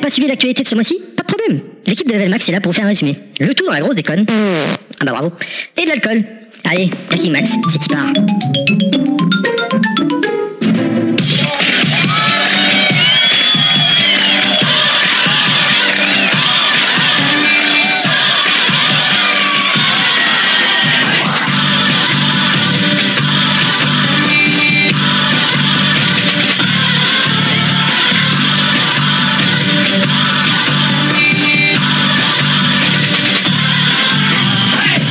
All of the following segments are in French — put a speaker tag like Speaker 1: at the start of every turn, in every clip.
Speaker 1: pas suivi l'actualité de ce mois-ci Pas de problème. L'équipe de Level Max est là pour faire un résumé. Le tout dans la grosse déconne. Ah bah bravo. Et de l'alcool. Allez, Hacking Max, c'est y part.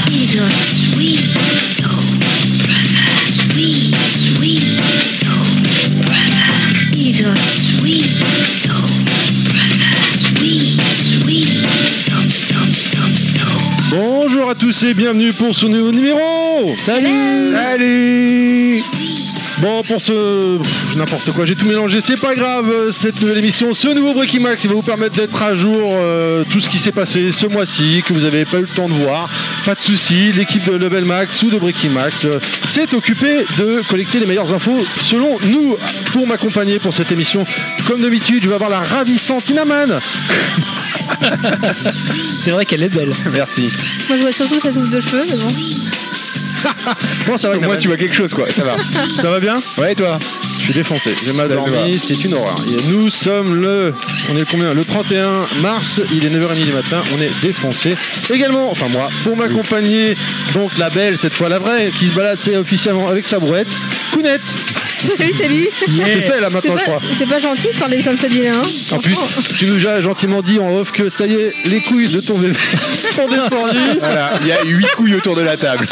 Speaker 2: Your sweet soul, brother. Sweet, sweet soul, brother. He's a sweet soul, brother. Sweet, sweet soul, soul, soul, soul.
Speaker 3: Bonjour à tous et bienvenue pour ce nouveau numéro Salut Salut Bon pour ce... pff, N'importe quoi, j'ai tout mélangé, c'est pas grave, euh, cette nouvelle émission, ce nouveau Breaking Max, il va vous permettre d'être à jour euh, tout ce qui s'est passé ce mois-ci, que vous n'avez pas eu le temps de voir. Pas de souci, l'équipe de Level Max ou de Breaking Max euh, s'est occupée de collecter les meilleures infos selon nous. Pour m'accompagner pour cette émission, comme d'habitude, je vais avoir la ravissante Inaman.
Speaker 4: C'est vrai qu'elle est belle.
Speaker 5: Merci.
Speaker 6: Moi, je vois surtout sa touffe de cheveux, mais bon.
Speaker 3: Comment ça va
Speaker 5: Moi,
Speaker 3: Inaman
Speaker 5: tu vois quelque chose, quoi. Ça va.
Speaker 3: Ça va bien
Speaker 5: Ouais, et toi
Speaker 3: Je suis défoncé, j'ai mal
Speaker 5: Ça se
Speaker 3: dormi, c'est une horreur. Et Nous sommes le, on est le combien Le 31 mars, il est 9h30 du matin, on est défoncé. Également, enfin moi, pour m'accompagner, donc la belle, cette fois la vraie, qui se balade c'est officiellement avec sa brouette, Kounette,
Speaker 6: Salut, salut.
Speaker 5: Eh.
Speaker 3: c'est fait Oh. là
Speaker 6: C'est
Speaker 3: maintenant je
Speaker 6: pas,
Speaker 3: crois.
Speaker 6: c'est pas gentil de hein. parler comme ça du nain.
Speaker 3: En plus, tu nous as gentiment dit en off que ça y est, les couilles de ton bébé sont descendues.
Speaker 5: Voilà, il y a huit couilles autour de la table.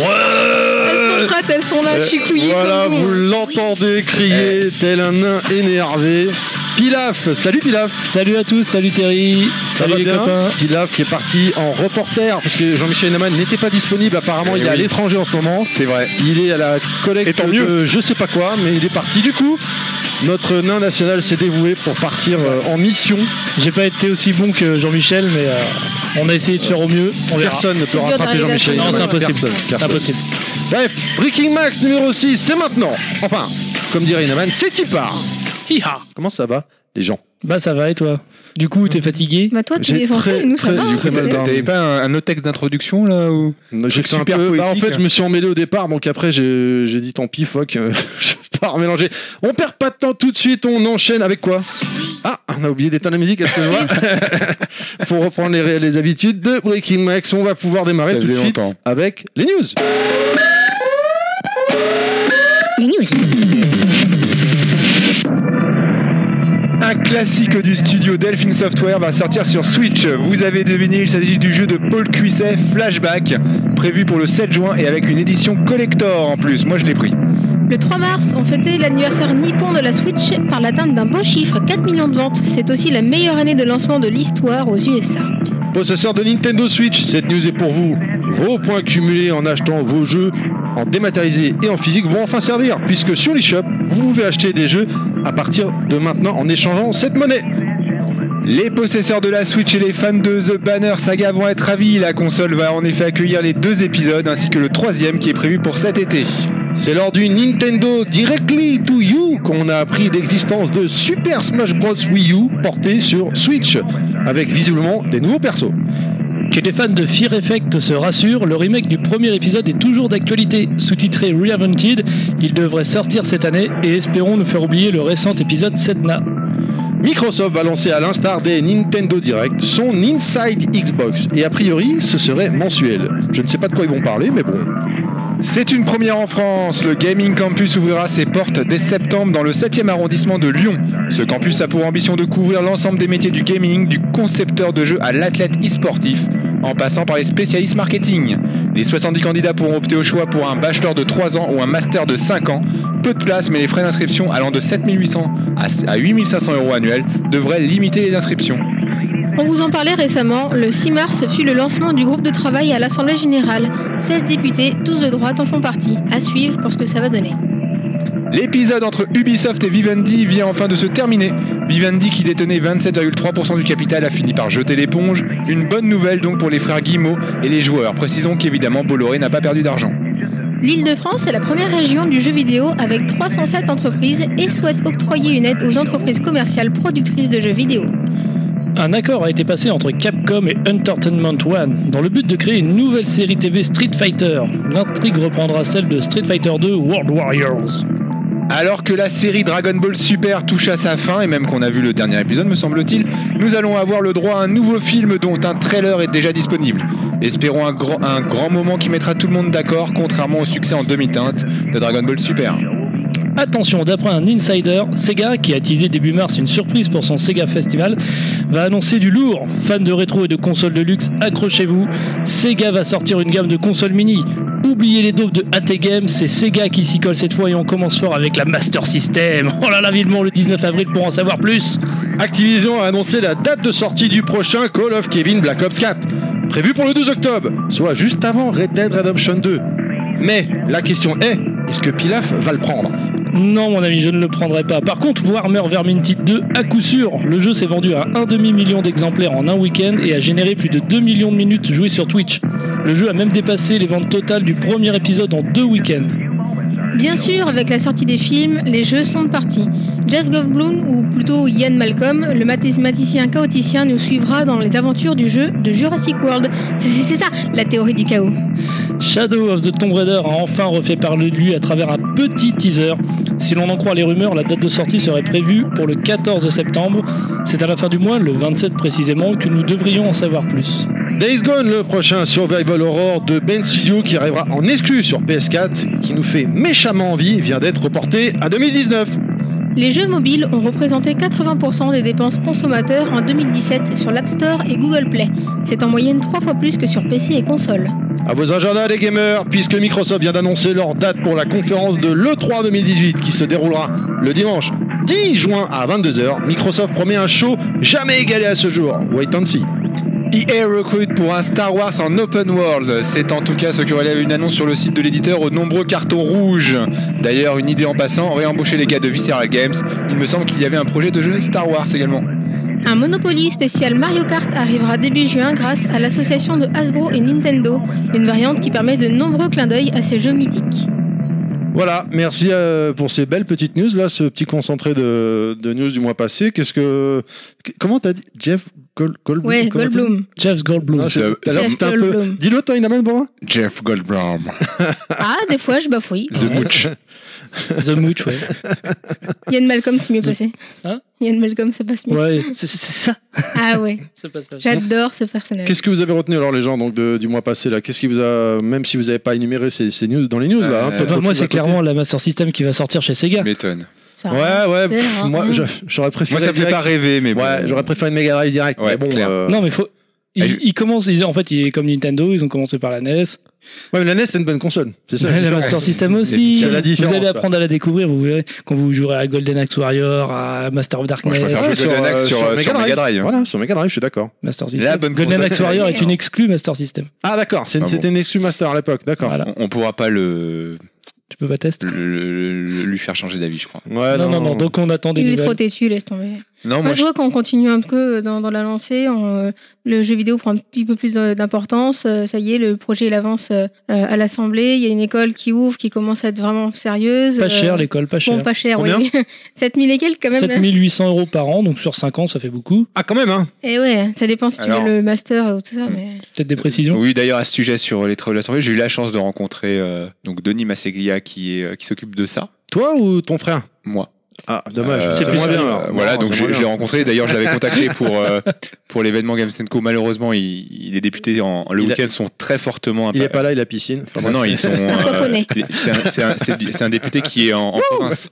Speaker 6: elles sont prêtes, elles sont là, je suis couillée
Speaker 3: Euh, Voilà,
Speaker 6: comme
Speaker 3: vous
Speaker 6: vous.
Speaker 3: l'entendez crier tel un nain énervé. Pilaf, salut Pilaf
Speaker 4: Salut à tous, salut Terry,
Speaker 3: Ça
Speaker 4: salut
Speaker 3: va
Speaker 4: les
Speaker 3: bien
Speaker 4: copains.
Speaker 3: Pilaf qui est parti en reporter parce que Jean-Michel Naman n'était pas disponible. Apparemment,
Speaker 5: Eh
Speaker 3: il est à
Speaker 5: oui.
Speaker 3: l'étranger en ce moment.
Speaker 5: C'est vrai.
Speaker 3: Il est à la collecte
Speaker 5: Et tant
Speaker 3: de
Speaker 5: mieux.
Speaker 3: je sais pas quoi, mais il est parti. Du coup, notre nain national s'est dévoué pour partir euh, en mission.
Speaker 4: J'ai pas été aussi bon que Jean-Michel, mais euh, on a essayé de faire au mieux. On verra.
Speaker 3: Personne ne peut
Speaker 6: dur
Speaker 3: rattraper
Speaker 6: d'arriver à
Speaker 3: Jean-Michel.
Speaker 6: son
Speaker 4: Non,
Speaker 3: Naman.
Speaker 4: c'est impossible.
Speaker 3: Personne,
Speaker 4: C'est
Speaker 3: personne.
Speaker 4: impossible.
Speaker 3: Bref, Breaking Max numéro 6, c'est maintenant. Enfin, comme dirait Naman, c'est Tipar.
Speaker 4: Hi-ha.
Speaker 3: Comment ça va, les gens
Speaker 4: Bah ça va et toi Du coup, t'es fatigué
Speaker 6: Bah, toi, t'es
Speaker 3: J'ai
Speaker 6: défoncé,
Speaker 3: très,
Speaker 6: et nous, ça
Speaker 3: très-
Speaker 6: va.
Speaker 3: du
Speaker 6: hein,
Speaker 3: coup,
Speaker 6: tu sais.
Speaker 3: madame.
Speaker 5: T'avais pas un, un autre texte d'introduction, là ou...
Speaker 3: J'ai
Speaker 5: Truc
Speaker 3: fait un
Speaker 5: super
Speaker 3: peu- bah, en
Speaker 5: poétique.
Speaker 3: fait, je me suis emmêlé au départ, donc après, j'ai j'ai dit tant pis, fuck, euh, je vais pas remélanger. On perd pas de temps tout de suite, on enchaîne avec quoi Ah, on a oublié d'éteindre la musique, est-ce que je vois Pour reprendre les, ré- les habitudes de Breaking Max, on va pouvoir démarrer
Speaker 5: Ça
Speaker 3: tout de
Speaker 5: faisait
Speaker 3: suite
Speaker 5: longtemps.
Speaker 3: avec les news.
Speaker 1: Les news.
Speaker 5: Un classique du studio Delphine Software va sortir sur Switch. Vous avez deviné, il s'agit du jeu de Paul Cuisset Flashback, prévu pour le 7 juin et avec une édition collector en plus. Moi, je l'ai pris.
Speaker 6: Le 3 mars, on fêtait l'anniversaire nippon de la Switch par l'atteinte d'un beau chiffre, 4 millions de ventes. C'est aussi la meilleure année de lancement de l'histoire aux USA.
Speaker 3: Possesseur de Nintendo Switch, cette news est pour vous. Vos points cumulés en achetant vos jeux en dématérialisé et en physique vont enfin servir, puisque sur l'eShop, vous pouvez acheter des jeux à partir de maintenant en échangeant cette monnaie.
Speaker 5: Les possesseurs de la Switch et les fans de The Banner Saga vont être ravis. La console va en effet accueillir les deux épisodes ainsi que le troisième qui est prévu pour cet été.
Speaker 3: C'est lors du Nintendo Directly to You qu'on a appris l'existence de Super Smash Bros. Wii U porté sur Switch, avec visiblement des nouveaux persos.
Speaker 4: Que les fans de Fear Effect se rassurent, le remake du premier épisode est toujours d'actualité. Sous-titré Reinvented, il devrait sortir cette année et espérons nous faire oublier le récent épisode Setna.
Speaker 3: Microsoft va lancer à l'instar des Nintendo Direct son Inside Xbox, et a priori ce serait mensuel. Je ne sais pas de quoi ils vont parler, mais bon,
Speaker 5: C'est une première en France. Le Gaming Campus ouvrira ses portes dès septembre dans le 7e arrondissement de Lyon. Ce campus a pour ambition de couvrir l'ensemble des métiers du gaming, du concepteur de jeux à l'athlète e-sportif, en passant par les spécialistes marketing. Les 70 candidats pourront opter au choix pour un bachelor de 3 ans ou un master de 5 ans. Peu de place, mais les frais d'inscription allant de 7800 à 8500 euros annuels devraient limiter les inscriptions.
Speaker 6: On vous en parlait récemment, le 6 mars fut le lancement du groupe de travail à l'Assemblée Générale. 16 députés, tous de droite, en font partie. À suivre pour ce que ça va donner.
Speaker 5: L'épisode entre Ubisoft et Vivendi vient enfin de se terminer. Vivendi, qui détenait 27,3% du capital, a fini par jeter l'éponge. Une bonne nouvelle donc pour les frères Guimau et les joueurs. Précisons qu'évidemment Bolloré n'a pas perdu d'argent.
Speaker 6: L'Île-de-France est la première région du jeu vidéo avec 307 entreprises et souhaite octroyer une aide aux entreprises commerciales productrices de jeux vidéo.
Speaker 4: un accord a été passé entre Capcom et Entertainment One dans le but de créer une nouvelle série TV Street Fighter. L'intrigue reprendra celle de Street Fighter 2 World Warriors.
Speaker 5: Alors que la série Dragon Ball Super touche à sa fin, et même qu'on a vu le dernier épisode, me semble-t-il, nous allons avoir le droit à un nouveau film dont un trailer est déjà disponible. Espérons un grand, un grand moment qui mettra tout le monde d'accord, contrairement au succès en demi-teinte de Dragon Ball Super.
Speaker 4: Attention, d'après un insider, Sega, qui a teasé début mars une surprise pour son Sega Festival, va annoncer du lourd. Fans de rétro et de consoles de luxe, accrochez-vous. Sega va sortir une gamme de consoles mini. Oubliez les dopes de AT Games, c'est Sega qui s'y colle cette fois et on commence fort avec la Master System. Oh là là, vivement le 19 avril pour en savoir plus.
Speaker 3: Activision a annoncé la date de sortie du prochain Call of Kevin Black Ops 4, prévu pour le 12 octobre, soit juste avant Red Dead Redemption 2. Mais la question est, est-ce que Pilaf va le prendre
Speaker 4: Non, mon ami, je ne le prendrai pas. Par contre, Warhammer Vermintide 2, à coup sûr, le jeu s'est vendu à un demi-million d'exemplaires en un week-end et a généré plus de 2 millions de minutes jouées sur Twitch. Le jeu a même dépassé les ventes totales du premier épisode en deux week-ends.
Speaker 6: Bien sûr, avec la sortie des films, les jeux sont partis. Jeff Goldblum, ou plutôt Ian Malcolm, le mathématicien chaoticien, nous suivra dans les aventures du jeu de Jurassic World. C'est- C'est c'est ça, la théorie du chaos.
Speaker 4: Shadow of the Tomb Raider a enfin refait parler de lui à travers un petit teaser. Si l'on en croit les rumeurs, la date de sortie serait prévue pour le 14 septembre. C'est à la fin du mois, le 27 précisément, que nous devrions en savoir plus.
Speaker 3: Days Gone, le prochain Survival Horror de Ben Studio qui arrivera en exclu sur PS4, qui nous fait méchamment envie, vient d'être reporté à 2019.
Speaker 6: Les jeux mobiles ont représenté 80% des dépenses consommateurs en 2017 sur l'App Store et Google Play. C'est en moyenne trois fois plus que sur PC et console.
Speaker 3: À vos agendas les gamers, puisque Microsoft vient d'annoncer leur date pour la conférence de l'E3 2018 qui se déroulera le dimanche 10 juin à 22h, Microsoft promet un show jamais égalé à ce jour. Wait and see.
Speaker 5: EA recrute E pour un Star Wars en open world. C'est en tout cas ce que relève une annonce sur le site de l'éditeur aux nombreux cartons rouges. D'ailleurs, une idée en passant, réembaucher les gars de Visceral Games. Il me semble qu'il y avait un projet de jeu Star Wars également.
Speaker 6: Un Monopoly spécial Mario Kart arrivera début juin grâce à l'association de Hasbro et Nintendo, une variante qui permet de nombreux clins d'œil à ces jeux mythiques.
Speaker 3: Voilà, merci euh, pour ces belles petites news là, ce petit concentré de, de news du mois passé. Qu'est-ce que qu- comment t'as dit Jeff Gol- Goldblum
Speaker 6: Ouais,
Speaker 3: comment t'as dit Ah,
Speaker 6: Goldblum.
Speaker 4: Jeff Goldblum.
Speaker 3: Non, c'est-
Speaker 5: Jeff
Speaker 3: alors, c'était un peu.
Speaker 6: Goldblum.
Speaker 3: Dis-le toi, Inaman, pour moi.
Speaker 5: Jeff Goldblum,
Speaker 6: Ah, des fois, je bafouille.
Speaker 5: The Mooch.
Speaker 4: The Mooch, ouais.
Speaker 6: Yann Malcolm, c'est mieux passé.
Speaker 4: Hein
Speaker 6: Yann Malcolm, ça passe mieux.
Speaker 4: Ouais, c'est c'est- c'est ça,
Speaker 6: Ah ouais,
Speaker 4: ce passage.
Speaker 6: j'adore ce personnage.
Speaker 3: Qu'est-ce que vous avez retenu alors les gens donc de- du mois passé là Qu'est-ce qui vous a même si vous n'avez pas énuméré ces, ces news dans les news là hein,
Speaker 5: Euh,
Speaker 3: peut-être
Speaker 4: Bah,
Speaker 3: autre
Speaker 4: moi,
Speaker 3: chose à
Speaker 4: c'est
Speaker 3: côté.
Speaker 4: clairement la Master System qui va sortir chez Sega.
Speaker 5: Tu m'étonnes.
Speaker 6: Ça
Speaker 3: Ouais ouais.
Speaker 6: C'est
Speaker 3: pff,
Speaker 6: rare,
Speaker 3: moi
Speaker 6: hein.
Speaker 3: je- j'aurais préféré.
Speaker 5: Moi, ça me fait
Speaker 3: direct-
Speaker 5: pas rêver, mais bon.
Speaker 3: Ouais, j'aurais préféré une Mega Drive direct.
Speaker 5: Ouais,
Speaker 3: mais bon.
Speaker 5: clair.
Speaker 3: euh,
Speaker 4: Non, mais faut.
Speaker 5: Ah,
Speaker 4: Ils,
Speaker 5: je-
Speaker 4: ils commencent, ils, en fait, ils, comme Nintendo, ils ont commencé par la NES.
Speaker 3: ouais, mais la NES c'est une bonne console. C'est ça. la
Speaker 4: Ouais, la
Speaker 3: différence.
Speaker 4: Master System
Speaker 3: puis,
Speaker 4: aussi.
Speaker 3: c'est la différence,
Speaker 4: vous allez
Speaker 3: quoi.
Speaker 4: apprendre à la découvrir, vous verrez, quand vous jouerez à Golden Axe Warrior, à Master of
Speaker 5: Moi,
Speaker 4: Darkness.
Speaker 5: je préfère
Speaker 3: Ouais,
Speaker 5: jouer
Speaker 3: sur,
Speaker 5: Golden Axe
Speaker 3: euh,
Speaker 5: sur,
Speaker 3: sur
Speaker 5: euh, sur
Speaker 3: Mega
Speaker 5: Mega Drive.
Speaker 3: Voilà, sur Mega Drive, je suis d'accord.
Speaker 4: Master System.
Speaker 5: bonne
Speaker 4: Golden
Speaker 5: console.
Speaker 4: Axe Warrior est une exclue Master System.
Speaker 3: Ah d'accord, c'est une-
Speaker 5: Ah, bon.
Speaker 3: c'était une exclu master à l'époque, d'accord.
Speaker 4: Voilà.
Speaker 5: On- On pourra pas le,
Speaker 4: Tu peux pas tester.
Speaker 5: le- le- le- lui faire changer d'avis, je crois.
Speaker 3: Ouais,
Speaker 4: non, non, non, donc on attend des
Speaker 6: Il est
Speaker 4: nouvelles.
Speaker 6: trop têtu, laisse tomber.
Speaker 5: Non,
Speaker 6: Moi,
Speaker 5: moi,
Speaker 6: je vois qu'on continue un peu euh, dans, dans la lancée. on, euh, le jeu vidéo prend un petit peu plus euh, d'importance. Euh, ça y est, le projet il avance euh, euh, à l'Assemblée. Il y a une école qui ouvre, qui commence à être vraiment sérieuse.
Speaker 4: Pas
Speaker 6: Euh,
Speaker 4: cher, l'école, pas cher.
Speaker 6: Bon, pas cher, oui.
Speaker 3: Combien
Speaker 6: 7000 et quelques, quand même. hein.
Speaker 4: 7800 euros par an, donc sur 5 ans, ça fait beaucoup.
Speaker 3: Ah quand même hein.
Speaker 6: Et ouais, ça dépend si
Speaker 5: Alors-
Speaker 6: tu veux le master ou tout ça. Mais...
Speaker 4: Peut-être des précisions.
Speaker 5: Oui, d'ailleurs, à ce sujet sur les travaux de l'Assemblée, j'ai eu la chance de rencontrer euh, donc Denis Masseglia qui, est, euh, qui s'occupe de ça,
Speaker 3: Toi ou ton frère
Speaker 5: moi.
Speaker 3: Ah dommage.
Speaker 5: Euh,
Speaker 4: C'est plus
Speaker 3: moins
Speaker 4: simple.
Speaker 3: alors.
Speaker 5: Euh, voilà,
Speaker 3: Non,
Speaker 5: donc
Speaker 3: c'est
Speaker 5: je
Speaker 3: moins
Speaker 5: je l'ai
Speaker 3: bien.
Speaker 5: rencontré. D'ailleurs, je l'avais contacté pour, euh, pour l'événement Games Co. Malheureusement, il, il- les députés en, le
Speaker 3: Il a-
Speaker 5: week-end sont très fortement
Speaker 3: Il est
Speaker 5: impactés.
Speaker 3: pas là, il a piscine. Enfin,
Speaker 5: Non,
Speaker 3: bref.
Speaker 5: non, ils sont. euh,
Speaker 6: Aquaponé.
Speaker 5: il est- c'est un- c'est un, c'est du- c'est un député qui est en, en province.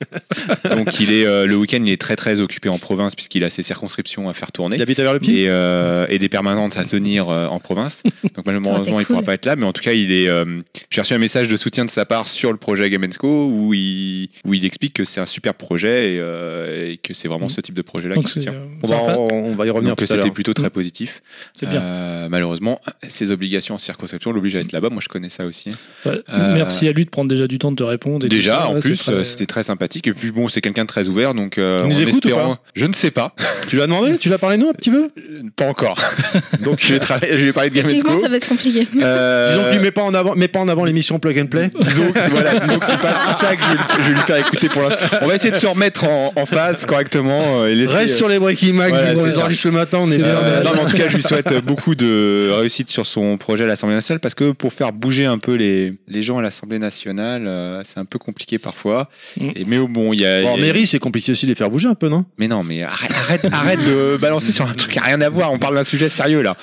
Speaker 5: Donc, il est, euh, le week-end, il est très très occupé en province puisqu'il a ses circonscriptions à faire tourner.
Speaker 3: Il habite à vers le pied.
Speaker 5: et, euh, et des permanentes à tenir euh, en province. Donc
Speaker 6: Ça
Speaker 5: malheureusement,
Speaker 6: aurait été
Speaker 5: il pourra
Speaker 6: cool.
Speaker 5: pas être là, mais en tout cas, il est. euh, J'ai reçu un message de soutien de sa part sur le projet Gamensco où il où il explique que c'est un super projet et, euh, et que c'est vraiment ce type de projet-là
Speaker 4: Donc
Speaker 5: qui
Speaker 4: c'est
Speaker 5: soutient.
Speaker 4: euh,
Speaker 3: On va,
Speaker 4: sympa.
Speaker 3: on- on va y revenir
Speaker 5: Donc que
Speaker 3: tout à
Speaker 5: c'était
Speaker 3: l'heure.
Speaker 5: plutôt très positif.
Speaker 4: c'est bien.
Speaker 5: Euh, malheureusement, ses obligations en circonscription l'obligent à être là-bas. Moi, je connais ça aussi.
Speaker 4: Ouais.
Speaker 5: euh,
Speaker 4: Bah, Merci à lui de prendre déjà du temps de te répondre. et tout
Speaker 5: Déjà,
Speaker 4: ça.
Speaker 5: en
Speaker 4: Ouais, c'est
Speaker 5: plus,
Speaker 4: très-
Speaker 5: euh, c'était très sympathique. Et puis bon, c'est quelqu'un de très ouvert, donc euh,
Speaker 3: Il nous
Speaker 5: en
Speaker 3: écoute ou
Speaker 5: espérant- je ne sais pas,
Speaker 3: Tu l'as demandé Tu l'as parlé nous un petit peu
Speaker 5: pas encore. donc je vais, travailler- je vais parler de
Speaker 6: Techniquement,
Speaker 5: Gamensco.
Speaker 6: ça va être compliqué.
Speaker 5: Euh,
Speaker 3: Disons que lui met pas en avant, met pas en avant l'émission Plug and Play.
Speaker 5: Disons que, voilà, disons que c'est pas ça que je, vais lui- je vais lui faire écouter pour l'instant. On va essayer de s'en remettre mettre en, en phase correctement euh, et laisser.
Speaker 3: Reste
Speaker 5: euh,
Speaker 3: sur les Breaking Mac,
Speaker 5: voilà,
Speaker 3: on
Speaker 5: c'est
Speaker 3: les
Speaker 5: ça.
Speaker 3: enregistre le matin, on est
Speaker 4: C'est
Speaker 3: bien.
Speaker 4: vrai.
Speaker 5: Euh, non, mais en tout cas, je lui souhaite euh, beaucoup de réussite sur son projet à l'Assemblée nationale parce que pour faire bouger un peu les, les gens à l'Assemblée nationale, euh, c'est un peu compliqué parfois.
Speaker 4: Mm.
Speaker 5: Et, mais au bon, il y a.
Speaker 3: Bon, en
Speaker 5: il y a-
Speaker 3: mairie, c'est compliqué aussi de les faire bouger un peu, non
Speaker 5: Mais non, mais arrête, arrête, arrête de balancer sur un truc qui n'a rien à voir. On parle d'un sujet sérieux là.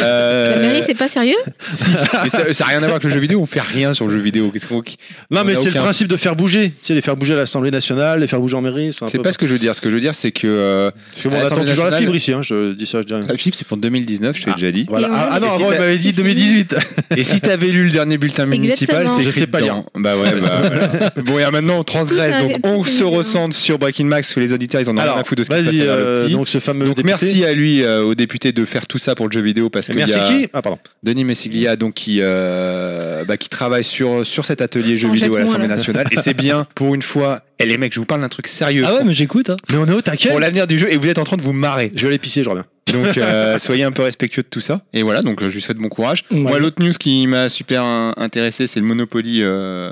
Speaker 5: Euh,
Speaker 6: La mairie, c'est pas sérieux
Speaker 5: mais ça n'a rien à voir avec le jeu vidéo. On fait rien sur le jeu vidéo. Qu'est-ce qu'on-
Speaker 3: Non,
Speaker 5: On
Speaker 3: mais
Speaker 5: a
Speaker 3: c'est le
Speaker 5: aucun-
Speaker 3: principe de faire bouger. Tu sais, les faire bouger à l'Assemblée nationale, les faire bouger en mairie, c'est un
Speaker 5: C'est
Speaker 3: peu-
Speaker 5: pas ce que je veux dire. Ce que je veux dire, c'est que euh,
Speaker 3: Parce que moi,
Speaker 5: à
Speaker 3: on attend
Speaker 5: l'Assemblée
Speaker 3: toujours la
Speaker 5: nationale-
Speaker 3: fibre ici, hein, je dis ça, je dis rien.
Speaker 5: la fibre, c'est pour 2019, je te l'ai déjà dit.
Speaker 3: Voilà.
Speaker 6: Et
Speaker 3: Ah,
Speaker 6: on-
Speaker 3: ah non,
Speaker 5: et
Speaker 3: avant,
Speaker 5: c'est-
Speaker 3: il m'avait dit
Speaker 6: c'est-
Speaker 3: 2018.
Speaker 5: Et si t'avais lu le dernier bulletin municipal,
Speaker 6: Exactement.
Speaker 5: c'est
Speaker 3: Je
Speaker 5: écrit
Speaker 3: sais pas
Speaker 5: dedans. Bah ouais, bah voilà. Bon, et alors maintenant, on transgresse.
Speaker 6: Tout un-
Speaker 5: Donc,
Speaker 6: tout
Speaker 5: on
Speaker 6: un-
Speaker 5: se recentre sur Breaking Max, parce que les auditeurs, ils en ont rien à foutre de ce qui se passe
Speaker 3: vas-y,
Speaker 5: derrière le
Speaker 3: euh,
Speaker 5: petit.
Speaker 3: donc ce fameux
Speaker 5: Donc,
Speaker 3: député.
Speaker 5: merci à lui, euh, au député, de faire tout ça pour le jeu vidéo, parce
Speaker 3: Et
Speaker 5: que
Speaker 3: Merci
Speaker 5: il y a
Speaker 3: qui Ah, pardon.
Speaker 5: Denis Messiglia, donc qui, euh, bah, qui travaille sur sur cet atelier
Speaker 6: Ça
Speaker 5: jeu
Speaker 6: en jette
Speaker 5: vidéo à
Speaker 6: moins,
Speaker 5: l'Assemblée
Speaker 6: là.
Speaker 5: nationale. Et c'est bien pour une fois. Eh les mecs, je vous parle d'un truc sérieux.
Speaker 4: Ah ouais, mais j'écoute. hein.
Speaker 3: Mais on est au
Speaker 5: pour
Speaker 3: taquet.
Speaker 5: pour l'avenir du jeu, et vous êtes en train de vous marrer.
Speaker 3: Je vais aller pisser, je reviens.
Speaker 5: Donc euh, soyez un peu respectueux de tout ça. Et voilà, donc euh, je lui souhaite bon courage.
Speaker 4: Ouais.
Speaker 5: Moi, l'autre news qui m'a super euh, intéressé, c'est le Monopoly euh,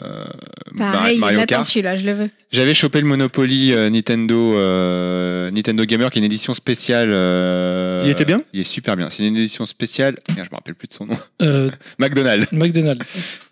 Speaker 6: Pareil,
Speaker 5: Mar- Mario
Speaker 6: l'attends
Speaker 5: Kart.
Speaker 6: celui-là, je le veux.
Speaker 5: J'avais chopé le Monopoly euh, Nintendo euh, Nintendo Gamer, qui est une édition spéciale. euh,
Speaker 3: Il était bien
Speaker 5: Il est super bien. C'est une édition spéciale. Merde, je me rappelle plus de son nom.
Speaker 4: Euh,
Speaker 5: McDonald's.
Speaker 4: McDonald's.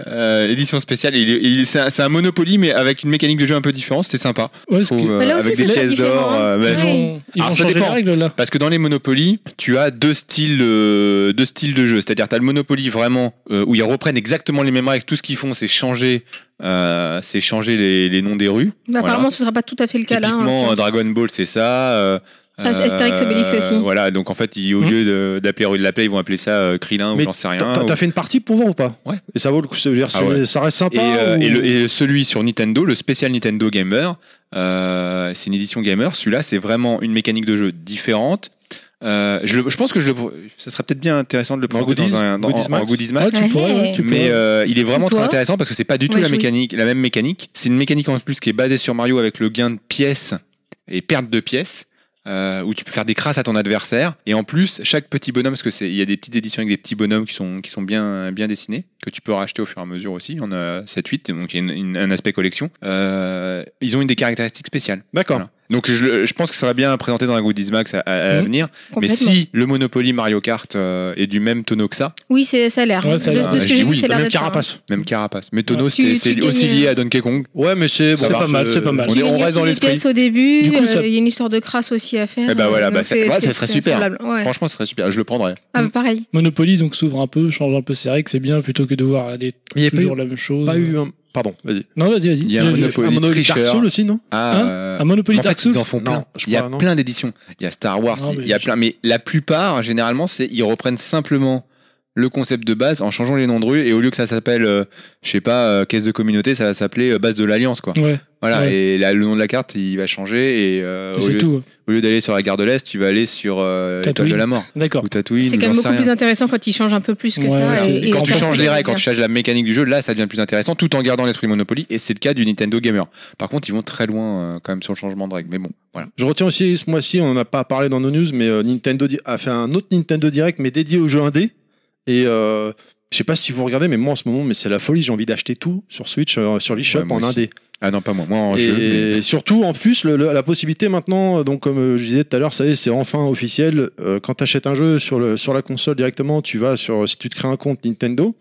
Speaker 5: Euh, édition spéciale. Il est- il- c'est un, c'est un Monopoly, mais avec une mécanique de jeu un peu différente. C'était sympa.
Speaker 4: Ouais,
Speaker 5: Je
Speaker 4: parce que-
Speaker 5: trouve, euh,
Speaker 6: Mais Bah là aussi,
Speaker 5: avec
Speaker 6: c'est
Speaker 5: des
Speaker 6: super
Speaker 5: pièces d'or.
Speaker 6: différent, hein.
Speaker 5: euh, mais
Speaker 4: Ils
Speaker 6: Ouais.
Speaker 4: vont, ils
Speaker 5: Alors,
Speaker 4: vont
Speaker 5: ça
Speaker 4: changer les
Speaker 5: dépend.
Speaker 4: règles là.
Speaker 5: Parce que dans les Monopoly, tu as deux styles, euh, deux styles de jeu. C'est-à-dire, tu as le Monopoly vraiment euh, où ils reprennent exactement les mêmes règles. Tout ce qu'ils font, c'est changer, euh, c'est changer les, les noms des rues.
Speaker 6: Bah,
Speaker 5: Voilà.
Speaker 6: Apparemment, ce sera pas tout à fait le cas là. hein,
Speaker 5: Typiquement,
Speaker 6: en
Speaker 5: euh,
Speaker 6: l'occurrence.
Speaker 5: Dragon Ball, c'est ça. euh,
Speaker 6: Ah, c'est Astérix, Obélix aussi.
Speaker 5: Voilà, donc en fait, ils- au
Speaker 4: Mhm.
Speaker 5: lieu de- d'appeler rue de la Plaie, ils vont appeler ça euh, Krilin ou
Speaker 3: Mais
Speaker 5: j'en sais rien.
Speaker 3: T'as t'as
Speaker 5: ou-
Speaker 3: fait une partie pour voir ou pas
Speaker 5: Ouais.
Speaker 3: Et ça vaut le coup, ça veut dire,
Speaker 5: Ah
Speaker 3: c'est-
Speaker 5: ouais.
Speaker 3: ça reste sympa.
Speaker 5: Et, euh,
Speaker 3: ou-
Speaker 5: et le- et celui sur Nintendo, le spécial Nintendo Gamer, euh, c'est une édition gamer. Celui-là, c'est vraiment une mécanique de jeu différente. Euh, je, le- je pense que je le, ça serait peut-être bien intéressant de le
Speaker 3: En
Speaker 5: prendre
Speaker 3: goodies
Speaker 5: dans un dans-
Speaker 3: Goodies
Speaker 5: en-
Speaker 3: Max
Speaker 5: en goodies
Speaker 4: Ouais,
Speaker 5: Max.
Speaker 4: tu pourrais, ouais, tu
Speaker 5: Mais
Speaker 4: pourrais.
Speaker 5: euh, il est vraiment
Speaker 6: Et toi
Speaker 5: très intéressant parce que c'est pas du tout
Speaker 6: Ouais,
Speaker 5: la
Speaker 6: je- oui.
Speaker 5: mécanique, la même mécanique. C'est une mécanique en plus qui est basée sur Mario avec le gain de pièces et perte de pièces. euh, où tu peux faire des crasses à ton adversaire et en plus chaque petit bonhomme parce que c'est il y a des petites éditions avec des petits bonhommes qui sont qui sont bien bien dessinés que tu peux racheter au fur et à mesure aussi il y en a 7 8 donc il y a une- une- un aspect collection Euh, ils ont une des caractéristiques spéciales
Speaker 3: D'accord.
Speaker 5: Voilà. donc je, je pense que ça sera bien à présenter dans un Goodies Max à, à- à
Speaker 4: Mhm.
Speaker 5: l'avenir mais
Speaker 6: Complètement.
Speaker 5: si le Monopoly Mario Kart euh, est du même tonneau que ça
Speaker 6: Oui, c'est- ça a l'air.
Speaker 4: Ouais, ça a
Speaker 6: de,
Speaker 4: l'air.
Speaker 6: de
Speaker 5: Ah,
Speaker 6: ce
Speaker 5: j'ai
Speaker 6: que j'ai
Speaker 5: dit
Speaker 6: vu,
Speaker 5: oui,
Speaker 6: c'est l'air
Speaker 3: Même
Speaker 6: d'être ça, hein.
Speaker 3: carapace.
Speaker 5: Même carapace. Mais tonneau,
Speaker 6: Ouais.
Speaker 5: c'était-
Speaker 6: Tu-
Speaker 5: c'est
Speaker 6: tu
Speaker 5: aussi
Speaker 6: gagnes,
Speaker 5: lié
Speaker 6: euh,
Speaker 5: à Donkey Kong.
Speaker 3: Ouais, mais c'est.
Speaker 5: Ça
Speaker 3: bon,
Speaker 5: va,
Speaker 3: bah,
Speaker 4: c'est pas mal, c'est pas mal.
Speaker 5: on
Speaker 6: Tu
Speaker 5: est-
Speaker 6: gagnes
Speaker 5: on reste
Speaker 6: aussi
Speaker 5: dans
Speaker 6: des
Speaker 5: l'esprit.
Speaker 6: pièces au début,
Speaker 4: Du
Speaker 6: euh,
Speaker 4: coup,
Speaker 6: il
Speaker 4: ça-
Speaker 6: y a une histoire de crasse aussi à faire.
Speaker 5: Eh ben voilà,
Speaker 6: euh,
Speaker 5: bah,
Speaker 6: donc
Speaker 5: ça-
Speaker 6: c'est-
Speaker 5: ouais, ça
Speaker 6: c'est-
Speaker 5: serait
Speaker 6: c'est
Speaker 5: super.
Speaker 6: semblable, ouais.
Speaker 5: Franchement, ça serait super. Je le prendrais.
Speaker 4: Hein
Speaker 6: Ah, bah, pareil.
Speaker 4: Monopoly donc s'ouvre un peu, change un peu ses règles, c'est bien plutôt que de voir aller
Speaker 3: Il n'y a pas eu-
Speaker 4: toujours la même chose.
Speaker 3: pas eu. un- Pardon, vas-y.
Speaker 4: Non, vas-y, vas-y.
Speaker 5: Il y a
Speaker 4: Je-
Speaker 5: un
Speaker 4: je-
Speaker 5: Ah Monopoly tricheur.
Speaker 3: Dark Souls aussi, non
Speaker 5: Ah,
Speaker 4: Hein
Speaker 5: euh,
Speaker 4: un Monopoly
Speaker 5: mais en
Speaker 4: Dark
Speaker 5: fait,
Speaker 4: Souls.
Speaker 5: ils en font
Speaker 3: Non,
Speaker 5: plein.
Speaker 3: je
Speaker 5: Il y a
Speaker 3: crois, non.
Speaker 5: plein d'éditions. Il y a Star Wars.
Speaker 4: Non, mais
Speaker 5: il y a
Speaker 4: je-
Speaker 5: plein. Mais la plupart, généralement, c'est ils reprennent simplement le concept de base en changeant les noms de rue et au lieu que ça s'appelle, euh, je sais pas, euh, caisse de communauté, ça va s'appeler euh, base de l'alliance, quoi.
Speaker 4: Ouais,
Speaker 5: Voilà.
Speaker 4: Ouais.
Speaker 5: Et là, le nom de la carte, il va changer et euh, au
Speaker 4: c'est
Speaker 5: lieu,
Speaker 4: tout.
Speaker 5: au lieu d'aller sur la gare de l'Est, tu vas aller sur euh, l'étoile de
Speaker 4: Tatooine.
Speaker 5: la mort
Speaker 4: D'accord.
Speaker 5: ou Tatooine.
Speaker 6: C'est
Speaker 5: ou
Speaker 6: quand
Speaker 5: j'en
Speaker 6: même
Speaker 5: sais
Speaker 6: beaucoup
Speaker 5: rien.
Speaker 6: plus intéressant quand il change un peu plus que
Speaker 4: Ouais,
Speaker 6: Ah ça.
Speaker 4: ouais,
Speaker 5: Et,
Speaker 4: Et
Speaker 5: quand
Speaker 4: en
Speaker 5: tu
Speaker 4: fait,
Speaker 5: changes
Speaker 4: on
Speaker 5: les règles, quand tu changes la mécanique du jeu, là, ça devient plus intéressant, tout en gardant l'esprit Monopoly. Et c'est le cas du Nintendo Gamer. Par contre, ils vont très loin euh, quand même sur le changement de règles. Mais bon, voilà.
Speaker 3: Je retiens aussi ce mois-ci, on n'en a pas parlé dans nos news, mais euh, Nintendo di- a fait un autre Nintendo Direct, mais dédié aux jeux indés. Et euh, je sais pas si vous regardez, mais moi en ce moment, mais c'est la folie. J'ai envie d'acheter tout sur Switch, euh, sur l'eShop
Speaker 5: Ouais, moi
Speaker 3: en
Speaker 5: aussi.
Speaker 3: indé.
Speaker 5: Ah non, pas moi. Moi en
Speaker 3: et
Speaker 5: jeu. mais-
Speaker 3: surtout, en plus, le- le- la possibilité maintenant, euh, donc comme euh, je disais tout à l'heure, ça y est, c'est enfin officiel. euh, quand tu achètes un jeu sur, le, sur la console directement, tu vas sur, si tu te crées un compte Nintendo,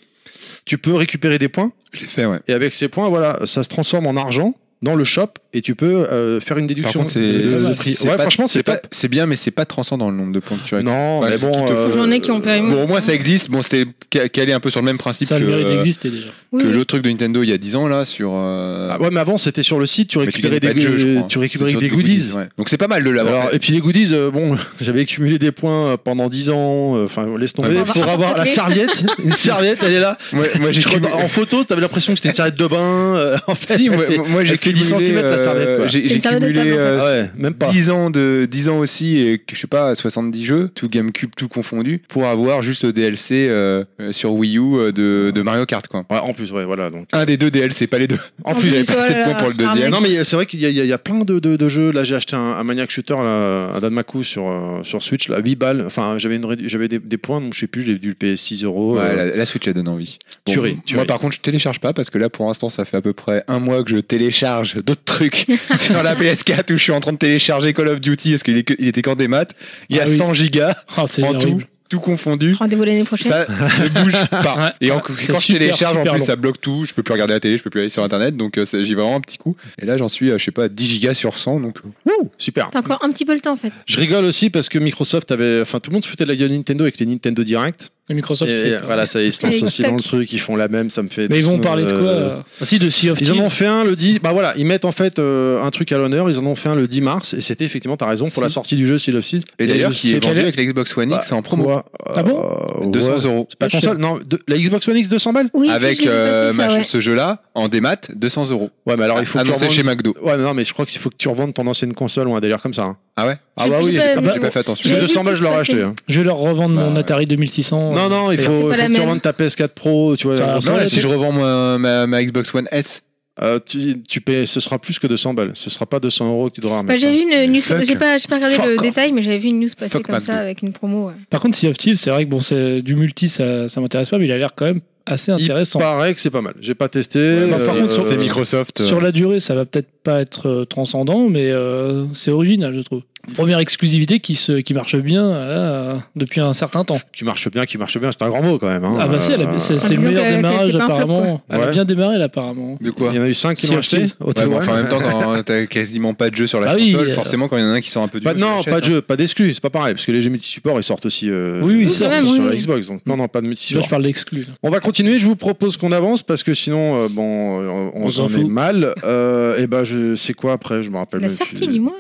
Speaker 3: tu peux récupérer des points.
Speaker 5: Je l'ai fait, ouais.
Speaker 3: Et avec ces points, voilà, ça se transforme en argent dans le shop et tu peux euh, faire une
Speaker 5: Par
Speaker 3: déduction
Speaker 5: contre,
Speaker 3: de-
Speaker 5: c'est.
Speaker 3: de- de
Speaker 5: c'est-
Speaker 3: prix.
Speaker 5: c'est
Speaker 3: Ouais,
Speaker 5: pas-
Speaker 3: franchement, c'est
Speaker 5: pas.
Speaker 3: pas.
Speaker 5: C'est bien, mais c'est pas transcendant le nombre de points que tu as.
Speaker 3: Non,
Speaker 5: Enfin,
Speaker 3: mais
Speaker 5: ce qu'il
Speaker 3: bon.
Speaker 5: te faut,
Speaker 3: euh,
Speaker 6: J'en ai qui ont perdu mon
Speaker 5: Bon, au moins, ça existe. Bon, c'était ca- calé un peu sur le même principe
Speaker 4: Ça a
Speaker 5: que,
Speaker 4: le mérite
Speaker 5: euh,
Speaker 4: d'exister déjà.
Speaker 5: que
Speaker 6: Oui, oui.
Speaker 5: le truc de Nintendo il y a 10 ans, là, sur. euh,
Speaker 3: ah ouais, mais avant, c'était sur le site, tu
Speaker 5: mais
Speaker 3: récupérais
Speaker 5: gagnais
Speaker 3: des,
Speaker 5: pas de jeu, je crois.
Speaker 3: tu
Speaker 5: C'était
Speaker 3: récupérais
Speaker 5: sur
Speaker 3: des goodies.
Speaker 5: ouais. Donc c'est pas mal de l'avoir.
Speaker 3: Alors,
Speaker 5: fait.
Speaker 3: et puis les goodies, euh, bon, j'avais cumulé des points euh, pendant 10 ans, euh, enfin, laisse tomber,
Speaker 5: Ouais,
Speaker 6: bah,
Speaker 3: pour
Speaker 6: bah,
Speaker 3: avoir
Speaker 6: bah,
Speaker 3: la
Speaker 6: bah,
Speaker 3: serviette, une serviette, elle est là.
Speaker 5: Moi, moi, j'ai
Speaker 3: Je crois
Speaker 5: cumulé- euh,
Speaker 3: qu'en- en photo, t'avais l'impression que c'était une serviette de bain. euh, en fait,
Speaker 5: Si, moi,
Speaker 3: C'est-
Speaker 5: moi j'ai
Speaker 3: elle fait
Speaker 5: cumulé.
Speaker 3: 10 centimètres, la
Speaker 5: euh,
Speaker 3: serviette, quoi.
Speaker 5: J'ai
Speaker 6: C'est
Speaker 5: j'ai
Speaker 6: une serviette de
Speaker 5: cumulé
Speaker 6: table, en fait.
Speaker 5: euh,
Speaker 3: Ah ouais, même pas.
Speaker 5: 10 ans de 10 ans aussi et que, je sais pas 70 jeux tout GameCube tout confondu pour avoir juste le DLC euh, euh, sur Wii U euh, de, de Mario Kart quoi.
Speaker 3: Ouais, en plus, ouais, voilà. Donc.
Speaker 5: Un des deux DLC pas les deux.
Speaker 3: En
Speaker 6: En
Speaker 3: plus,
Speaker 5: Plus j'avais
Speaker 6: plus,
Speaker 5: pas assez de
Speaker 6: voilà,
Speaker 5: points pour le
Speaker 6: un
Speaker 5: deuxième.
Speaker 6: mec-
Speaker 3: non, mais c'est vrai qu'il y, a- il y a plein de, de- de jeux. Là, j'ai acheté un, un Maniac Shooter, là, un Danmaku sur, euh, sur Switch, là, 8 balles. Enfin, j'avais une rédu- j'avais des, des points, donc je sais plus, j'ai dû le payer 6 euros.
Speaker 5: Ouais,
Speaker 3: euh,
Speaker 5: la, la Switch elle donne envie.
Speaker 3: Tuerie,
Speaker 5: Moi
Speaker 3: tuerie.
Speaker 5: par contre je télécharge pas parce que là pour l'instant ça fait à peu près un mois que je télécharge d'autres trucs
Speaker 7: truc sur la PS4 où je suis en train de télécharger Call of Duty parce qu'il est que- il était qu'en des maths. Il y a
Speaker 4: Ah oui.
Speaker 7: 100 gigas
Speaker 4: Ah, c'est
Speaker 7: en tout,
Speaker 4: horrible.
Speaker 7: tout confondu.
Speaker 6: Rendez-vous l'année prochaine.
Speaker 7: Ça ne bouge pas.
Speaker 4: Ouais.
Speaker 7: Bah, et en-
Speaker 4: Ah,
Speaker 7: quand
Speaker 4: c'est
Speaker 7: je
Speaker 4: super,
Speaker 7: télécharge, en
Speaker 4: super
Speaker 7: plus,
Speaker 4: long.
Speaker 7: ça bloque tout. Je peux plus regarder la télé, je peux plus aller sur internet. Donc, euh, ça- j'ai vraiment un petit coup. Et là, j'en suis, euh, je sais pas, à 10 gigas sur 100. Donc, euh, wouh, super.
Speaker 6: T'as encore un petit peu le temps en fait.
Speaker 3: Je rigole aussi parce que Microsoft avait. Enfin, tout le monde se foutait de la gueule de Nintendo avec les Nintendo Direct.
Speaker 4: Le Microsoft.
Speaker 3: Et
Speaker 4: fait-
Speaker 3: voilà, ça, ils se
Speaker 6: Et
Speaker 3: lancent aussi dans le
Speaker 6: tac.
Speaker 3: truc, ils font la même, ça me fait.
Speaker 4: Mais ils vont
Speaker 3: Euh,
Speaker 4: parler de quoi euh Ah, Si, de Sea of
Speaker 3: Ils en
Speaker 4: Thieves.
Speaker 3: ont fait un le 10. Bah voilà, ils mettent en fait euh, un truc à l'honneur. Ils en ont fait un le 10 mars et c'était effectivement, t'as raison, pour la sortie du jeu Seal of Thieves.
Speaker 5: Et d'ailleurs,
Speaker 3: je
Speaker 5: qui
Speaker 3: sais
Speaker 5: est vendu
Speaker 4: quel est-
Speaker 5: avec la Xbox One
Speaker 7: Bah,
Speaker 5: X en promo.
Speaker 3: quoi,
Speaker 4: Ah bon
Speaker 3: euh,
Speaker 5: 200
Speaker 3: ouais.
Speaker 5: euros.
Speaker 3: La console, non, de- la Xbox One X 200 balles
Speaker 6: Oui, si,
Speaker 5: avec
Speaker 6: j'ai vu
Speaker 5: euh,
Speaker 6: passer ça,
Speaker 5: machin-
Speaker 6: ouais.
Speaker 5: ce jeu-là, en démat, 200 euros.
Speaker 3: Ouais, mais alors il faut
Speaker 4: Ah,
Speaker 3: que tu
Speaker 5: Annoncé
Speaker 3: revendes-
Speaker 5: chez McDo.
Speaker 3: Ouais, mais non, mais je crois qu'il faut que tu revendes ton ancienne console ou un délire comme ça. hein.
Speaker 5: Ah ouais
Speaker 3: Ah
Speaker 6: J'ai-
Speaker 3: bah
Speaker 6: j'ai
Speaker 3: oui,
Speaker 6: pas-
Speaker 3: j'ai- ah
Speaker 6: Ah
Speaker 5: J'ai
Speaker 3: bah,
Speaker 6: bon
Speaker 5: pas fait attention.
Speaker 3: parce
Speaker 6: J'ai
Speaker 3: que
Speaker 6: vu
Speaker 3: 200
Speaker 6: le
Speaker 3: balles, je l'aurais
Speaker 6: titre
Speaker 3: acheté. hein.
Speaker 4: Je vais leur revendre mon
Speaker 5: Bah,
Speaker 4: Atari 2600.
Speaker 3: Non, non, il
Speaker 4: Et-
Speaker 3: faut,
Speaker 6: pas
Speaker 3: faut
Speaker 6: la
Speaker 3: que tu
Speaker 6: même.
Speaker 3: revendes ta PS4 Pro, tu vois.
Speaker 4: Ça
Speaker 3: la
Speaker 4: va,
Speaker 3: console.
Speaker 5: Non, là,
Speaker 4: Ouais,
Speaker 5: si je
Speaker 4: c'est-
Speaker 5: revends ma, ma- ma Xbox One S,
Speaker 3: Euh, tu, tu paies, ce sera plus que 200 balles. Ce sera pas 200 euros que tu devras
Speaker 6: Bah,
Speaker 3: remettre.
Speaker 6: j'ai vu une news,
Speaker 5: fuck.
Speaker 6: j'ai pas, j'ai pas regardé
Speaker 5: Fuck
Speaker 6: le
Speaker 5: off.
Speaker 6: détail, mais j'avais vu une news passer
Speaker 5: Fuck Bah,
Speaker 6: comme ça
Speaker 5: McDo.
Speaker 6: avec une promo. ouais.
Speaker 4: Par contre, Sea of Thieves, c'est vrai que bon, c'est du multi, ça, ça m'intéresse pas, mais il a l'air quand même assez
Speaker 3: Il
Speaker 4: intéressant.
Speaker 3: paraît que c'est pas mal. J'ai pas testé. euh,
Speaker 4: non,
Speaker 5: euh,
Speaker 4: par contre, sur-
Speaker 3: c'est micro.
Speaker 7: Microsoft. euh,
Speaker 4: Sur la durée, ça va peut-être pas être euh, transcendant, mais euh, c'est original, je trouve. Première exclusivité qui, se, qui marche bien là, euh, depuis un certain temps.
Speaker 3: Qui marche bien, qui marche bien, c'est un grand mot quand même. hein.
Speaker 4: ah bah si, elle
Speaker 3: Euh,
Speaker 4: a- c'est c'est le
Speaker 6: disant
Speaker 4: meilleur
Speaker 6: que- que
Speaker 4: démarrage
Speaker 6: c'est pas un flop,
Speaker 4: apparemment.
Speaker 6: quoi.
Speaker 4: Elle a
Speaker 3: Ouais.
Speaker 4: bien démarré là apparemment.
Speaker 5: de quoi
Speaker 3: Euh, Il y en a eu 5 qui
Speaker 4: Sea
Speaker 3: l'ont
Speaker 4: of
Speaker 3: acheté.
Speaker 4: Thieves.
Speaker 3: au
Speaker 5: Ouais,
Speaker 3: total.
Speaker 5: bon, enfin, en même temps, quand t'as quasiment pas de jeu sur la
Speaker 4: Bah oui,
Speaker 5: console,
Speaker 4: euh,
Speaker 5: forcément, quand il y en a un qui sort un peu du
Speaker 3: Pas-
Speaker 5: jeu,
Speaker 3: non,
Speaker 5: j'achète,
Speaker 3: pas
Speaker 5: hein.
Speaker 3: de jeu, pas d'exclus, c'est pas pareil, parce que les jeux multisports ils sortent aussi euh,
Speaker 4: Oui, oui,
Speaker 3: ils
Speaker 4: quand
Speaker 3: sortent
Speaker 6: même, oui,
Speaker 3: sur la
Speaker 6: oui.
Speaker 3: Xbox. Donc non, non, pas de
Speaker 4: Là,
Speaker 3: multisports.
Speaker 4: je parle d'exclus.
Speaker 3: On va continuer. Je vous propose qu'on avance parce que sinon, euh, bon, euh, on,
Speaker 4: On s'en
Speaker 3: en est
Speaker 4: fout.
Speaker 3: mal. Euh, et ben, je sais quoi après, je me rappelle.
Speaker 6: La
Speaker 3: même
Speaker 6: sortie
Speaker 3: plus.
Speaker 6: du mois.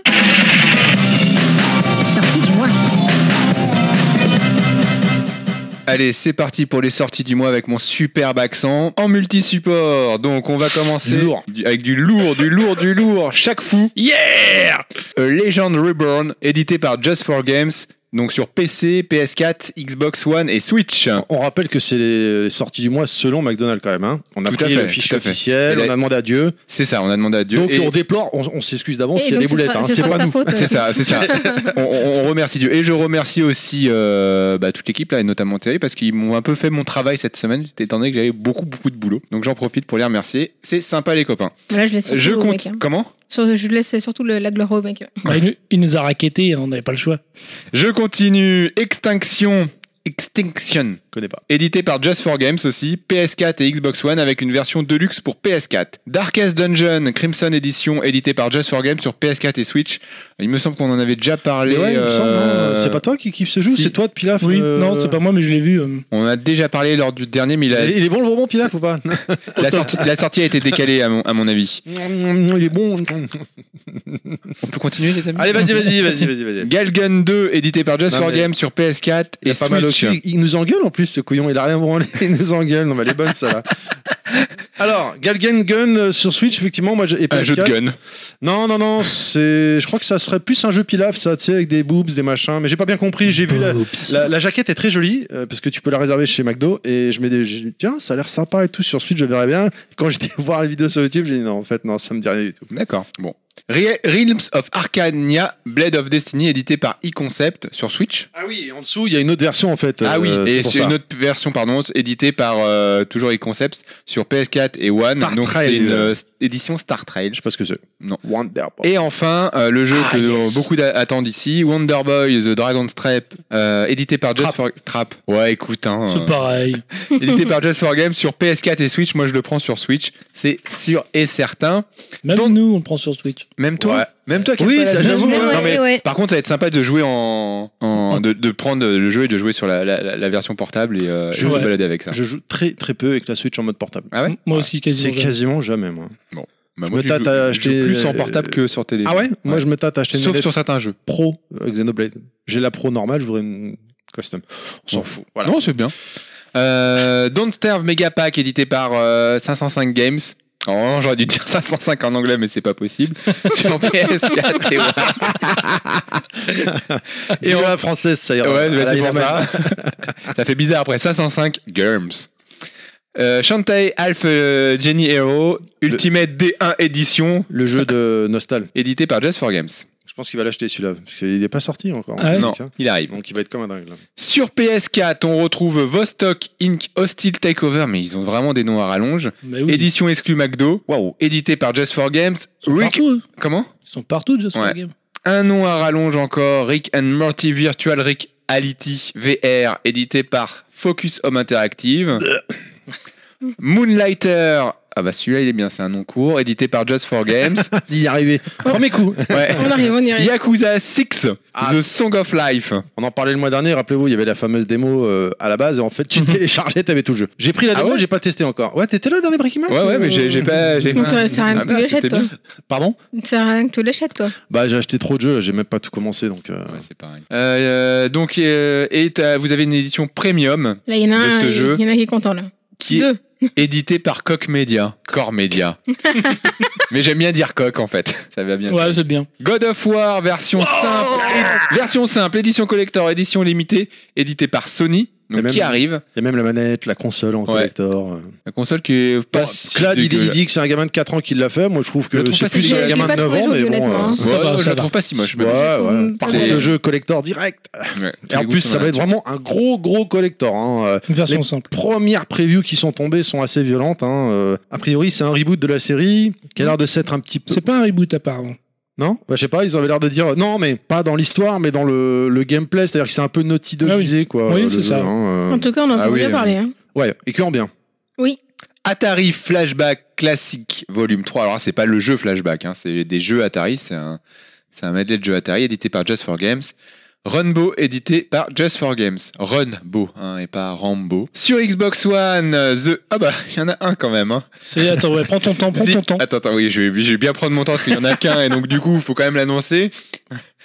Speaker 1: Sortie du mois.
Speaker 5: Allez, c'est parti pour les sorties du mois avec mon superbe accent en multi-support. Donc, on va commencer
Speaker 3: Lourd.
Speaker 5: du- avec du lourd, du lourd, du lourd. Chaque fou. Yeah! A Legend Reborn, édité par Just for Games. Donc sur PC, PS4, Xbox One et Switch.
Speaker 3: On rappelle que c'est les sorties du mois selon McDonald's quand même. hein. On a
Speaker 5: Tout à
Speaker 3: pris
Speaker 5: fait,
Speaker 3: le fichier
Speaker 5: tout à fait.
Speaker 3: officiel,
Speaker 5: Et
Speaker 3: on
Speaker 5: la-
Speaker 3: a demandé à Dieu.
Speaker 5: C'est ça, on a demandé à Dieu.
Speaker 3: Donc
Speaker 5: Et-
Speaker 3: on déplore, on, on s'excuse d'avance
Speaker 6: Et
Speaker 3: s'il y a des
Speaker 6: donc, ce
Speaker 3: boulettes.
Speaker 6: sera-
Speaker 3: hein.
Speaker 6: ce
Speaker 3: C'est
Speaker 6: sera
Speaker 3: pas
Speaker 6: sa
Speaker 3: nous.
Speaker 6: faute.
Speaker 5: C'est ça, c'est ça. On, on- on remercie Dieu. Et je remercie aussi euh, bah, toute l'équipe, là, et notamment Thierry, parce qu'ils m'ont un peu fait mon travail cette semaine, étant donné que j'avais beaucoup, beaucoup de boulot. Donc j'en profite pour les remercier. C'est sympa, les copains.
Speaker 6: Bah, Là, je laisse surtout
Speaker 5: Je
Speaker 6: au mec.
Speaker 5: compte.
Speaker 6: hein.
Speaker 5: Comment
Speaker 6: Sur- Je laisse surtout le- la gloire au mec.
Speaker 4: Bah, il, nous- il nous a raquetté, hein, on n'avait pas le choix.
Speaker 5: Je continue. Extinction. Extinction.
Speaker 3: Je connais pas.
Speaker 5: Édité par Just for Games aussi, PS4 et Xbox One avec une version Deluxe pour PS4. Darkest Dungeon Crimson Edition, édité par Just for Games sur PS4 et Switch. Il me semble qu'on en avait déjà parlé.
Speaker 3: Mais ouais, il me semble,
Speaker 5: euh,
Speaker 3: hein, C'est pas toi qui kiffe ce jeu,
Speaker 5: si.
Speaker 3: c'est toi de Pilaf.
Speaker 4: Oui,
Speaker 3: euh,
Speaker 4: non, c'est pas moi, mais je l'ai vu. euh.
Speaker 5: On a déjà parlé lors du dernier, mais il a-
Speaker 3: Il il est bon le bonbon Pilaf ou pas
Speaker 5: la, sortie, la sortie a été décalée à mon, à mon avis.
Speaker 3: Il est bon.
Speaker 5: On peut continuer les amis
Speaker 3: Allez, vas-y, vas-y, vas-y, vas-y, vas-y.
Speaker 5: Galgun 2, édité par Just
Speaker 3: Non,
Speaker 5: for
Speaker 3: mais-
Speaker 5: Games sur PS4
Speaker 3: Il,
Speaker 5: et
Speaker 3: a pas mal
Speaker 5: Switch.
Speaker 3: aussi. hein. il nous engueule en plus, ce couillon. Il a rien branlé. Il nous engueule. Non, mais elle est bonne, ça là. Alors, Galgen Gun euh, sur Switch, effectivement, moi j'ai. et
Speaker 5: Un jeu de
Speaker 3: PS4.
Speaker 5: gun.
Speaker 3: Non, non, non. C'est. Je crois que ça serait plus un jeu Pilaf, ça, tu sais, avec des boobs, des machins. Mais j'ai pas bien compris. J'ai vu la, la, la jaquette est très jolie euh, parce que tu peux la réserver chez McDo et je me dis tiens ça a l'air sympa et tout sur Switch je verrais bien. Quand j'étais voir les vidéos sur YouTube j'ai dit non en fait non ça me dit rien du tout.
Speaker 5: D'accord. Bon. Re- Realms of Arcania, Blade of Destiny, édité par eConcept sur Switch.
Speaker 3: Ah oui et en dessous il y a une autre version en fait.
Speaker 5: ah oui,
Speaker 3: euh,
Speaker 5: et
Speaker 3: pour
Speaker 5: c'est
Speaker 3: ça.
Speaker 5: une autre version, pardon, éditée par euh, toujours eConcept sur PS4 et One.
Speaker 3: Star
Speaker 5: donc
Speaker 3: Trail.
Speaker 5: c'est une euh, édition Star Trail.
Speaker 3: Je sais pas ce que c'est.
Speaker 5: Non.
Speaker 3: Wonderboy.
Speaker 5: Et enfin, euh, le
Speaker 3: Ah,
Speaker 5: jeu que euh, beaucoup d'a- attendent ici, Wonder Boy The Dragon Strap, euh, édité par Just for Strap. Ouais, écoute, hein,
Speaker 4: C'est
Speaker 5: euh,
Speaker 4: pareil.
Speaker 5: édité par Just for Games sur PS4 et Switch. Moi, je le prends sur Switch, c'est sûr et certain.
Speaker 4: Même
Speaker 5: Ton-
Speaker 4: nous, on le prend sur Twitch.
Speaker 5: Même toi,
Speaker 3: Ouais.
Speaker 5: même toi, qui
Speaker 3: Oui,
Speaker 5: es pas
Speaker 3: ça,
Speaker 5: là-
Speaker 3: j'avoue, hein.
Speaker 5: Non,
Speaker 6: ouais.
Speaker 5: mais
Speaker 6: Ouais, ouais.
Speaker 5: Par contre, ça va être sympa de jouer en, en-
Speaker 3: Mm.
Speaker 5: de, de prendre le jeu et de jouer sur la, la- la- la version portable et, euh,
Speaker 4: Je-
Speaker 5: et de se
Speaker 4: ouais.
Speaker 5: balader avec ça.
Speaker 3: Je joue très très peu avec la Switch en mode portable.
Speaker 5: Ah ouais.
Speaker 4: Moi aussi,
Speaker 3: C'est
Speaker 4: quasiment.
Speaker 3: quasiment jamais moi.
Speaker 5: Bah,
Speaker 3: me
Speaker 5: je
Speaker 3: tâte
Speaker 5: joue-
Speaker 3: à
Speaker 5: je joue
Speaker 3: acheter,
Speaker 5: plus en
Speaker 3: euh,
Speaker 5: portable que sur télé.
Speaker 3: Ah ouais, Moi je me tâte à acheter une
Speaker 5: Sauf
Speaker 3: manette
Speaker 5: sur certains jeux.
Speaker 3: pro euh, Xenoblade. J'ai la pro normale, je voudrais une custom. On s'en
Speaker 5: Bon.
Speaker 3: fout. Voilà.
Speaker 5: Non, c'est bien. Euh, Don't Starve Mega Pack, édité par euh, 505 Games. Alors, vraiment, j'aurais dû dire 505 en anglais, mais c'est pas possible. sur PS4 et One.
Speaker 3: Et en la française ça ira.
Speaker 5: Ouais, bah,
Speaker 3: Voilà,
Speaker 5: c'est
Speaker 3: il
Speaker 5: pour
Speaker 3: a
Speaker 5: ça.
Speaker 3: mal.
Speaker 5: ça fait bizarre après 505 Games. Euh, Shantae Alpha euh, Genie Hero Ultimate D1 édition
Speaker 3: Le jeu de Nostal.
Speaker 5: édité par Just for Games.
Speaker 3: Je Je pense qu'il va l'acheter celui-là, parce qu'il n'est pas sorti encore.
Speaker 4: Ah ouais
Speaker 3: Donc, hein.
Speaker 5: Il arrive.
Speaker 3: Donc il va être comme un dingue. là.
Speaker 5: Sur PS4, on retrouve Vostok Inc. Hostile Takeover, mais ils ont vraiment des noms à rallonge.
Speaker 4: Bah oui, ils
Speaker 5: Édition exclue McDo. Waouh. Édité par Just for Games.
Speaker 4: sont
Speaker 5: Rick.
Speaker 4: partout. eux.
Speaker 5: Comment
Speaker 4: Ils sont partout, Just for
Speaker 5: Ouais.
Speaker 4: Game.
Speaker 5: Un nom à rallonge encore. Rick and Morty Virtual Rick Ality VR. Édité par Focus Home Interactive. Moonlighter. Ah bah celui-là il est bien, c'est un nom court. Édité par Just for Games.
Speaker 3: Y arriver. Premier coup.
Speaker 5: Ouais.
Speaker 6: On arrive, on y arrive.
Speaker 5: Yakuza 6.
Speaker 3: Ah.
Speaker 5: The Song of Life.
Speaker 3: On en parlait le mois dernier, rappelez-vous, il y avait la fameuse démo euh, à la base, et en fait, tu téléchargeais, t'avais tout le jeu. J'ai pris la
Speaker 5: Ah
Speaker 3: démo,
Speaker 5: ouais
Speaker 3: j'ai pas testé encore. Ouais, t'étais là dans les Breaking Max
Speaker 5: Ouais ouais
Speaker 3: ou-
Speaker 5: mais j'ai j'ai pas... j'ai
Speaker 6: Donc,
Speaker 5: pas-
Speaker 6: toi, ça a rien
Speaker 5: Ah
Speaker 6: que
Speaker 5: bah,
Speaker 6: tu l'achètes,
Speaker 5: c'était
Speaker 6: toi.
Speaker 5: bien.
Speaker 3: Pardon
Speaker 6: Ça a rien que tu l'achètes, toi.
Speaker 3: Bah, j'ai acheté trop de jeux, là, j'ai même pas tout commencé, donc. euh,
Speaker 5: Ouais, c'est pareil. Euh, euh, donc, euh, et t'as- vous avez une édition premium
Speaker 6: Là, il y en a
Speaker 5: De
Speaker 6: un,
Speaker 5: ce
Speaker 6: il
Speaker 5: jeu.
Speaker 6: il y en a qui est content, là.
Speaker 5: qui
Speaker 6: Deux.
Speaker 5: est éditée par Coq Media. Core Media. Mais j'aime bien dire Coq en fait. Ça va bien.
Speaker 4: Ouais, Oh c'est bien.
Speaker 5: God of War, version simple. édi- Version simple, édition collector, édition limitée, éditée par Sony.
Speaker 3: Et
Speaker 5: Donc,
Speaker 3: même-
Speaker 5: qui arrive.
Speaker 3: Il y a même la manette, la console en collector. euh.
Speaker 5: La console qui est pas.
Speaker 3: Bon, Clad, Oh, il, il
Speaker 5: Oh, dégueulasse.
Speaker 3: dit que c'est un gamin de 4 ans qui l'a fait. Moi, je trouve que
Speaker 5: Je le trouve
Speaker 3: c'est
Speaker 5: pas
Speaker 3: plus
Speaker 5: si
Speaker 3: un
Speaker 5: joli.
Speaker 3: gamin
Speaker 6: J'ai
Speaker 3: de
Speaker 6: pas
Speaker 3: 9 ans,
Speaker 6: trouvé
Speaker 3: mais
Speaker 6: le jeu,
Speaker 3: bon. euh,
Speaker 6: honnêtement, hein.
Speaker 5: Ouais,
Speaker 4: Ça va,
Speaker 5: ouais, je
Speaker 4: ça
Speaker 5: la
Speaker 4: va.
Speaker 5: trouve pas si moche. mais-
Speaker 3: ouais,
Speaker 6: trouve
Speaker 3: ouais.
Speaker 6: pas
Speaker 3: Par
Speaker 5: mal.
Speaker 3: contre, le jeu collector direct.
Speaker 5: Ouais.
Speaker 3: Et en
Speaker 5: Les
Speaker 3: plus,
Speaker 5: goûts
Speaker 3: ça
Speaker 5: sont
Speaker 3: va être
Speaker 5: là-dessus.
Speaker 3: vraiment un gros, gros collector. hein. Euh,
Speaker 4: Une version
Speaker 3: Les-
Speaker 4: simple.
Speaker 3: premières previews qui sont tombées sont assez violentes. hein. Euh, a priori, c'est un reboot de la série qui a l'air de s'être un petit peu.
Speaker 4: C'est pas un reboot apparemment.
Speaker 3: Non Bah, Je sais pas, ils avaient l'air de dire euh, non, mais pas dans l'histoire, mais dans le, le gameplay. C'est-à-dire que c'est un peu Naughty
Speaker 4: Ah oui.
Speaker 3: Dogisé, quoi.
Speaker 4: Oui,
Speaker 3: le
Speaker 4: c'est
Speaker 3: jeu,
Speaker 4: ça.
Speaker 3: hein, euh.
Speaker 6: En tout cas, on en
Speaker 5: Ah
Speaker 6: entend
Speaker 5: oui,
Speaker 6: bien
Speaker 5: euh,
Speaker 6: parler. Hein.
Speaker 3: Ouais, et que en bien.
Speaker 6: Oui.
Speaker 5: Atari Flashback Classique Volume 3. Alors, là, c'est pas le jeu Flashback, hein, c'est des jeux Atari. C'est un, c'est un medley de jeux Atari édité par Just for Games. Runbo édité par Just for Games. Runbo, hein, et pas Rambo. Sur Xbox One, euh, The. Ah bah, il y en a un quand même. Hein.
Speaker 4: C'est attends, ouais, prends ton temps, prends
Speaker 5: The-
Speaker 4: ton temps.
Speaker 5: Attends, attends, oui, je vais, je vais bien prendre mon temps parce qu'il y en a qu'un et donc du coup, il faut quand même l'annoncer.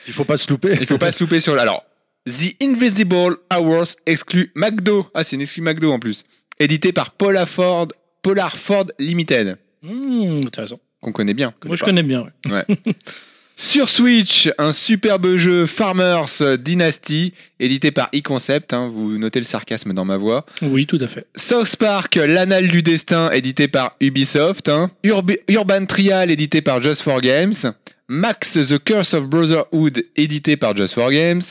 Speaker 3: Il faut pas se louper.
Speaker 5: Il faut pas se louper sur le- Alors, The Invisible Hours exclut McDo. Ah, c'est une exclu McDo en plus. Édité par Polar Ford, Polar Ford Limited,
Speaker 4: Mmh, intéressant.
Speaker 5: qu'on connaît bien.
Speaker 4: Moi, je connais bien. ouais.
Speaker 5: Sur Switch, un superbe jeu Farmers Dynasty, édité par eConcept, hein, vous notez le sarcasme dans ma voix.
Speaker 4: Oui, tout à fait.
Speaker 5: South Park, l'anal du destin, édité par Ubisoft. hein. Urbi- Urban Trial, édité par Just for Games. Max The Curse of Brotherhood, édité par Just for Games.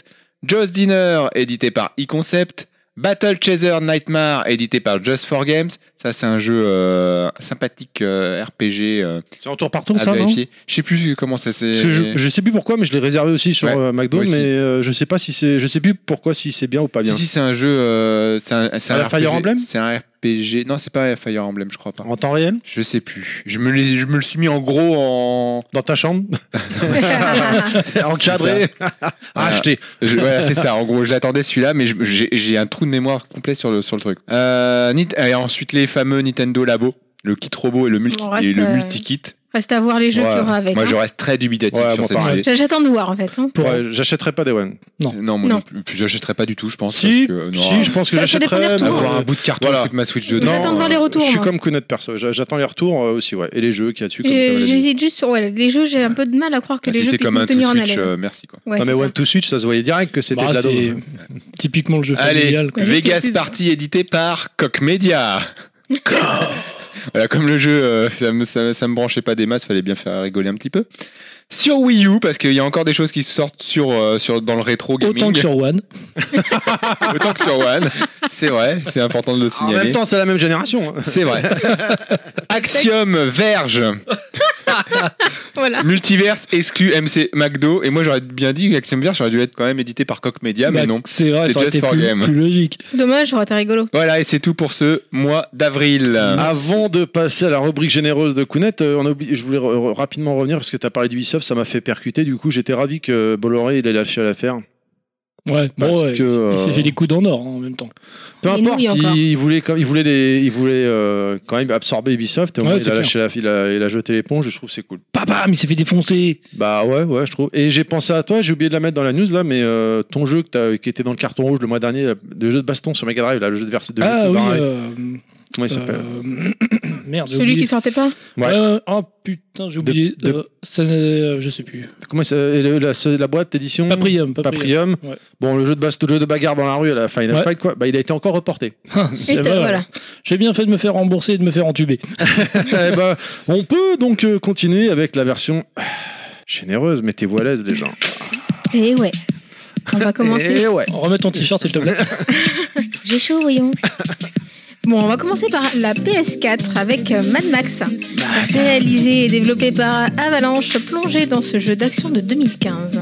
Speaker 5: Just Dinner, édité par eConcept. Battle Chaser Nightmare, édité par Just for Games. Ça, c'est un jeu euh, sympathique euh, RPG euh,
Speaker 3: C'est en tour par tour,
Speaker 5: à
Speaker 3: ça, non
Speaker 5: vérifier. Je sais plus comment ça s'est.
Speaker 3: Parce que je, je sais plus pourquoi, mais je l'ai réservé aussi sur
Speaker 5: Ouais,
Speaker 3: euh, McDo,
Speaker 5: moi aussi.
Speaker 3: mais euh, je sais pas si c'est, je sais plus pourquoi si c'est bien ou pas bien.
Speaker 5: Si, si, c'est un jeu. euh, c'est un, c'est
Speaker 3: À
Speaker 5: un
Speaker 3: la
Speaker 5: RPG,
Speaker 3: Fire Emblem
Speaker 5: C'est un RPG. Non, c'est pas Fire Emblem, je crois pas.
Speaker 3: En temps réel,
Speaker 5: Je sais plus. Je me, les- je me le suis mis en gros en.
Speaker 3: dans ta chambre, encadré, Ah, à acheter.
Speaker 5: Je- voilà, c'est ça. En gros, je l'attendais celui-là, mais je- j'ai j'ai un trou de mémoire complet sur le, sur le truc. Euh, Nit- et ensuite, les fameux Nintendo Labo, le kit robot et le, multi,
Speaker 6: On reste,
Speaker 5: et le
Speaker 6: euh,
Speaker 5: multi-kit.
Speaker 6: Reste à voir les jeux
Speaker 3: Ouais.
Speaker 6: qu'il y aura avec.
Speaker 5: Moi,
Speaker 6: hein.
Speaker 5: je reste très dubitatif
Speaker 3: Ouais,
Speaker 5: sur
Speaker 3: moi,
Speaker 5: cette
Speaker 3: pareil.
Speaker 5: idée.
Speaker 6: J'a- J'attends de voir, en fait. hein.
Speaker 4: Pour
Speaker 3: Ouais, j'achèterais pas des One.
Speaker 5: Non, moi
Speaker 6: Non.
Speaker 5: non, plus. Puis J'achèterai pas du tout, je pense.
Speaker 3: Si,
Speaker 5: parce que, euh, non, hein.
Speaker 3: si, je pense que
Speaker 6: Ça, ça dépend des
Speaker 3: j'achèterais. mais
Speaker 6: retours. hein.
Speaker 3: bon,
Speaker 5: avoir un bout de carton,
Speaker 3: Voilà. euh,
Speaker 5: foutre ma Switch
Speaker 6: J'attends
Speaker 5: dedans.
Speaker 6: de voir les retours,
Speaker 3: Je suis
Speaker 6: moi.
Speaker 3: comme Kounet perso, j'a- j'attends les retours euh, aussi, ouais. Et les jeux qu'il y a dessus. comme t'avais
Speaker 6: J'ai-
Speaker 3: dit.
Speaker 6: J'hésite juste sur ouais, les jeux, j'ai un peu de mal à croire que
Speaker 5: Ah,
Speaker 6: les
Speaker 5: si
Speaker 6: jeux
Speaker 5: c'est
Speaker 6: puissent
Speaker 5: comme
Speaker 6: me
Speaker 5: un tout
Speaker 6: tenir en
Speaker 5: Switch,
Speaker 6: haleine.
Speaker 5: euh, merci quoi.
Speaker 6: Ouais,
Speaker 3: non, Ah, mais
Speaker 6: c'est
Speaker 3: One to Switch, ça se voyait direct que c'était
Speaker 4: Bah,
Speaker 3: de la hein.
Speaker 4: c'est
Speaker 3: daube.
Speaker 4: typiquement le jeu
Speaker 5: Allez,
Speaker 4: familial. quoi.
Speaker 6: Ouais, juste
Speaker 5: Vegas
Speaker 6: les pubs.
Speaker 5: Party édité par Coq Media. voilà, comme le jeu, euh, ça, me, ça, me- ça me branchait pas des masses, fallait bien faire rigoler un petit peu. Sur Wii U, parce qu'il y a encore des choses qui sortent sur, euh, sur, dans le rétro gaming.
Speaker 4: Autant que sur One.
Speaker 5: Autant que sur One. C'est vrai, c'est important de le
Speaker 3: En
Speaker 5: signaler.
Speaker 3: même temps, c'est la même génération. hein.
Speaker 5: c'est vrai. Axiom Verge,
Speaker 6: Voilà.
Speaker 5: Multiverse exclu MC McDo. Et moi j'aurais bien dit qu'Axiom Verge aurait dû être quand même édité par Coq
Speaker 3: Ah,
Speaker 5: Media, mais
Speaker 4: Bah,
Speaker 5: non.
Speaker 4: C'est vrai,
Speaker 5: C'est
Speaker 4: ça aurait
Speaker 5: Just
Speaker 4: été
Speaker 5: for Game.
Speaker 4: plus, plus logique.
Speaker 6: Dommage, j'aurais été rigolo.
Speaker 5: Voilà, et c'est tout pour ce mois d'avril.
Speaker 4: Bah,
Speaker 3: Avant de passer à la rubrique généreuse de Kounet, euh, on a oublié- je voulais re- re- rapidement revenir parce que tu as parlé d'Ubisoft, ça m'a fait percuter. Du coup, j'étais ravi que Bolloré il ait lâché l'affaire.
Speaker 4: Ouais,
Speaker 3: Parce
Speaker 4: bon, ouais,
Speaker 3: que,
Speaker 4: il s- il
Speaker 3: euh,
Speaker 4: s'est fait des coups d'en or hein, en même temps.
Speaker 3: Peu
Speaker 6: Les
Speaker 3: importe,
Speaker 6: nouilles encore.
Speaker 3: il, il voulait, comme, il voulait, les, il voulait euh, quand même absorber Ubisoft. et au
Speaker 4: Ouais,
Speaker 3: moins,
Speaker 4: c'est
Speaker 3: il, a lâché la, il, a, il a jeté l'éponge, et je trouve que c'est cool.
Speaker 4: Papa, mais il s'est fait défoncer.
Speaker 3: Bah ouais, ouais, je trouve. Et j'ai pensé à toi, j'ai oublié de la mettre dans la news là, mais euh, ton jeu que t'as- qui était dans le carton rouge le mois dernier, euh, le jeu de baston sur Mega Drive, là, le jeu de versus de jeu
Speaker 4: Ah
Speaker 3: de
Speaker 4: oui.
Speaker 3: barré.
Speaker 4: euh,
Speaker 3: Comment il s'appelle
Speaker 4: euh, Merde, j'ai
Speaker 6: Celui
Speaker 4: oublié.
Speaker 6: qui sortait pas
Speaker 3: Ouais.
Speaker 4: Ouais, ouais, ouais. Oh putain, j'ai
Speaker 3: De-
Speaker 4: oublié.
Speaker 3: de-
Speaker 4: Euh, ça, euh, je sais plus.
Speaker 3: Comment ça- et le- la, la boîte édition
Speaker 4: Paprium.
Speaker 3: Paprium.
Speaker 4: Paprium. Ouais.
Speaker 3: Bon, le jeu de baston, le jeu de bagarre dans la rue à la Final
Speaker 4: Ouais.
Speaker 3: Fight, quoi. Bah, il a été encore reporté.
Speaker 4: C'est
Speaker 6: Et t'as-
Speaker 4: vrai.
Speaker 6: voilà.
Speaker 4: J'ai bien fait de me faire rembourser et de me faire entuber.
Speaker 3: Eh ben, on peut donc euh, continuer avec la version Généreuse, mettez-vous à l'aise, les gens.
Speaker 6: Et ouais. On va commencer.
Speaker 3: Et ouais.
Speaker 4: Remets ton t-shirt s'il te plaît.
Speaker 6: J'ai chaud, voyons. Bon, on va commencer par la PS4 avec euh, Mad Max. Réalisé et développé par Avalanche, plongé dans ce jeu d'action de 2015.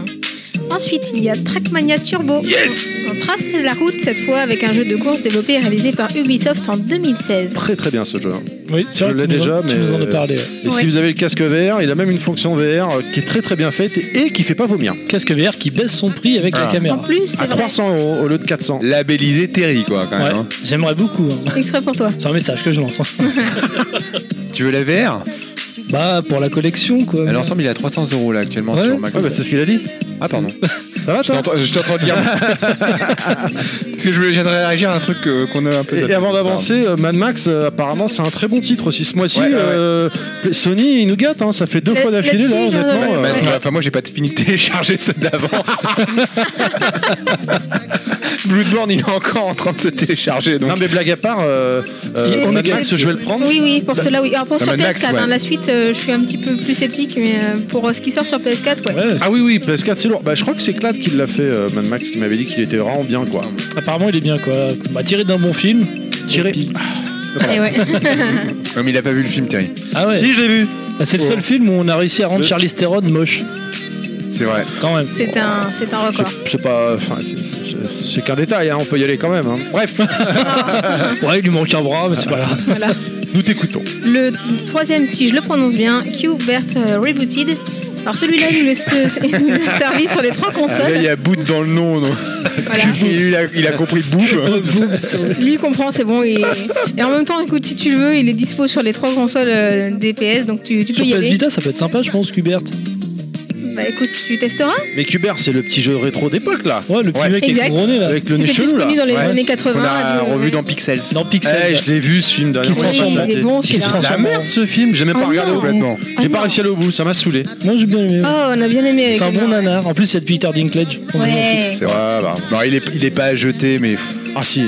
Speaker 6: Ensuite, il y a Trackmania Turbo. On trace la route cette fois avec un jeu de course développé et réalisé par Ubisoft en 2016.
Speaker 3: Très très bien ce jeu.
Speaker 4: Oui, c'est
Speaker 3: Je
Speaker 4: vrai que
Speaker 3: l'ai
Speaker 4: tu nous
Speaker 3: déjà,
Speaker 4: en- Tu
Speaker 3: mais-
Speaker 4: nous en as parlé. ouais.
Speaker 3: Et
Speaker 6: Ouais.
Speaker 3: si vous avez le casque VR, il a même une fonction VR euh, qui est très très bien faite et et qui fait pas vomir.
Speaker 4: Casque VR qui baisse son prix avec la
Speaker 5: Ah.
Speaker 6: En
Speaker 4: caméra.
Speaker 6: plus, c'est
Speaker 3: À
Speaker 6: vrai.
Speaker 3: 300 euros au lieu de 400.
Speaker 5: Labellisé Terry, quoi, quand
Speaker 4: Ouais,
Speaker 5: même. hein.
Speaker 4: j'aimerais beaucoup. hein.
Speaker 6: Exprès pour toi.
Speaker 4: C'est un message que je lance. hein.
Speaker 5: Tu veux la VR
Speaker 4: Bah, pour la collection, quoi.
Speaker 5: Alors, L'ensemble, il est à 300 euros là actuellement
Speaker 4: Ouais.
Speaker 5: sur
Speaker 3: Ouais,
Speaker 5: Magazine.
Speaker 3: bah, c'est ce qu'il a dit.
Speaker 5: ah, pardon.
Speaker 3: Ça va,
Speaker 5: Je
Speaker 3: toi
Speaker 5: t'entends- je suis en train de dire. Parce que je voulais- je viens de réagir à un truc euh, qu'on a un peu.
Speaker 3: et, et
Speaker 5: zappé.
Speaker 3: avant d'avancer, euh, Mad Max, euh, apparemment, c'est un très bon titre aussi. Ce mois-ci,
Speaker 5: Ouais, ouais, ouais.
Speaker 3: euh, Sony, il nous gâte. hein, ça fait deux
Speaker 6: Là-
Speaker 3: fois d'affilée, là,
Speaker 6: là-dessus,
Speaker 3: honnêtement.
Speaker 6: je-
Speaker 3: euh,
Speaker 5: Bah,
Speaker 6: Ouais.
Speaker 5: Enfin, moi, j'ai pas fini de télécharger ceux d'avant. Bloodborne, il est encore en train de se télécharger. Donc...
Speaker 3: Non, mais blague à part, euh, euh,
Speaker 6: Et-
Speaker 3: Mad
Speaker 6: et-
Speaker 3: Max, je vais le prendre.
Speaker 6: Oui, oui, pour cela, oui. Alors pour
Speaker 5: Bah,
Speaker 6: sur
Speaker 5: Mad Max,
Speaker 6: PS4, hein,
Speaker 5: ouais.
Speaker 6: la suite, euh, je suis un petit peu plus sceptique, mais euh, pour euh, ce qui sort sur PS4, ouais.
Speaker 4: Ouais,
Speaker 3: Ah oui, oui, PS4, c'est lourd. Bah, je crois que c'est Clad qui l'a fait, euh, Mad Max, qui m'avait dit qu'il était vraiment bien, quoi.
Speaker 4: apparemment, il est bien, quoi. Bah, tiré d'un bon film.
Speaker 3: Tiré. Ah,
Speaker 4: Et puis-
Speaker 6: Et ouais.
Speaker 5: Non, mais il a pas vu le film, Terry.
Speaker 4: Ah ouais.
Speaker 3: Si, je l'ai vu.
Speaker 4: Bah, c'est le seul film où on a réussi à rendre
Speaker 3: Le-
Speaker 4: Charlie Theron moche.
Speaker 5: C'est vrai.
Speaker 4: Quand même.
Speaker 6: c'est un, c'est un
Speaker 3: C'est
Speaker 6: record.
Speaker 3: c'est pas. enfin, c'est- c'est- C'est qu'un détail, hein, on peut y aller quand même. hein. Bref,
Speaker 4: Ouais, il lui manque un bras,
Speaker 3: Ah.
Speaker 4: mais c'est pas grave.
Speaker 6: Voilà.
Speaker 3: nous t'écoutons.
Speaker 6: Le troisième, si je le prononce bien, Qbert euh, Rebooted. Alors celui-là, il nous le se- il nous l'a servi sur les trois
Speaker 5: Là, il
Speaker 6: consoles.
Speaker 5: y a Boot dans le nom. donc.
Speaker 6: Voilà.
Speaker 5: il, a, il a compris Boom.
Speaker 6: Lui il comprend, c'est bon. Et, et en même temps, écoute, si tu le veux, il est dispo sur les trois consoles euh, DPS, donc tu, tu peux
Speaker 4: Sur
Speaker 6: y
Speaker 4: PS
Speaker 6: aller.
Speaker 4: Vita, ça peut être sympa, je pense, Kubert.
Speaker 6: Bah écoute, tu testeras.
Speaker 3: Mais Cubert, c'est le petit jeu rétro d'époque là.
Speaker 4: Ouais, le petit
Speaker 5: Ouais.
Speaker 4: mec qui est
Speaker 6: Exact.
Speaker 4: couronné, là.
Speaker 3: Avec le nez
Speaker 6: C'était plus
Speaker 3: chelou là.
Speaker 6: connu dans les
Speaker 5: Ouais.
Speaker 6: années 80.
Speaker 5: On a
Speaker 6: euh,
Speaker 5: revu dans Pixels.
Speaker 4: Dans Pixel.
Speaker 3: Eh, je l'ai vu ce film
Speaker 4: Qui
Speaker 3: dernière
Speaker 4: se
Speaker 3: fois,
Speaker 4: transforme
Speaker 3: ça
Speaker 4: en-
Speaker 3: a été-
Speaker 6: il est bon,
Speaker 4: qui se
Speaker 6: celui-là.
Speaker 3: La
Speaker 4: transforme en-
Speaker 3: merde ce film, j'ai même
Speaker 6: Ah
Speaker 3: pas regardé
Speaker 6: non.
Speaker 3: au bout.
Speaker 6: Ah
Speaker 3: J'ai pas
Speaker 6: non.
Speaker 3: réussi à aller au bout, ça m'a saoulé.
Speaker 4: Moi, j'ai bien aimé.
Speaker 6: Oh, on a bien aimé. avec
Speaker 4: C'est un
Speaker 6: le
Speaker 4: bon
Speaker 6: nain.
Speaker 4: nanar. En plus, il y a de Peter Dinklage.
Speaker 6: Ouais.
Speaker 5: C'est vrai, bah. Non, il est, il est pas à jeter, mais. pff,
Speaker 3: Ah si.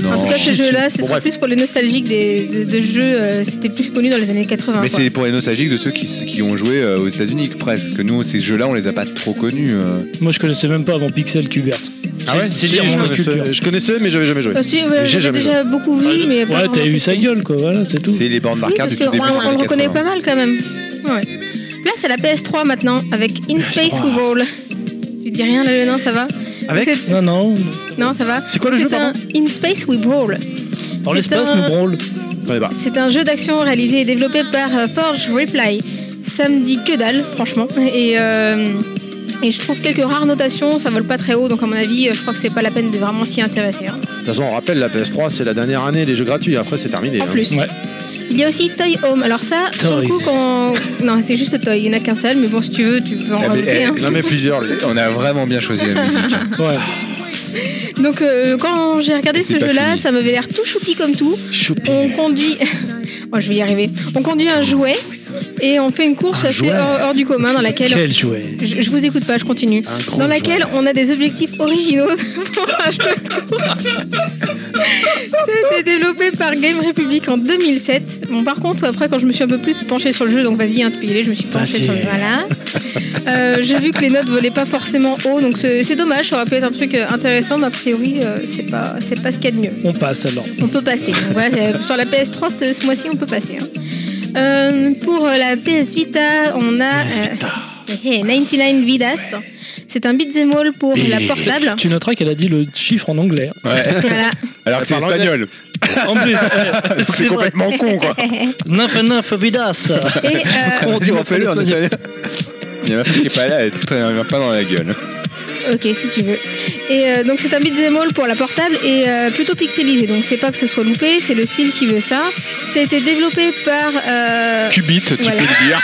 Speaker 5: Non.
Speaker 6: En tout cas, ce jeu-là, ce
Speaker 3: Bon,
Speaker 6: sera
Speaker 3: bref.
Speaker 6: plus pour les nostalgiques des, de, de jeux. euh, C'était plus connu dans les années 80.
Speaker 5: mais
Speaker 6: quoi.
Speaker 5: c'est pour les nostalgiques de ceux qui, qui ont joué euh, aux États-Unis presque. Parce que nous, ces jeux-là, on les a pas trop connus. euh.
Speaker 4: Moi, je connaissais même pas avant Pixel Kubert. C'est
Speaker 3: Ah Si,
Speaker 4: dire
Speaker 3: je
Speaker 4: mon culture.
Speaker 3: connaissais, je connaissais, mais j'avais jamais joué.
Speaker 6: Euh, si, ouais,
Speaker 3: J'ai jamais
Speaker 6: J'avais déjà beaucoup vu, mais pas
Speaker 4: Ouais,
Speaker 6: vraiment
Speaker 4: t'as eu sa
Speaker 6: testé.
Speaker 4: gueule, quoi. Voilà, c'est tout.
Speaker 5: C'est les bornes
Speaker 6: Oui,
Speaker 5: d'arcade
Speaker 6: parce
Speaker 5: depuis le
Speaker 6: qu'on
Speaker 5: début des
Speaker 6: on
Speaker 5: années
Speaker 6: le reconnaît
Speaker 5: 80.
Speaker 6: pas mal quand même. Ouais. Place à la PS3 maintenant avec In Space We Roll. Tu dis rien là, non, ça va
Speaker 3: Avec
Speaker 6: C'est-
Speaker 4: Non, non.
Speaker 6: Non, ça va.
Speaker 3: C'est quoi le jeu,
Speaker 6: un
Speaker 3: pardon
Speaker 6: In Space We Brawl.
Speaker 4: Dans
Speaker 6: C'est
Speaker 4: l'espace,
Speaker 6: un-
Speaker 4: nous branle.
Speaker 3: Ouais, bah.
Speaker 6: C'est un jeu d'action réalisé et développé par euh, Forge Reply. Ça me dit que dalle, franchement. Et, euh, et je trouve quelques rares notations, ça vole pas très haut, donc à mon avis, euh, je crois que c'est pas la peine de vraiment s'y intéresser. hein.
Speaker 3: De toute façon, on rappelle, la PS3, c'est la dernière année des jeux gratuits. Après, c'est terminé.
Speaker 6: En
Speaker 3: hein.
Speaker 6: plus.
Speaker 4: Ouais.
Speaker 6: Il y a aussi Toy Home. Alors ça, sur le
Speaker 4: Toys.
Speaker 6: coup, quand... Non, c'est juste Toy, il n'y en a qu'un seul, mais bon, si tu veux, tu peux en
Speaker 5: Ah, mais,
Speaker 6: rajouter.
Speaker 5: eh,
Speaker 6: hein.
Speaker 3: Non, mais plusieurs. les-
Speaker 5: On a vraiment bien choisi la musique.
Speaker 4: Ouais.
Speaker 6: Donc euh, quand j'ai regardé ce
Speaker 5: C'est pas
Speaker 6: jeu-là,
Speaker 5: fini.
Speaker 6: ça m'avait l'air tout choupi comme tout.
Speaker 3: Choupi.
Speaker 6: On conduit. oh, je vais y arriver. On conduit un jouet et on fait une course assez hors, hors du commun dans laquelle.
Speaker 4: Quel jouet.
Speaker 6: Je, je vous écoute pas, je continue. Dans laquelle on a des objectifs originaux pour un jeu de course. C'était développé par Game Republic en 2007. Bon, par contre, après, quand je me suis un peu plus penchée sur le jeu, donc vas-y, hein, tu je me suis penchée
Speaker 4: Vas-y.
Speaker 6: sur le. Voilà. Euh, J'ai vu que les notes volaient pas forcément haut, donc c'est c'est dommage, ça aurait pu être un truc euh, intéressant, mais a priori, euh, c'est pas, c'est pas ce qu'il y a de mieux.
Speaker 4: On passe alors.
Speaker 6: On peut passer. Donc voilà, c'est- euh, sur la PS3, c'est- ce mois-ci, on peut passer. hein. Euh, pour euh, la PS Vita, on a euh, eh, eh, 99 Vidas. C'est un beat'em all pour la portable.
Speaker 4: Tu noteras qu'elle a dit le chiffre en anglais.
Speaker 6: Voilà.
Speaker 5: Alors que c'est
Speaker 3: Parle
Speaker 5: espagnol.
Speaker 4: En plus, ouais,
Speaker 5: C'est
Speaker 4: vrai.
Speaker 5: complètement con, quoi.
Speaker 4: Nymph et nymph vidas.
Speaker 6: Et Eh, euh,
Speaker 5: Vas-y, refais-le, on est allé. Il y en a un qui est pas là, elle te foutrait un pas dans la gueule.
Speaker 6: ok, si tu veux. Et euh, donc c'est un beat'em all pour la portable et euh, plutôt pixelisé. Donc c'est pas que ce soit loupé, c'est le style qui veut ça. Ça a été développé par. euh,
Speaker 5: Cubit, tu
Speaker 6: Voilà.
Speaker 5: peux le dire.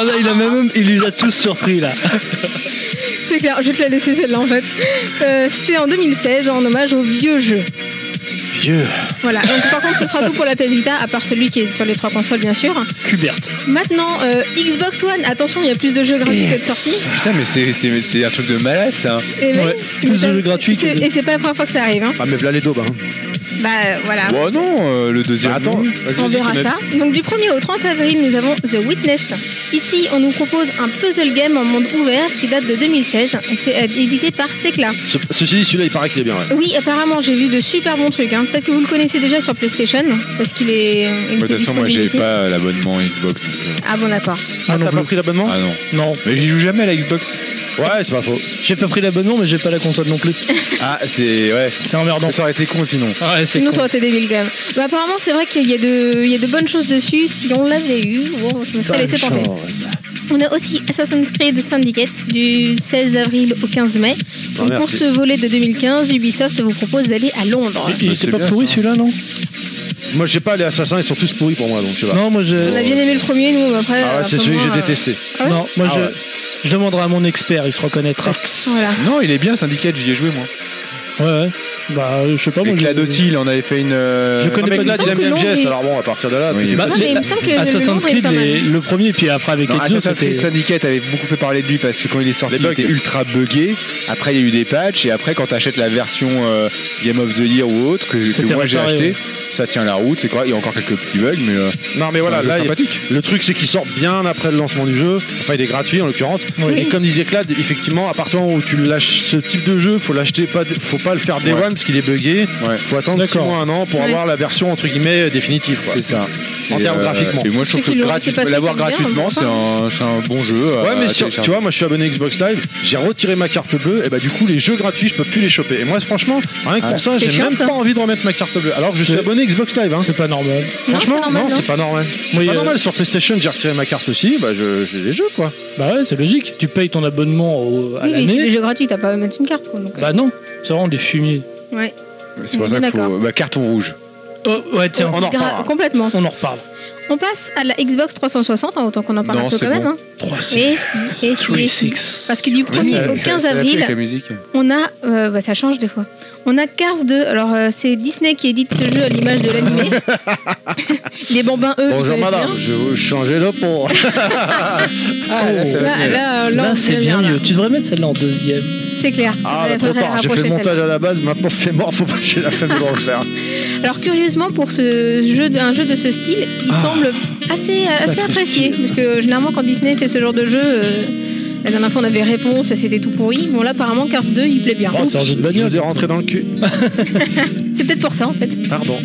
Speaker 4: Ah là, il a même, il les a tous surpris là.
Speaker 6: C'est clair, je vais te la laisser celle-là en fait. Euh, C'était en 2016 en hommage au vieux jeu.
Speaker 3: Vieux.
Speaker 6: Voilà, donc par contre ce sera tout pour la PS Vita, à part celui qui est sur les trois consoles bien sûr.
Speaker 4: Kubert.
Speaker 6: Maintenant, euh, Xbox One, attention, il y a plus de jeux gratuits que de sorties.
Speaker 5: Putain, mais c'est- c'est mais c'est un truc de malade, ça.
Speaker 6: Et
Speaker 4: Ouais,
Speaker 6: tu
Speaker 4: plus de
Speaker 6: m'étonnes.
Speaker 4: jeux gratuits que
Speaker 6: C'est-
Speaker 4: de-
Speaker 6: Et c'est pas la première fois que ça arrive. Hein.
Speaker 3: Ah, mais là, les daubes. hein.
Speaker 6: Bah voilà,
Speaker 5: Bon, non, euh, le deuxième.
Speaker 3: Bah, attends,
Speaker 5: non.
Speaker 3: vas-y,
Speaker 6: on
Speaker 3: vas-y,
Speaker 6: verra
Speaker 3: tu mets-
Speaker 6: ça. Donc du 1er au 30 avril, nous avons The Witness. Ici, on nous propose un puzzle game en monde ouvert qui date de 2016 et c'est euh, édité par Tecla.
Speaker 3: Ce- Ceci dit, celui-là, il paraît qu'il est bien. ouais.
Speaker 6: Oui, apparemment, j'ai vu de super bons trucs. hein. Peut-être que vous le connaissez déjà sur PlayStation parce qu'il est. euh, il
Speaker 5: De toute
Speaker 6: était
Speaker 5: façon, moi,
Speaker 6: disponible
Speaker 5: j'ai
Speaker 6: ici.
Speaker 5: pas euh, l'abonnement Xbox. donc, euh,
Speaker 6: Ah bon, d'accord.
Speaker 4: Ah, non
Speaker 3: T'as
Speaker 4: plus.
Speaker 3: pas pris l'abonnement
Speaker 5: Ah non.
Speaker 4: Non,
Speaker 5: Mais j'y joue jamais à la Xbox.
Speaker 3: Ouais, c'est pas faux.
Speaker 4: j'ai pas pris l'abonnement, mais j'ai pas la console non plus.
Speaker 5: Ah, c'est. Ouais.
Speaker 4: C'est emmerdant.
Speaker 5: Ça aurait été con sinon.
Speaker 4: Ah Ouais, c'est
Speaker 6: Sinon,
Speaker 4: con.
Speaker 6: ça aurait été débile quand même. Mais apparemment, c'est vrai qu'il y, a de- il y a de bonnes choses dessus. Si on l'avait eu, bon, je me serais laissé tenter. On a aussi Assassin's Creed Syndicate du 16 avril au 15 mai.
Speaker 3: Ah,
Speaker 6: Donc, pour
Speaker 3: merci.
Speaker 6: ce volet de 2015, Ubisoft vous propose d'aller à Londres.
Speaker 4: Il était pas pourri celui-là, non
Speaker 3: Moi, j'ai pas les assassins, ils sont tous pourris pour moi, donc tu vois.
Speaker 4: Non, moi
Speaker 6: On a
Speaker 4: je.
Speaker 6: bien aimé le premier, nous, mais après.
Speaker 3: Ah ouais, c'est celui que j'ai
Speaker 6: apparemment, euh,
Speaker 3: détesté.
Speaker 6: Ah ouais
Speaker 4: Non, moi
Speaker 3: Ah
Speaker 4: je.
Speaker 3: ouais.
Speaker 4: Je demanderai à mon expert, il se reconnaîtra.
Speaker 6: Voilà.
Speaker 5: Non, il est bien Syndicate, j'y ai joué moi.
Speaker 4: Ouais, ouais. Bah, euh, je
Speaker 3: Oh,
Speaker 4: sais pas, moi.
Speaker 5: Et
Speaker 4: j'ai-
Speaker 5: Clad aussi, il en avait fait une. euh,
Speaker 4: Je connais-
Speaker 3: Non, mais
Speaker 4: pas
Speaker 3: Clad, il
Speaker 6: du tout.
Speaker 3: aime
Speaker 6: Non,
Speaker 3: bien
Speaker 6: mais-
Speaker 3: MGS, alors bon, à partir de là.
Speaker 5: Oui,
Speaker 3: t'es-
Speaker 4: Bah,
Speaker 6: Non,
Speaker 4: les-
Speaker 6: mais il me semble que le
Speaker 4: Assassin's
Speaker 6: nombre est
Speaker 4: Creed,
Speaker 6: pas mal.
Speaker 4: les- le premier, puis après avec
Speaker 5: Non,
Speaker 4: Ezio,
Speaker 5: Assassin's Creed
Speaker 4: c'était.
Speaker 5: Syndicate avait beaucoup fait parler de lui parce que quand il est sorti,
Speaker 3: Les
Speaker 5: il
Speaker 3: bugs.
Speaker 5: était ultra buggé. Après, il y a eu des patchs et après, quand t'achètes la version euh, Game of the Year ou autre, que, que
Speaker 4: C'était
Speaker 5: moi j'ai
Speaker 4: réparé,
Speaker 5: acheté,
Speaker 4: ouais.
Speaker 5: ça tient la route, c'est quoi Il y a encore quelques petits bugs, mais euh,
Speaker 3: Non, mais voilà,
Speaker 5: c'est un jeu
Speaker 3: là, il-
Speaker 5: sympathique.
Speaker 3: le truc, c'est qu'il sort bien après le lancement du jeu. Enfin, il est gratuit en l'occurrence. Et comme disait Clad, effectivement, à partir du moment où tu lâches ce type de jeu, faut l'acheter, pas, faut pas le faire day
Speaker 5: Ouais.
Speaker 3: one parce qu'il est buggé.
Speaker 5: Ouais.
Speaker 3: Faut attendre 6
Speaker 4: D'accord.
Speaker 3: mois, un an pour
Speaker 6: Ouais.
Speaker 3: avoir la version entre guillemets définitive. quoi.
Speaker 5: C'est ça.
Speaker 3: En
Speaker 5: Et, euh,
Speaker 3: termes graphiquement.
Speaker 5: Et moi, je
Speaker 6: Ceux
Speaker 5: trouve que
Speaker 6: qui l'auraient fait
Speaker 5: gratuit- tu peux
Speaker 6: passer
Speaker 5: l'avoir
Speaker 6: comme bien,
Speaker 5: gratuitement, c'est un, c'est un bon jeu. à
Speaker 3: Ouais, mais sur-
Speaker 5: télécharger.
Speaker 3: tu vois, moi je suis abonné Xbox Live, j'ai retiré ma carte bleue, et bah du coup, les jeux gratuits, je peux plus les choper. Et moi, franchement, rien que pour ça,
Speaker 6: Ah. C'est
Speaker 3: j'ai
Speaker 6: chiant,
Speaker 3: même
Speaker 6: ça.
Speaker 3: pas envie de remettre ma carte bleue. Alors que je suis
Speaker 4: C'est-
Speaker 3: abonné Xbox Live, hein.
Speaker 4: C'est pas normal.
Speaker 6: Non,
Speaker 3: Franchement,
Speaker 6: c'est pas normal,
Speaker 3: non,
Speaker 6: non.
Speaker 3: c'est pas normal. C'est
Speaker 4: Oui,
Speaker 3: pas
Speaker 4: euh,
Speaker 3: normal. Sur PlayStation, j'ai retiré ma carte aussi, bah je- j'ai les jeux, quoi.
Speaker 4: Bah ouais, c'est logique. Tu payes ton abonnement au- à
Speaker 6: Oui, mais c'est
Speaker 4: l'année.
Speaker 6: des jeux gratuits, t'as pas à mettre une carte. quoi, donc, euh,
Speaker 4: Bah non, c'est vraiment des fumiers.
Speaker 6: ouais.
Speaker 5: C'est pour ça qu'il faut.
Speaker 6: D'accord.
Speaker 5: Bah, carton rouge.
Speaker 4: Oh, ouais, tiens,
Speaker 3: On en
Speaker 6: Gra-
Speaker 3: reparlera.
Speaker 6: Complètement.
Speaker 4: on en reparle.
Speaker 6: On passe à la Xbox 360, hein, autant qu'on en parle
Speaker 5: Non,
Speaker 6: un peu
Speaker 5: c'est
Speaker 6: quand même.
Speaker 5: bon.
Speaker 6: hein. Et si, et si, et si. Parce que du 1er au 15 avril,
Speaker 5: Avec la musique.
Speaker 6: on a. euh, bah, ça change des fois. On a Cars 2. Alors, euh, c'est Disney qui édite ce jeu à l'image de l'animé. Les bambins, eux. ils connaissent bien.
Speaker 3: je vais vous changer le pot.
Speaker 4: Oh. là,
Speaker 6: Ah, Là, là, euh, là, on
Speaker 4: c'est
Speaker 6: dirait
Speaker 4: bien
Speaker 6: là.
Speaker 4: mieux. Tu devrais mettre celle-là en deuxième.
Speaker 6: C'est clair.
Speaker 3: Ah,
Speaker 6: Ouais,
Speaker 3: bah, trop
Speaker 6: faudrait
Speaker 3: tard, j'ai fait le
Speaker 6: rapprocher
Speaker 3: montage à la base, maintenant c'est mort, faut pas que j'ai la flemme de le refaire.
Speaker 6: celle-là. Alors, curieusement, pour ce jeu, de- un jeu de ce style, il
Speaker 4: Ah.
Speaker 6: semble assez, euh, assez
Speaker 4: Sacré
Speaker 6: apprécié.
Speaker 4: style.
Speaker 6: Parce que euh, généralement, quand Disney fait ce genre de jeu. euh, la dernière fois, on avait réponse, c'était tout pourri. Bon, là, apparemment, Cars 2, il plaît bien.
Speaker 4: Oh, c'est un jeu de
Speaker 3: Je
Speaker 4: bagnole.
Speaker 3: vous ai rentré dans le cul.
Speaker 6: C'est peut-être pour ça, en fait.
Speaker 3: Pardon.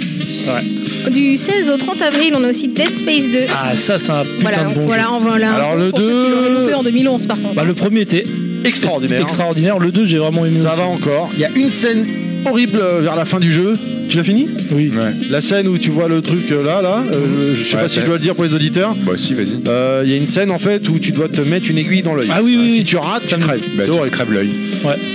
Speaker 6: Du 16 au 30 avril, on a aussi Dead Space 2.
Speaker 4: Ah, ça, c'est un putain
Speaker 6: voilà,
Speaker 4: de bon jeu.
Speaker 6: voilà, on va là.
Speaker 3: Alors, le
Speaker 6: pour ceux qui l'auraient
Speaker 3: 2.
Speaker 6: loupé en 2011, par contre.
Speaker 4: Bah, le premier était
Speaker 3: Extraordinaire.
Speaker 4: extraordinaire. Le 2, j'ai vraiment aimé.
Speaker 3: Ça
Speaker 4: aussi.
Speaker 3: va encore. Il y a une scène horrible euh, vers la fin du jeu. Tu l'as fini
Speaker 4: Oui.
Speaker 5: Ouais.
Speaker 3: La scène où tu vois le truc euh, là, là, euh, je sais
Speaker 5: Ouais,
Speaker 3: pas si
Speaker 5: c'est-
Speaker 3: je dois le dire pour les auditeurs.
Speaker 5: Bah, si, vas-y.
Speaker 3: Euh, Il y a une scène en fait où tu dois te mettre une aiguille dans l'œil. Euh,
Speaker 4: Ah oui, oui,
Speaker 3: Si
Speaker 4: oui.
Speaker 3: tu rates,
Speaker 4: Ça
Speaker 3: tu
Speaker 4: me-
Speaker 3: crèves.
Speaker 5: Bah,
Speaker 3: C'est
Speaker 5: tu
Speaker 3: horrible.
Speaker 5: crèves l'œil.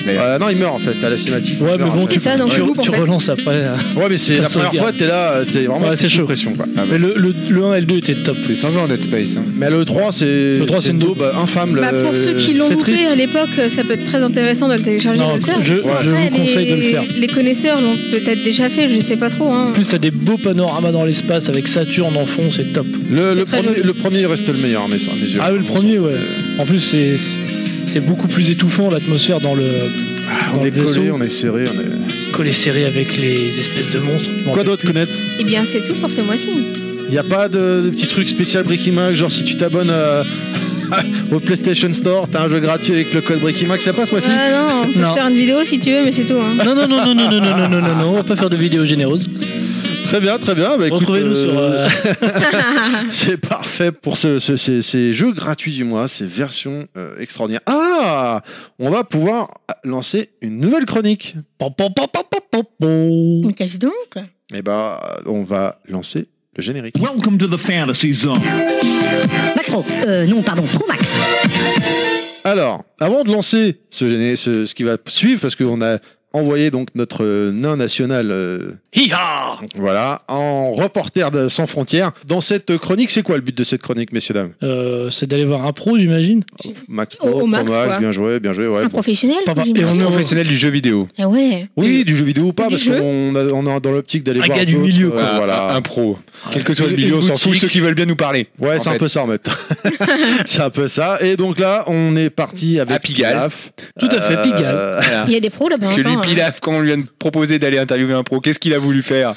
Speaker 3: Euh, non, il meurt en fait à la cinématique.
Speaker 4: Ouais,
Speaker 3: Il
Speaker 4: mais
Speaker 3: meurt,
Speaker 4: bon,
Speaker 3: ça.
Speaker 4: tu,
Speaker 6: ça, donc
Speaker 4: tu-
Speaker 6: tu loupes, en
Speaker 4: tu
Speaker 6: fait.
Speaker 4: relances après. hein. là.
Speaker 3: Ouais, mais c'est
Speaker 4: Ça
Speaker 3: la
Speaker 4: se
Speaker 3: première
Speaker 4: regarde.
Speaker 3: fois, t'es là, euh, c'est vraiment
Speaker 4: Ouais, c'est
Speaker 3: sous
Speaker 4: chaud.
Speaker 3: pression quoi.
Speaker 5: Ah, bah,
Speaker 4: Mais le, le, le 1 et le 2 étaient top.
Speaker 5: C'est 5 ans Dead Space. hein.
Speaker 3: Mais le 3, c'est.
Speaker 4: Le 3, c'est une
Speaker 3: daube infâme.
Speaker 6: Bah,
Speaker 3: le-
Speaker 6: pour ceux qui l'ont
Speaker 4: c'est
Speaker 6: loupé
Speaker 4: triste.
Speaker 6: à l'époque, ça peut être très intéressant de le télécharger et
Speaker 4: Non,
Speaker 6: de le faire.
Speaker 4: je, je
Speaker 6: Après,
Speaker 4: vous conseille de le
Speaker 6: les-
Speaker 4: faire.
Speaker 6: Les connaisseurs l'ont peut-être déjà fait, je sais pas trop. Hein.
Speaker 4: En plus, t'as des beaux panoramas dans l'espace avec Saturne en fond, c'est top.
Speaker 3: Le, le
Speaker 6: C'est très
Speaker 3: premier,
Speaker 6: joli.
Speaker 3: le premier reste le meilleur, à mes, à mes yeux.
Speaker 4: Ah oui, le premier, ouais. En plus, c'est c'est beaucoup plus étouffant l'atmosphère dans le
Speaker 3: Ah,
Speaker 4: Dans
Speaker 3: on
Speaker 4: le
Speaker 3: est collé,
Speaker 4: vaisseau.
Speaker 3: on est serré. on est-
Speaker 4: collet serré avec les espèces de monstres. je m'en
Speaker 3: Quoi
Speaker 4: rappelle
Speaker 3: d'autre
Speaker 4: plus.
Speaker 3: connaître
Speaker 6: Eh bien, c'est tout pour ce mois-ci.
Speaker 3: Il n'y a pas de, de petit truc spécial Breaking Max, genre si tu t'abonnes euh, au PlayStation Store, t'as un jeu gratuit avec le code Breaking Max, ça passe moi si
Speaker 6: Ah non, on peut
Speaker 4: Non.
Speaker 6: faire une vidéo si tu veux, mais c'est tout. Hein.
Speaker 4: Non, non, non, non, non, non, non, non, non, non, non, on va pas faire de vidéo généreuse.
Speaker 3: Très bien, très bien. Bah, écoute, euh,
Speaker 4: Retrouvez-nous sur. euh,
Speaker 3: C'est parfait pour ce- ce- ces, ces jeux gratuits du mois, ces versions euh, extraordinaires. Ah On va pouvoir lancer une nouvelle chronique.
Speaker 4: pom, pom, pom, pom, pom, pom, pom.
Speaker 6: Mais qu'est-ce donc
Speaker 3: Et bah, on va lancer le générique.
Speaker 8: Welcome to the fantasy zone.
Speaker 1: Max Pro, euh, non, pardon, Pro Max.
Speaker 3: Alors, avant de lancer ce, géné- ce, ce qui va suivre, parce qu'on a envoyé donc notre euh, nain national, euh,
Speaker 4: Hi-ha
Speaker 3: voilà, en reporter de sans frontières. Dans cette chronique, c'est quoi le but de cette chronique, messieurs dames
Speaker 4: Euh, C'est d'aller voir un pro, j'imagine.
Speaker 3: Max,
Speaker 6: Au- au
Speaker 3: Pro,
Speaker 6: max,
Speaker 3: Pro
Speaker 6: quoi.
Speaker 3: bien joué, bien joué, ouais.
Speaker 6: Un professionnel
Speaker 4: Papa, et
Speaker 6: j'imagine.
Speaker 4: on est-
Speaker 5: Professionnel du jeu vidéo.
Speaker 6: Eh ouais.
Speaker 3: Oui, du jeu vidéo ou pas,
Speaker 6: Du
Speaker 3: parce
Speaker 6: jeu.
Speaker 3: qu'on a- on est dans l'optique d'aller
Speaker 4: Un
Speaker 3: voir
Speaker 4: gars du
Speaker 3: d'autres,
Speaker 4: milieu,
Speaker 3: euh,
Speaker 4: quoi.
Speaker 5: Un-
Speaker 3: voilà.
Speaker 5: un, un pro. Quel que soit le
Speaker 3: Une-
Speaker 5: milieu, on
Speaker 3: une
Speaker 5: s'en fout.
Speaker 3: boutique.
Speaker 5: Ceux qui veulent bien nous parler.
Speaker 3: Ouais, c'est
Speaker 5: En
Speaker 3: un
Speaker 5: fait.
Speaker 3: peu ça en même temps. c'est un peu ça. Et donc là, on est parti avec
Speaker 5: À Pigalle.
Speaker 3: Pilaf. Euh,
Speaker 4: Tout à fait, Pigalle.
Speaker 5: Voilà.
Speaker 6: Il y a des pros là-bas.
Speaker 5: Chez lui,
Speaker 6: attends, hein.
Speaker 5: Pilaf, quand on lui a proposé d'aller interviewer un pro, qu'est-ce qu'il a voulu faire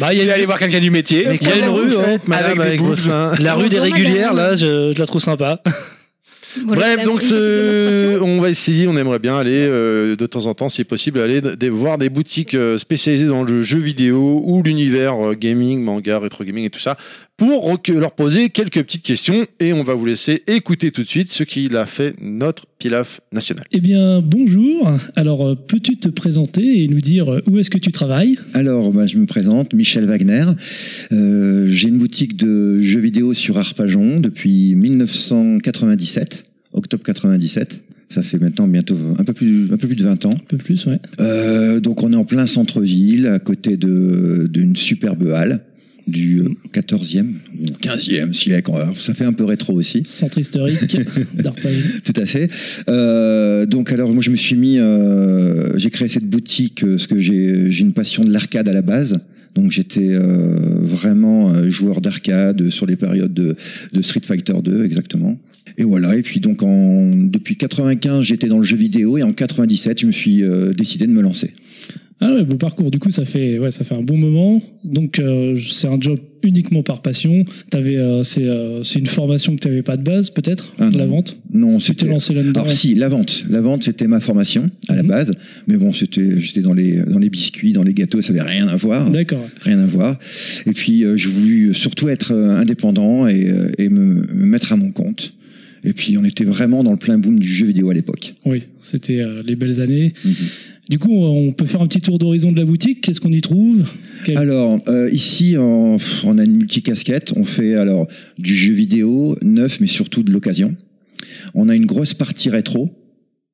Speaker 9: Bah, il y
Speaker 5: Il est
Speaker 9: a
Speaker 5: allé voir quelqu'un du métier.
Speaker 3: Mais
Speaker 9: Il y a
Speaker 3: quelle
Speaker 9: une rue,
Speaker 3: vous
Speaker 9: hein,
Speaker 3: faites, madame,
Speaker 5: avec
Speaker 3: avec,
Speaker 5: des
Speaker 3: vos
Speaker 5: boules.
Speaker 3: seins
Speaker 9: La rue des
Speaker 6: Bonjour,
Speaker 9: régulières,
Speaker 6: madame.
Speaker 9: là, je, je la trouve sympa.
Speaker 6: Bon, je
Speaker 3: Bref,
Speaker 6: vous
Speaker 3: donc
Speaker 6: avoue, une hein. petite
Speaker 3: ce-
Speaker 6: démonstration.
Speaker 3: on va essayer, on aimerait bien aller euh, de temps en temps, si possible, aller d- des- voir des boutiques euh, spécialisées dans le jeu vidéo ou l'univers euh, gaming, manga, rétro gaming et tout ça, pour rec- leur poser quelques petites questions et on va vous laisser écouter tout de suite ce qu'il a fait notre pilaf national.
Speaker 4: Eh bien, bonjour. Alors, euh, peux-tu te présenter et nous dire euh, où est-ce que tu travailles
Speaker 10: Alors, bah, je me présente, Michel Wagner. Euh, J'ai une boutique de jeux vidéo sur Arpajon depuis 1997, octobre 97. Ça fait maintenant bientôt un peu plus, un peu plus de 20 ans.
Speaker 4: Un peu plus, ouais.
Speaker 10: Euh, donc, on est en plein centre-ville, à côté de- d'une superbe halle du euh, 14e ou 15e siècle. Alors, Ça fait un peu rétro aussi.
Speaker 4: Centre historique d'Arpajon.
Speaker 10: Tout à fait. Euh, donc alors moi je me suis mis, euh, j'ai créé cette boutique euh, parce que j'ai j'ai une passion de l'arcade à la base. Donc j'étais euh, vraiment euh, joueur d'arcade sur les périodes de, de Street Fighter 2 exactement. Et voilà. Et puis donc en depuis 95 j'étais dans le jeu vidéo et en 97 je me suis euh, décidé de me lancer.
Speaker 4: Ah ouais, beau parcours. Du coup, ça fait, ouais, ça fait un bon moment. Donc, euh, c'est un job uniquement par passion. T'avais, euh, c'est, euh, c'est une formation que t'avais pas de base, peut-être,
Speaker 10: Ah
Speaker 4: de la
Speaker 10: non.
Speaker 4: vente.
Speaker 10: Non,
Speaker 4: tu t'es
Speaker 10: c'était
Speaker 4: lancé là-dedans.
Speaker 10: Alors si, la vente. La vente, c'était ma formation à la
Speaker 4: Mhm.
Speaker 10: base. Mais bon, c'était, j'étais dans les, dans les biscuits, dans les gâteaux, ça avait rien à voir.
Speaker 4: D'accord.
Speaker 10: rien à voir. Et puis, euh, je voulais surtout être euh, indépendant et, euh, et me, me mettre à mon compte. Et puis, on était vraiment dans le plein boom du jeu vidéo à l'époque.
Speaker 4: Oui, c'était euh, les belles années.
Speaker 10: Mhm.
Speaker 4: Du coup, on peut faire un petit tour d'horizon de la boutique. Qu'est-ce qu'on y trouve Quel-
Speaker 10: Alors, euh, ici, on, pff, on a une multicasquette. On fait alors du jeu vidéo neuf, mais surtout de l'occasion. On a une grosse partie rétro.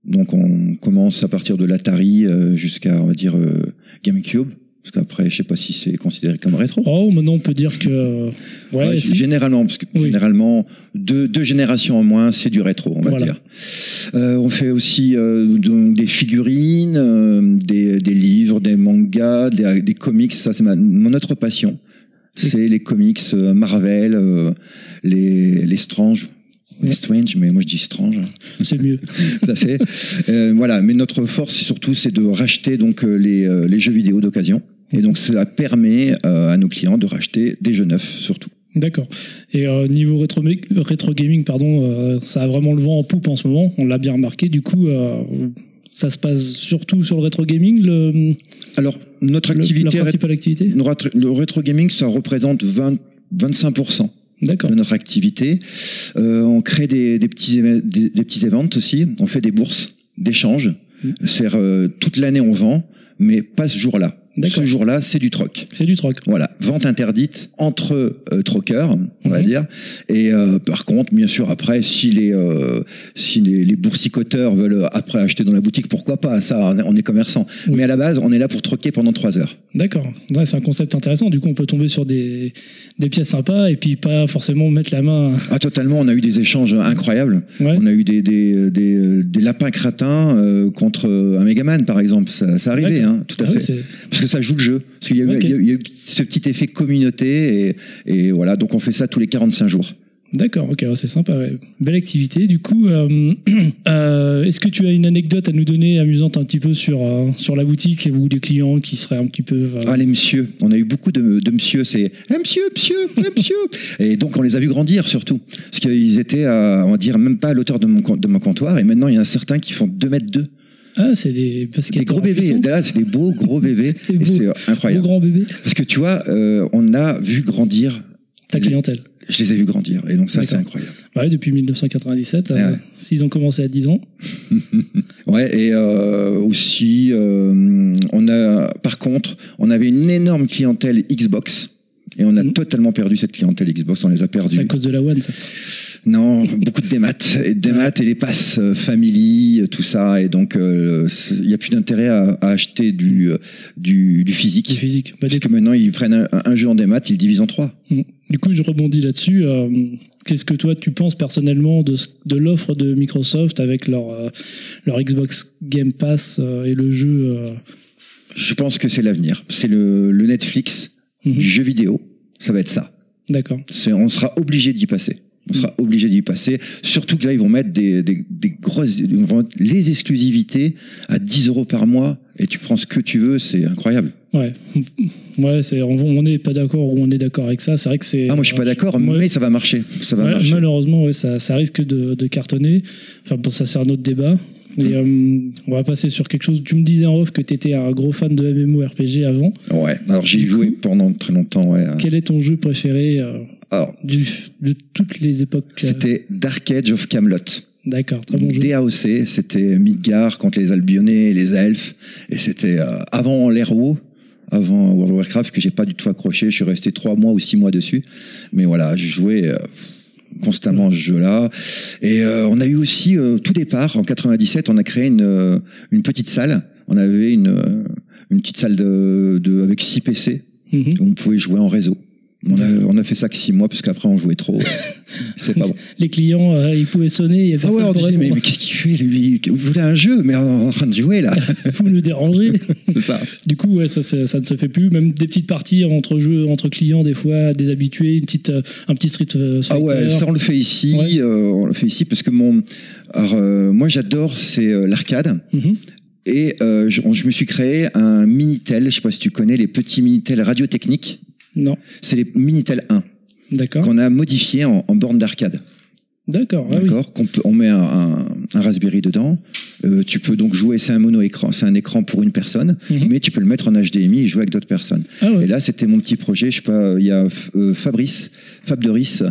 Speaker 10: Donc, on commence à partir de l'Atari euh, jusqu'à, on va dire, euh, GameCube. Parce qu'après, je sais pas si c'est considéré comme rétro.
Speaker 4: Oh, maintenant, on peut dire que, euh, ouais,
Speaker 10: Ouais,
Speaker 4: si.
Speaker 10: Généralement, parce que
Speaker 4: Oui.
Speaker 10: généralement, deux, deux générations en moins, c'est du rétro, on va
Speaker 4: Voilà.
Speaker 10: dire. Euh, on fait aussi euh, donc des figurines, euh, des, des livres, des mangas, des, des comics. Ça, c'est ma, mon autre passion. C'est les comics euh, Marvel, euh, les, les Strange. Les
Speaker 4: Ouais.
Speaker 10: Strange, mais moi je dis Strange,
Speaker 4: c'est mieux.
Speaker 10: tout à fait. Euh, voilà, mais notre force surtout, c'est de racheter donc euh, les, euh, les jeux vidéo d'occasion. Et donc cela permet euh, à nos clients de racheter des jeux neufs surtout.
Speaker 4: D'accord. Et euh, niveau rétro, rétro gaming, pardon, euh, ça a vraiment le vent en poupe en ce moment. On l'a bien remarqué. Du coup, euh, ça se passe surtout sur le rétro gaming, le,
Speaker 10: Alors, notre
Speaker 4: le- la
Speaker 10: activité,
Speaker 4: principale activité.
Speaker 10: notre attr- le rétro gaming, ça représente 20, 25%
Speaker 4: D'accord.
Speaker 10: de notre activité. Euh, on crée des, des petits, éve- des, des petits events aussi. On fait des bourses d'échange.
Speaker 4: Mm.
Speaker 10: C'est euh, toute l'année on vend, mais pas ce jour-là.
Speaker 4: D'accord.
Speaker 10: Ce jour-là, c'est du troc.
Speaker 4: C'est du troc.
Speaker 10: Voilà, vente interdite entre euh, troqueurs, on va
Speaker 4: Mhm.
Speaker 10: dire. Et euh, par contre, bien sûr, après, si les euh, si les, les boursicoteurs veulent euh, après acheter dans la boutique, pourquoi pas Ça, on est- on est commerçant.
Speaker 4: Oui.
Speaker 10: Mais à la base, on est là pour troquer pendant trois heures.
Speaker 4: D'accord. Ouais, c'est un concept intéressant. Du coup, on peut tomber sur des, des pièces sympas et puis pas forcément mettre la main.
Speaker 10: Ah, totalement, on a eu des échanges incroyables.
Speaker 4: Ouais.
Speaker 10: On a eu des, des, des, euh, des lapins crétins euh, contre euh, un Megaman, par exemple. Ça, ça arrivait, hein, tout à
Speaker 4: Ah
Speaker 10: fait.
Speaker 4: oui, c'est-
Speaker 10: Parce que ça joue le jeu. Parce qu'il y, a eu-
Speaker 4: Ok.
Speaker 10: il y a eu- il y a eu ce petit effet communauté. Et, et voilà, donc on fait ça tous les 45 jours.
Speaker 4: D'accord, ok, ouais, c'est sympa. ouais. Belle activité. Du coup, euh, euh, est-ce que tu as une anecdote à nous donner amusante un petit peu sur, euh, sur la boutique ou des clients qui seraient un petit peu. euh,
Speaker 10: Ah, les monsieur. On a eu beaucoup de, de monsieur. C'est Eh, monsieur, monsieur, eh, monsieur. Et donc, on les a vus grandir, surtout. Parce qu'ils étaient, à, on va dire, même pas à l'auteur de mon, com- de mon comptoir. Et maintenant, il y en a certains qui font 2 mètres 2.
Speaker 4: Ah, c'est des
Speaker 10: Des gros bébés. Là, c'est des beaux, gros bébés.
Speaker 4: C'est
Speaker 10: et
Speaker 4: beau.
Speaker 10: c'est
Speaker 4: Gros
Speaker 10: incroyable.
Speaker 4: grand bébé.
Speaker 10: Parce que tu vois, euh, on a vu grandir.
Speaker 4: Ta clientèle.
Speaker 10: Je les ai vus grandir. Et donc ça, c'est
Speaker 4: D'accord.
Speaker 10: incroyable.
Speaker 4: Ouais, depuis 1997.
Speaker 10: Ouais,
Speaker 4: euh,
Speaker 10: ouais.
Speaker 4: S'ils ont commencé à 10 ans.
Speaker 10: Ouais, et euh, aussi, euh, on a, par contre, on avait une énorme clientèle Xbox. Et on a
Speaker 4: Mhm.
Speaker 10: totalement perdu cette clientèle Xbox, on les a
Speaker 4: C'est à
Speaker 10: perdus.
Speaker 4: cause de la One, ça.
Speaker 10: Non, beaucoup de démat, et de démat et des passes euh, family, euh, tout ça, et donc euh, c'est- il y a plus d'intérêt à, à acheter du euh, du, du
Speaker 4: Qui est
Speaker 10: physique,
Speaker 4: physique. Bah, du,
Speaker 10: puisque maintenant ils prennent un, un jeu en démat, ils le divisent en trois.
Speaker 4: du coup, je rebondis là-dessus. euh, Qu'est-ce que toi, tu penses personnellement de, ce- de l'offre de Microsoft avec leur, euh, leur Xbox Game Pass euh, et le jeu euh,
Speaker 10: Je pense que c'est l'avenir, c'est le, le Netflix
Speaker 4: mhm.
Speaker 10: du jeu vidéo, ça va être ça.
Speaker 4: D'accord.
Speaker 10: C'est- on sera obligé d'y passer. On sera
Speaker 4: Mhm.
Speaker 10: obligé d'y passer. Surtout que là, ils vont mettre des, des, des grosses, ils vont mettre les exclusivités à 10 euros par mois et tu prends ce que tu veux, c'est incroyable.
Speaker 4: Ouais, ouais, c'est on n'est pas d'accord ou on est d'accord avec ça. C'est vrai que c'est. euh,
Speaker 10: Ah, moi, je suis pas d'accord,
Speaker 4: Ouais.
Speaker 10: mais ça va marcher. Ça va
Speaker 4: Ouais,
Speaker 10: marcher.
Speaker 4: malheureusement, ouais, ça, ça risque de, de cartonner. Enfin, bon, ça c'est un autre débat. Et, euh, on va passer sur quelque chose. Tu me disais en off que tu étais un gros fan de MMORPG avant.
Speaker 10: Ouais. Alors, j'ai
Speaker 4: Du
Speaker 10: joué
Speaker 4: coup-
Speaker 10: pendant très longtemps, ouais.
Speaker 4: Quel est ton jeu préféré euh,
Speaker 10: Alors,
Speaker 4: du, de toutes les époques euh,
Speaker 10: c'était Dark Age of Camelot.
Speaker 4: D'accord, très bon jeu.
Speaker 10: DAOC, c'était Midgar contre les Albionais et les Elfes. Et c'était euh, avant l'ère WoW, avant World of Warcraft, que j'ai pas du tout accroché. Je suis resté trois mois ou six mois dessus. Mais voilà, je jouais euh, constamment à ce jeu-là. Et euh, on a eu aussi, euh, tout départ, en 97, on a créé une, euh, une petite salle. On avait une, euh, une petite salle de, de, avec six PC
Speaker 4: Mhm.
Speaker 10: où on pouvait jouer en réseau. On a, on a fait ça que six mois parce qu'après on jouait trop. C'était pas bon.
Speaker 4: Les clients, euh, ils pouvaient sonner, il y avait
Speaker 10: Ah ouais,
Speaker 4: personne
Speaker 10: on
Speaker 4: pour
Speaker 10: disait, mais,
Speaker 4: répondre.
Speaker 10: mais qu'est-ce qu'il fait lui Vous voulez un jeu Mais on est en train de jouer là.
Speaker 4: Vous nous dérangez.
Speaker 10: C'est ça.
Speaker 4: Du coup, ouais, ça, ça, ça ne se fait plus. Même des petites parties entre jeux, entre clients, des fois, des habitués, une petite, euh, un petit street. euh,
Speaker 10: Ah ouais,
Speaker 4: Fighter.
Speaker 10: ça on le fait ici.
Speaker 4: Ouais.
Speaker 10: euh, on le fait ici parce que mon, alors, euh, moi j'adore c'est euh, l'arcade.
Speaker 4: Mhm.
Speaker 10: Et euh, je, on- je me suis créé un Minitel, je sais pas si tu connais les petits Minitel radiotechniques.
Speaker 4: Non,
Speaker 10: C'est les Minitel 1
Speaker 4: d'accord.
Speaker 10: qu'on a modifié en, en borne d'arcade.
Speaker 4: D'accord, ah oui.
Speaker 10: D'accord Qu'on peut- On met un, un- un Raspberry dedans. Euh, tu peux donc jouer, c'est un mono écran, c'est un écran pour une personne,
Speaker 4: Mhm.
Speaker 10: mais tu peux le mettre en HDMI et jouer avec d'autres personnes.
Speaker 4: Ah ouais.
Speaker 10: Et là, c'était mon petit projet. Je sais pas, il y a euh, Fabrice, Fab Doris,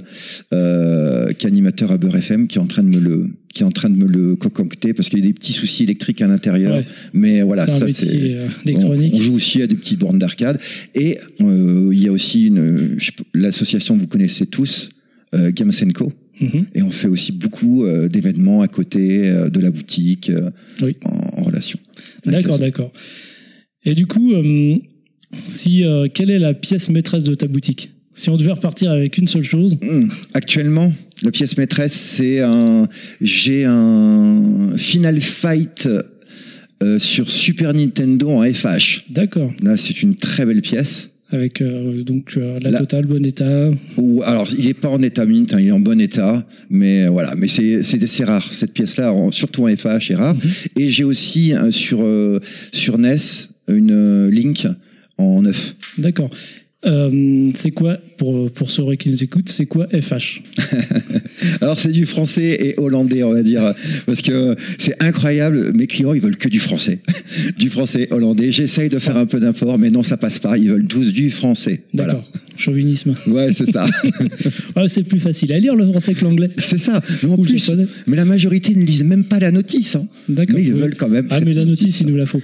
Speaker 10: euh, qui est animateur à Beurre FM, qui est en train de me le, qui est en train de me le concocter parce qu'il y a des petits soucis électriques à l'intérieur.
Speaker 4: Ouais.
Speaker 10: Mais voilà,
Speaker 4: c'est un
Speaker 10: ça c'est.
Speaker 4: métier euh,
Speaker 10: On, on
Speaker 4: électronique.
Speaker 10: joue aussi à des petites bornes d'arcade et euh, il y a aussi une je sais pas, l'association que vous connaissez tous, euh, Games Co.
Speaker 4: Mhm.
Speaker 10: Et on fait aussi beaucoup euh, d'événements à côté euh, de la boutique euh,
Speaker 4: Oui.
Speaker 10: en, en relation. avec
Speaker 4: D'accord,
Speaker 10: la-
Speaker 4: d'accord. Et du coup, euh, si euh, quelle est la pièce maîtresse de ta boutique Si on devait repartir avec une seule chose,
Speaker 10: Hmm. Actuellement, la pièce maîtresse, c'est un. J'ai un Final Fight euh, sur Super Nintendo en FH.
Speaker 4: d'accord.
Speaker 10: Là, c'est une très belle pièce.
Speaker 4: Avec euh, donc euh, la
Speaker 10: La-
Speaker 4: totale, bon état.
Speaker 10: Ou alors, il est pas en état mint, hein, il est en bon état, mais euh, voilà. Mais c'est c'est c'est rare cette pièce-là, en- surtout en FH, est rare. Et j'ai aussi euh, sur euh, sur NES une euh, Link en neuf.
Speaker 4: D'accord. Euh, c'est quoi, pour, pour ceux qui nous écoutent, c'est quoi FH
Speaker 10: Alors c'est du français et hollandais, on va dire, parce que c'est incroyable. Mes clients, ils veulent que du français, du français hollandais. J'essaye de faire un peu d'import, mais non, ça passe pas. Ils veulent tous du français. Voilà.
Speaker 4: D'accord. Chauvinisme.
Speaker 10: Ouais, c'est ça,
Speaker 4: Ah, c'est plus facile à lire le français que l'anglais.
Speaker 10: c'est ça. Mais en
Speaker 4: Ou le
Speaker 10: plus,
Speaker 4: japonais.
Speaker 10: mais la majorité ne lisent même pas la notice, hein.
Speaker 4: D'accord.
Speaker 10: mais ils
Speaker 4: oui.
Speaker 10: veulent quand même.
Speaker 4: Ah,
Speaker 10: cette
Speaker 4: mais la notice, il nous la faut.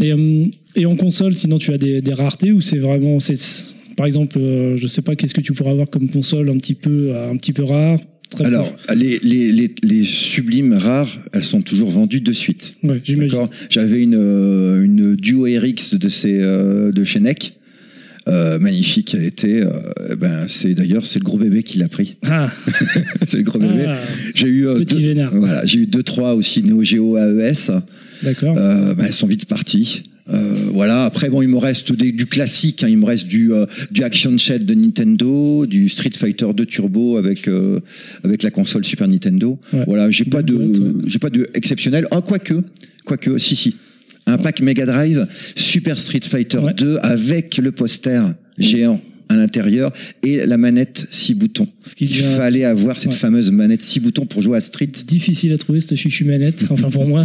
Speaker 4: et, euh, et en console, sinon, tu as des, des raretés ou c'est vraiment. c'est- Par exemple, euh, je sais pas, qu'est-ce que tu pourras avoir comme console un petit peu, euh, un petit peu rare très peu-
Speaker 10: Alors, les, les, les, les sublimes rares, elles sont toujours vendues de suite.
Speaker 4: Ouais, j'imagine.
Speaker 10: D'accord. J'avais une, euh, une Duo RX de ces euh, de chez NEC. Euh, magnifique elle était euh, ben c'est d'ailleurs c'est le gros bébé qui l'a pris
Speaker 4: Ah,
Speaker 10: c'est le gros bébé
Speaker 4: ah,
Speaker 10: j'ai eu euh,
Speaker 4: Petit
Speaker 10: deux-
Speaker 4: vénard.
Speaker 10: voilà j'ai eu deux trois aussi Neo Geo E AES
Speaker 4: d'accord.
Speaker 10: euh, ben, elles sont vite parties Euh, voilà après bon il me reste des- du classique hein. il me reste du euh, du Action Shed de Nintendo du Street Fighter 2 Turbo avec euh, avec la console Super Nintendo
Speaker 4: Ouais.
Speaker 10: voilà j'ai
Speaker 4: Bonne
Speaker 10: pas de
Speaker 4: boîte, ouais.
Speaker 10: j'ai pas de exceptionnel oh quoique quoique si si un pack Mega Drive Super Street Fighter
Speaker 4: Ouais.
Speaker 10: 2 avec le poster géant à l'intérieur et la manette 6 boutons
Speaker 4: Ce qui
Speaker 10: il
Speaker 4: devient
Speaker 10: fallait avoir cette
Speaker 4: Ouais.
Speaker 10: fameuse manette 6 boutons pour jouer à Street
Speaker 4: difficile à trouver cette fichue manette. Enfin, pour moi,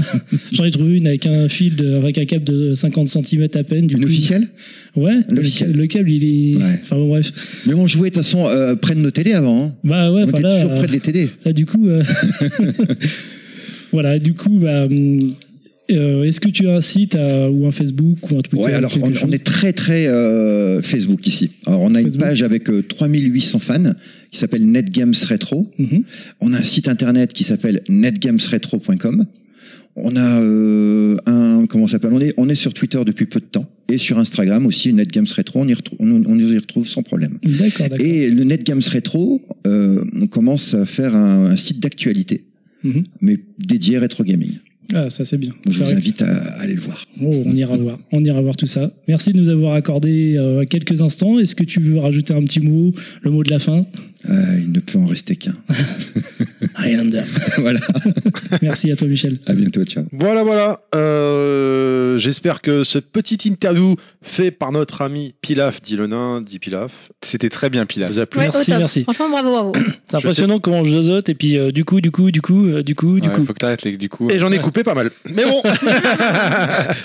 Speaker 4: j'en ai trouvé une avec un fil, de- avec un câble de 50 cm à peine. Du
Speaker 10: une
Speaker 4: coup,
Speaker 10: officielle
Speaker 4: Ouais, le,
Speaker 10: officielle.
Speaker 4: le câble, il est.
Speaker 10: Ouais.
Speaker 4: Enfin, bon, bref.
Speaker 10: mais on jouait de toute façon euh, près de nos télés avant hein.
Speaker 4: Bah ouais,
Speaker 10: on
Speaker 4: enfin
Speaker 10: était
Speaker 4: là.
Speaker 10: toujours
Speaker 4: euh,
Speaker 10: près de les télés.
Speaker 11: Bah,
Speaker 4: Là, du coup, euh, voilà, du coup, bah, hum, euh, est-ce que tu as un site euh, ou un Facebook ou un Twitter
Speaker 10: Ouais,
Speaker 4: ou
Speaker 10: alors
Speaker 4: quelque
Speaker 10: on,
Speaker 4: chose
Speaker 10: on est très très euh, Facebook ici. Alors on a une
Speaker 4: Facebook.
Speaker 10: page avec euh, 3800 fans qui s'appelle NetGames Retro.
Speaker 4: Mhm.
Speaker 10: On a un site internet qui s'appelle netgamesretro.com. On a euh, un comment ça s'appelle on est on est sur Twitter depuis peu de temps et sur Instagram aussi NetGames Retro. On y retrouve on, on y retrouve sans problème.
Speaker 4: D'accord, d'accord.
Speaker 10: Et le NetGames Retro, euh, on commence à faire un, un site d'actualité,
Speaker 4: Mhm.
Speaker 10: mais dédié rétro gaming.
Speaker 11: Ah, ça c'est bien.
Speaker 10: Je
Speaker 11: C'est
Speaker 10: vous
Speaker 11: vrai que-
Speaker 10: invite à aller le voir.
Speaker 11: Oh, on ira voir. On ira voir tout ça. Merci de nous avoir accordé euh, quelques instants. Est-ce que tu veux rajouter un petit mot, le mot de la fin
Speaker 10: Ah, il ne peut en rester qu'un.
Speaker 11: Highlander.
Speaker 10: voilà.
Speaker 11: Merci à toi, Michel.
Speaker 10: À bientôt. Ciao.
Speaker 3: Voilà, voilà. Euh, J'espère que cette petite interview faite par notre ami Pilaf, dit le nain, dit Pilaf,
Speaker 5: C'était très bien, Pilaf.
Speaker 3: vous a plu.
Speaker 6: Ouais,
Speaker 11: Merci,
Speaker 6: au top.
Speaker 11: merci.
Speaker 6: Franchement, bravo, bravo.
Speaker 11: C'est impressionnant comment je zozote et puis euh, du coup, du coup, du coup, euh, du coup, du
Speaker 5: Ouais,
Speaker 11: coup.
Speaker 5: faut que t'arrêtes les du coup.
Speaker 3: Et j'en ai coupé pas mal. Mais bon,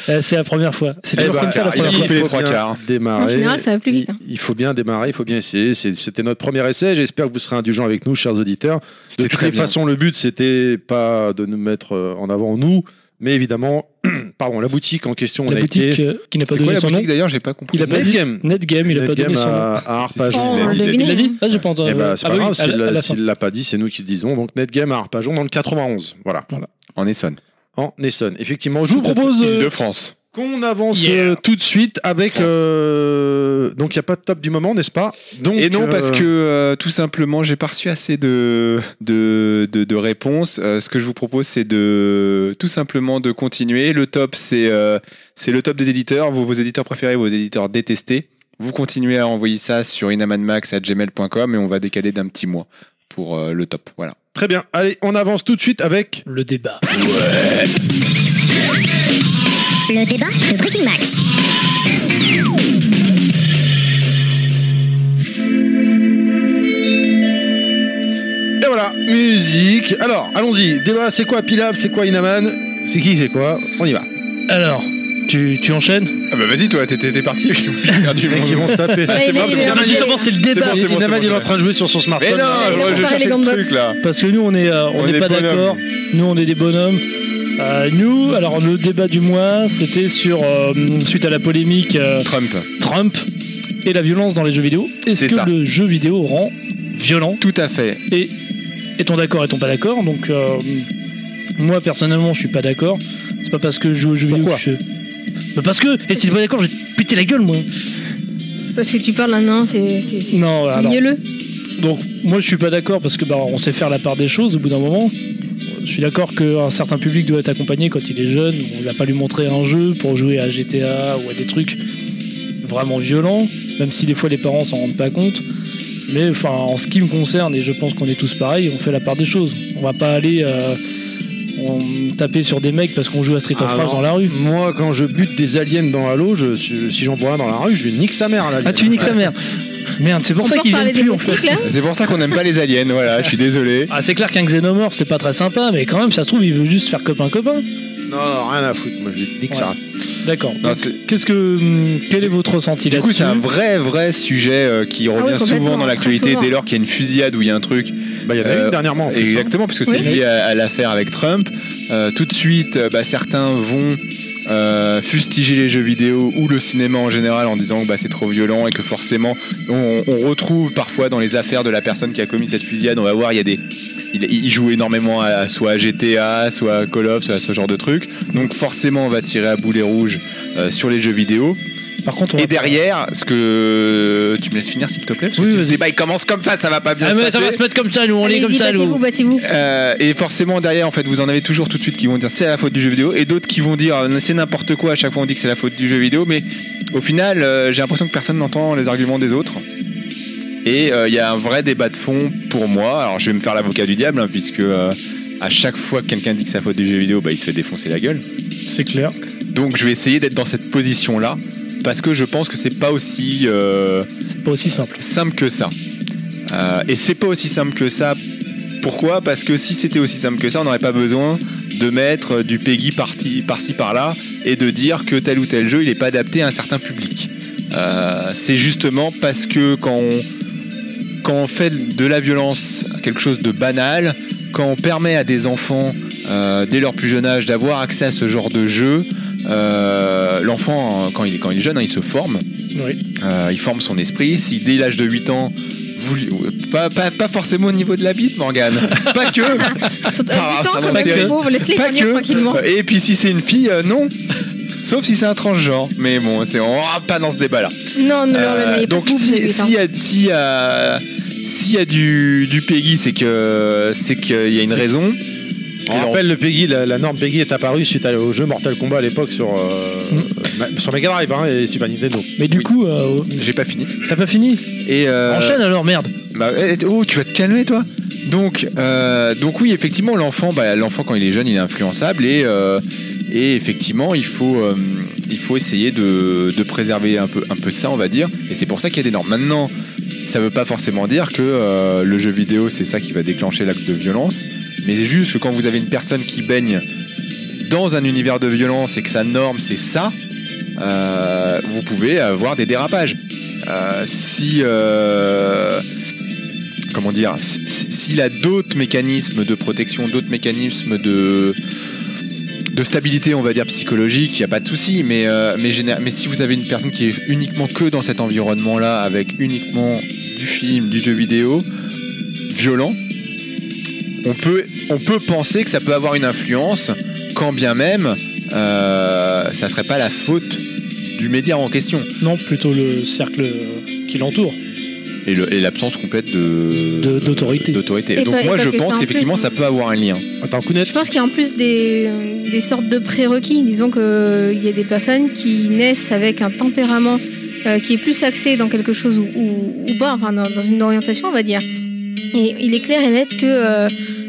Speaker 11: Euh, c'est la première fois. bah, C'est
Speaker 3: Eh
Speaker 11: toujours
Speaker 3: ben,
Speaker 11: comme ça la
Speaker 5: il a
Speaker 11: première
Speaker 3: faut
Speaker 5: coupé les
Speaker 3: bien
Speaker 5: trois quarts.
Speaker 3: Démarrer.
Speaker 6: En général, ça va plus vite, hein.
Speaker 3: Il, il faut bien démarrer, il faut bien essayer. C'est- C'était notre premier essai. J'espère que vous serez indulgents avec nous, chers auditeurs. De
Speaker 5: C'était
Speaker 3: toutes
Speaker 5: très
Speaker 3: les
Speaker 5: bien.
Speaker 3: façons, le but, c'était pas de nous mettre euh, en avant nous, mais évidemment, pardon, la boutique en question, on
Speaker 11: fois. La
Speaker 3: a
Speaker 11: boutique
Speaker 3: été.
Speaker 11: euh, qui n'a pas
Speaker 5: C'était quoi
Speaker 11: donné
Speaker 5: la
Speaker 11: son nom.
Speaker 5: boutique d'ailleurs J'ai pas compris.
Speaker 11: Il a pas dit.
Speaker 3: Netgame.
Speaker 11: Netgame, il a pas
Speaker 3: Netgame
Speaker 11: donné son nom.
Speaker 3: à, à Arpajon.
Speaker 5: Oh,
Speaker 6: on
Speaker 5: il
Speaker 6: le
Speaker 5: l'a
Speaker 6: devinait.
Speaker 11: Il l'a
Speaker 6: hein.
Speaker 11: dit Ah, j'ai pas entendu.
Speaker 3: Eh ben, c'est
Speaker 11: Ah
Speaker 3: pas
Speaker 11: bah oui,
Speaker 3: grave,
Speaker 11: à
Speaker 3: s'il
Speaker 11: la- à
Speaker 3: l'a-
Speaker 11: la fin.
Speaker 3: s'il l'a pas dit, c'est nous qui le disons. Donc Netgame à Arpajon dans le 91, voilà,
Speaker 5: En Essonne.
Speaker 3: en Essonne. Effectivement, je vous propose euh,
Speaker 5: de france
Speaker 3: qu'on avance
Speaker 4: Yeah.
Speaker 3: euh, tout de suite avec. euh, donc il n'y a pas de top du moment, n'est-ce pas donc,
Speaker 5: Et non, parce
Speaker 3: euh,
Speaker 5: que euh, tout simplement, j'ai pas reçu assez de, de, de, de réponses. Euh, ce que je vous propose, c'est de tout simplement de continuer. Le top, c'est euh, c'est le top des éditeurs, vos, vos éditeurs préférés, vos éditeurs détestés. Vous continuez à envoyer ça sur inamanmax.gmail.com et on va décaler d'un petit mois pour euh, le top. Voilà.
Speaker 3: Très bien. Allez, on avance tout de suite avec.
Speaker 4: Le débat.
Speaker 1: Le débat de Breaking Max.
Speaker 3: Et voilà, musique. Alors, allons-y. Débat, c'est quoi Pilaf C'est quoi Inaman C'est qui C'est quoi On y va.
Speaker 4: Alors, tu, tu enchaînes
Speaker 5: Ah bah vas-y, toi, t'étais parti. J'ai perdu
Speaker 3: Les mecs, ils vont se taper.
Speaker 6: Ouais, il est- il est-
Speaker 3: Inaman,
Speaker 6: il est-
Speaker 4: Justement, c'est le débat.
Speaker 5: bon, c'est bon,
Speaker 3: Inaman,
Speaker 5: c'est
Speaker 3: il est
Speaker 5: bon.
Speaker 3: en train de jouer sur son
Speaker 5: Mais
Speaker 3: smartphone.
Speaker 6: Il
Speaker 5: non,
Speaker 6: a
Speaker 5: je
Speaker 6: comparé les
Speaker 5: cherchais
Speaker 6: gants
Speaker 5: le
Speaker 6: de
Speaker 5: truc
Speaker 6: boxe.
Speaker 5: là.
Speaker 4: Parce que nous, on est, euh, on
Speaker 5: On
Speaker 4: n'est
Speaker 5: est
Speaker 4: pas
Speaker 5: bonhomme.
Speaker 4: d'accord. Nous, on est des bonhommes. Euh, nous, alors le débat du mois, c'était sur euh, suite à la polémique euh,
Speaker 5: Trump.
Speaker 4: Trump et la violence dans les jeux vidéo. Est-ce
Speaker 5: C'est
Speaker 4: que
Speaker 5: ça.
Speaker 4: le jeu vidéo rend violent
Speaker 5: Tout à fait.
Speaker 4: Et est-on d'accord, est-on pas d'accord Donc, euh, moi personnellement, je suis pas d'accord. C'est pas parce que je joue aux jeux vidéo que
Speaker 3: Pourquoi
Speaker 4: je. Bah parce que, et si t'es pas d'accord, je vais te péter la gueule, moi.
Speaker 6: hein. Parce que tu parles un nain, c'est c'est- c'est-
Speaker 4: Non,
Speaker 6: c'est
Speaker 4: alors.
Speaker 6: mielleux.
Speaker 4: Donc, moi, je suis pas d'accord parce que, bah, on sait faire la part des choses au bout d'un moment. Je suis d'accord qu'un certain public doit être accompagné quand il est jeune. On va pas lui montrer un jeu pour jouer à GTA ou à des trucs vraiment violents, même si des fois les parents s'en rendent pas compte. Mais enfin, en ce qui me concerne, et je pense qu'on est tous pareils, on fait la part des choses. On va pas aller euh, on- taper sur des mecs parce qu'on joue à Street of
Speaker 3: Ah,
Speaker 4: Rage
Speaker 3: non.
Speaker 4: dans la rue.
Speaker 3: Moi, quand je bute des aliens dans Halo, je, si si j'en vois un dans la rue, je lui nique sa mère. l'alien.
Speaker 4: Ah, tu niques sa mère Merde, c'est pour
Speaker 6: On
Speaker 4: ça
Speaker 6: peut
Speaker 4: qu'il
Speaker 6: reparler
Speaker 4: vient
Speaker 6: des hein.
Speaker 4: plus en fait.
Speaker 6: moustiques, là
Speaker 5: C'est pour ça qu'on n'aime pas les aliens. Voilà, je suis désolé.
Speaker 4: Ah, c'est clair qu'un xénomorphe, c'est pas très sympa, mais quand même, ça se trouve, il veut juste faire copain-copain.
Speaker 3: Non, non, rien à foutre. Moi, je lui nique
Speaker 4: Ouais.
Speaker 3: ça.
Speaker 4: D'accord.
Speaker 5: Non,
Speaker 4: Donc,
Speaker 5: c'est-
Speaker 4: Qu'est-ce que hum, quel est votre ressenti
Speaker 5: Du coup,
Speaker 4: là-dessus
Speaker 5: c'est un vrai, vrai sujet euh, qui
Speaker 6: Ah oui,
Speaker 5: revient souvent
Speaker 6: complètement,
Speaker 5: dans
Speaker 6: très
Speaker 5: l'actualité
Speaker 6: souvent.
Speaker 5: dès lors qu'il y a une fusillade ou il y a un truc.
Speaker 3: Bah, il y en a
Speaker 5: Euh,
Speaker 3: une dernièrement. en plus, hein.
Speaker 5: Exactement, puisque c'est
Speaker 6: Oui.
Speaker 5: lié à, à l'affaire avec Trump. Euh, tout de suite, euh, bah, certains vont euh, fustiger les jeux vidéo ou le cinéma en général en disant que bah, c'est trop violent et que forcément, on, on retrouve parfois dans les affaires de la personne qui a commis cette fusillade, on va voir, il y a des. Il, il joue énormément à, soit à GTA, soit à Call of, soit à ce genre de truc. Donc forcément, on va tirer à boulet rouge euh, sur les jeux vidéo.
Speaker 4: Par contre, on va-
Speaker 5: Et derrière, ce que tu me laisses finir s'il te plaît, parce que
Speaker 4: Oui,
Speaker 5: si le
Speaker 4: vas-y.
Speaker 5: débat il commence comme ça, ça va pas bien.
Speaker 4: Ah,
Speaker 5: se
Speaker 4: mais ça va
Speaker 5: passer.
Speaker 4: se mettre comme ça, nous, on est comme
Speaker 6: Allez-y,
Speaker 4: ça,
Speaker 6: battez-vous,
Speaker 4: nous.
Speaker 6: battez-vous.
Speaker 5: Euh, et forcément derrière en fait vous en avez toujours tout de suite qui vont dire c'est la faute du jeu vidéo et d'autres qui vont dire euh, c'est n'importe quoi à chaque fois on dit que c'est la faute du jeu vidéo mais au final euh, j'ai l'impression que personne n'entend les arguments des autres et euh, il y a un vrai débat de fond pour moi alors je vais me faire l'avocat du diable hein, puisque euh, à chaque fois que quelqu'un dit que c'est la faute du jeu vidéo bah, il se fait défoncer la gueule
Speaker 4: C'est clair.
Speaker 5: donc je vais essayer d'être dans cette position là parce que je pense que c'est pas aussi euh,
Speaker 4: C'est pas aussi simple.
Speaker 5: simple que ça. Euh, et c'est pas aussi simple que ça. Pourquoi Parce que si c'était aussi simple que ça, on n'aurait pas besoin de mettre euh, du Peggy par-ci par-ci, par-là et de dire que tel ou tel jeu il n'est pas adapté à un certain public. Euh, c'est justement parce que quand on, quand on fait de la violence quelque chose de banal, quand on permet à des enfants euh, dès leur plus jeune âge d'avoir accès à ce genre de jeu, euh, l'enfant euh, quand il, est- quand il est jeune hein, il se forme
Speaker 4: Oui.
Speaker 5: euh, il forme son esprit. Si dès l'âge de 8 ans, vous, lui- pas, pas, pas forcément au niveau de la bite, Morgane. pas que.
Speaker 6: Surtout avec
Speaker 5: Ah,
Speaker 6: du
Speaker 5: ça
Speaker 6: temps, quand
Speaker 5: va pas
Speaker 6: même,
Speaker 5: que-
Speaker 6: les pauvres, laisse-les
Speaker 5: pas
Speaker 6: venir tranquillement.
Speaker 5: que. Et puis si c'est une fille, euh, non. Sauf si c'est un transgenre. Mais bon, c'est on rentre pas dans ce débat-là.
Speaker 6: Non, ne
Speaker 5: Euh,
Speaker 6: leur n'ayez pas
Speaker 5: donc
Speaker 6: vous, vous
Speaker 5: si
Speaker 6: êtes
Speaker 5: s'il y a, s'il y a- s'il y a du, du Peggy, c'est que c'est qu'il y a une raison.
Speaker 3: On rappelle, le Peggy, la, la norme Peggy est apparue suite à- au jeu Mortal Kombat à l'époque sur, euh, ma- sur Mega Drive hein, et Super Nintendo.
Speaker 4: Mais du coup, euh,
Speaker 5: J'ai pas fini.
Speaker 4: t'as pas fini
Speaker 5: Et euh,
Speaker 4: Enchaîne alors, merde.
Speaker 5: Bah, eh, oh, tu vas te calmer, toi. Donc, euh, donc oui, effectivement, l'enfant, bah, l'enfant quand il est jeune, il est influençable et euh, et effectivement, il faut euh, il faut essayer de, de préserver un peu un peu ça, on va dire. Et c'est pour ça qu'il y a des normes. Maintenant, ça veut pas forcément dire que euh, le jeu vidéo c'est ça qui va déclencher l'acte de violence, mais c'est juste que quand vous avez une personne qui baigne dans un univers de violence et que sa norme c'est ça, euh, vous pouvez avoir des dérapages. Euh, si euh, comment dire, si- si- s'il a d'autres mécanismes de protection, d'autres mécanismes de de stabilité, on va dire psychologique, il n'y a pas de souci. Mais euh, mais, géné- mais si vous avez une personne qui est uniquement que dans cet environnement-là, avec uniquement du film, du jeu vidéo, violent, on peut on peut penser que ça peut avoir une influence, quand bien même euh, ça serait pas la faute du média en question
Speaker 4: Non, plutôt le cercle euh, qui l'entoure.
Speaker 5: et le- et l'absence complète de
Speaker 4: De- d'autorité.
Speaker 5: d'autorité.
Speaker 6: Et
Speaker 5: Donc
Speaker 6: pas- et
Speaker 5: moi
Speaker 6: pas
Speaker 5: je
Speaker 6: que ça
Speaker 5: pense
Speaker 6: en
Speaker 5: qu'effectivement
Speaker 6: plus,
Speaker 5: ça
Speaker 6: hein.
Speaker 5: peut avoir un lien.
Speaker 3: Attends, Kounet,
Speaker 6: Je pense qu'il y a en plus des, des sortes de prérequis. Disons qu'il y a des personnes qui naissent avec un tempérament euh, qui est plus axé dans quelque chose ou, ou- ou bas, enfin dans, dans une orientation, on va dire. Et il est clair et net que euh,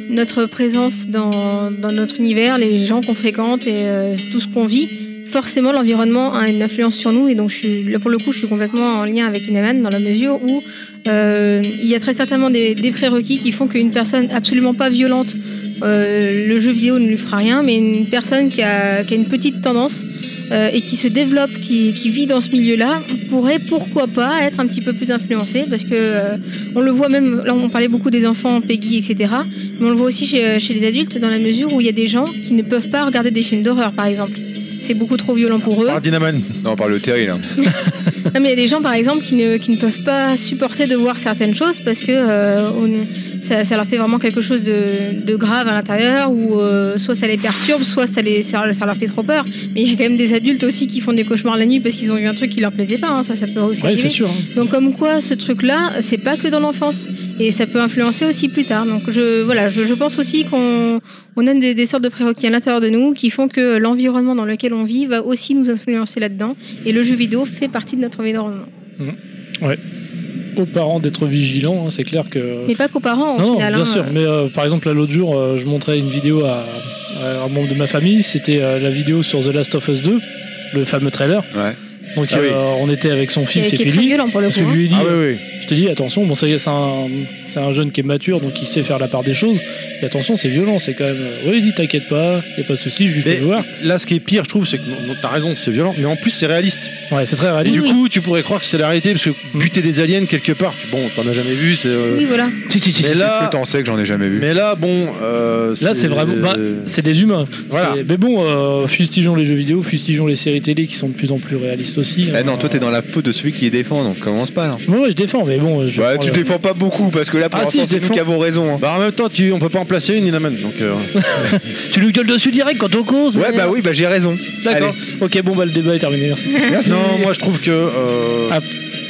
Speaker 6: notre présence dans, dans notre univers, les gens qu'on fréquente et euh, tout ce qu'on vit, forcément l'environnement a une influence sur nous. Et donc je suis, là pour le coup, je suis complètement en lien avec Inaman dans la mesure où euh, il y a très certainement des, des prérequis qui font qu'une personne absolument pas violente euh, le jeu vidéo ne lui fera rien, mais une personne qui a, qui a une petite tendance euh, et qui se développe, qui, qui vit dans ce milieu-là, pourrait pourquoi pas être un petit peu plus influencée parce que euh, on le voit même, là on parlait beaucoup des enfants, Peggy, etc. Mais on le voit aussi chez, chez les adultes dans la mesure où il y a des gens qui ne peuvent pas regarder des films d'horreur par exemple. C'est beaucoup trop violent pour eux.
Speaker 3: par Dynaman.
Speaker 5: Non, on parle de hein. Terry là.
Speaker 6: Non, mais il y a des gens, par exemple, qui ne, qui ne peuvent pas supporter de voir certaines choses parce que euh, on- ça, ça leur fait vraiment quelque chose de, de grave à l'intérieur, ou euh, soit ça les perturbe, soit ça, les, ça, ça leur fait trop peur. Mais il y a quand même des adultes aussi qui font des cauchemars la nuit parce qu'ils ont vu un truc qui leur plaisait pas. hein. ça, ça peut aussi
Speaker 4: Ouais, c'est
Speaker 6: arriver.
Speaker 4: sûr. hein.
Speaker 6: Donc comme quoi ce truc-là, c'est pas que dans l'enfance et ça peut influencer aussi plus tard. Donc je voilà, je, je pense aussi qu'on on a des, des sortes de prérequis à l'intérieur de nous qui font que l'environnement dans lequel on vit va aussi nous influencer là-dedans et le jeu vidéo fait partie de notre environnement.
Speaker 4: Aux parents d'être vigilants, hein, c'est clair que.
Speaker 6: Mais pas qu'aux parents au
Speaker 4: Non, non,
Speaker 6: final.
Speaker 4: bien
Speaker 6: hein.
Speaker 4: sûr. Mais euh, par exemple, là, l'autre jour, euh, je montrais une vidéo à, à un membre de ma famille. C'était euh, la vidéo sur The Last of Us 2, le fameux trailer.
Speaker 5: Ouais.
Speaker 4: Donc,
Speaker 3: Ah oui.
Speaker 4: euh, on était avec son
Speaker 6: Qui,
Speaker 4: fils et
Speaker 6: qui est très
Speaker 4: Philippe.
Speaker 6: violent pour le
Speaker 4: Parce
Speaker 6: coup. hein.
Speaker 4: que je lui ai dit,
Speaker 3: Ah oui, oui.
Speaker 4: je te dis, attention, bon, ça y est, c'est un, c'est un jeune qui est mature, donc il sait faire la part des choses. Et attention, c'est violent, c'est quand même. euh, Oui, il dit, t'inquiète pas, y a pas de souci, je lui fais
Speaker 3: Mais-
Speaker 4: voir.
Speaker 3: Là, ce qui est pire, je trouve, c'est que non, non, t'as raison, c'est violent, mais en plus, c'est réaliste.
Speaker 4: Ouais, c'est très
Speaker 3: Et
Speaker 4: réaliste.
Speaker 3: du coup, tu pourrais croire que c'est la réalité, parce
Speaker 4: Mm.
Speaker 3: que buter des aliens quelque part, tu- bon, t'en as jamais vu, c'est. euh,
Speaker 6: hein. Oui voilà.
Speaker 4: Si, si, si,
Speaker 3: Mais
Speaker 4: si.
Speaker 3: là-
Speaker 5: Qu'est-ce que t'en sais que j'en ai jamais vu
Speaker 3: Mais là, bon. euh,
Speaker 4: Là, c'est vraiment. bah, c'est des humains.
Speaker 3: Voilà.
Speaker 4: C'est- Mais bon, euh, fustigeons les jeux vidéo, fustigeons les séries télé qui sont de plus en plus réalistes aussi.
Speaker 5: Eh non, toi t'es
Speaker 4: Euh,
Speaker 5: dans la peau de celui qui les défend, donc commence pas là.
Speaker 4: Ouais, ouais, je défends, mais bon. Je
Speaker 5: Bah,
Speaker 4: prends
Speaker 5: tu
Speaker 4: le-
Speaker 5: défends pas beaucoup parce que là pour
Speaker 4: Ah, si,
Speaker 5: l'instant
Speaker 4: je
Speaker 5: c'est nous
Speaker 4: défends.
Speaker 5: qui avons raison. hein.
Speaker 3: Bah, en même temps, tu, on peut pas en placer une, Inaman. Donc, euh,
Speaker 4: Ah, Tu lui gueules dessus direct quand on cause.
Speaker 5: Ouais,
Speaker 4: mais-
Speaker 5: bah oui, bah j'ai raison.
Speaker 4: D'accord. Ok, bon, bah le débat est terminé, merci.
Speaker 5: Merci.
Speaker 3: non, moi, je trouve que. euh,
Speaker 4: Ah.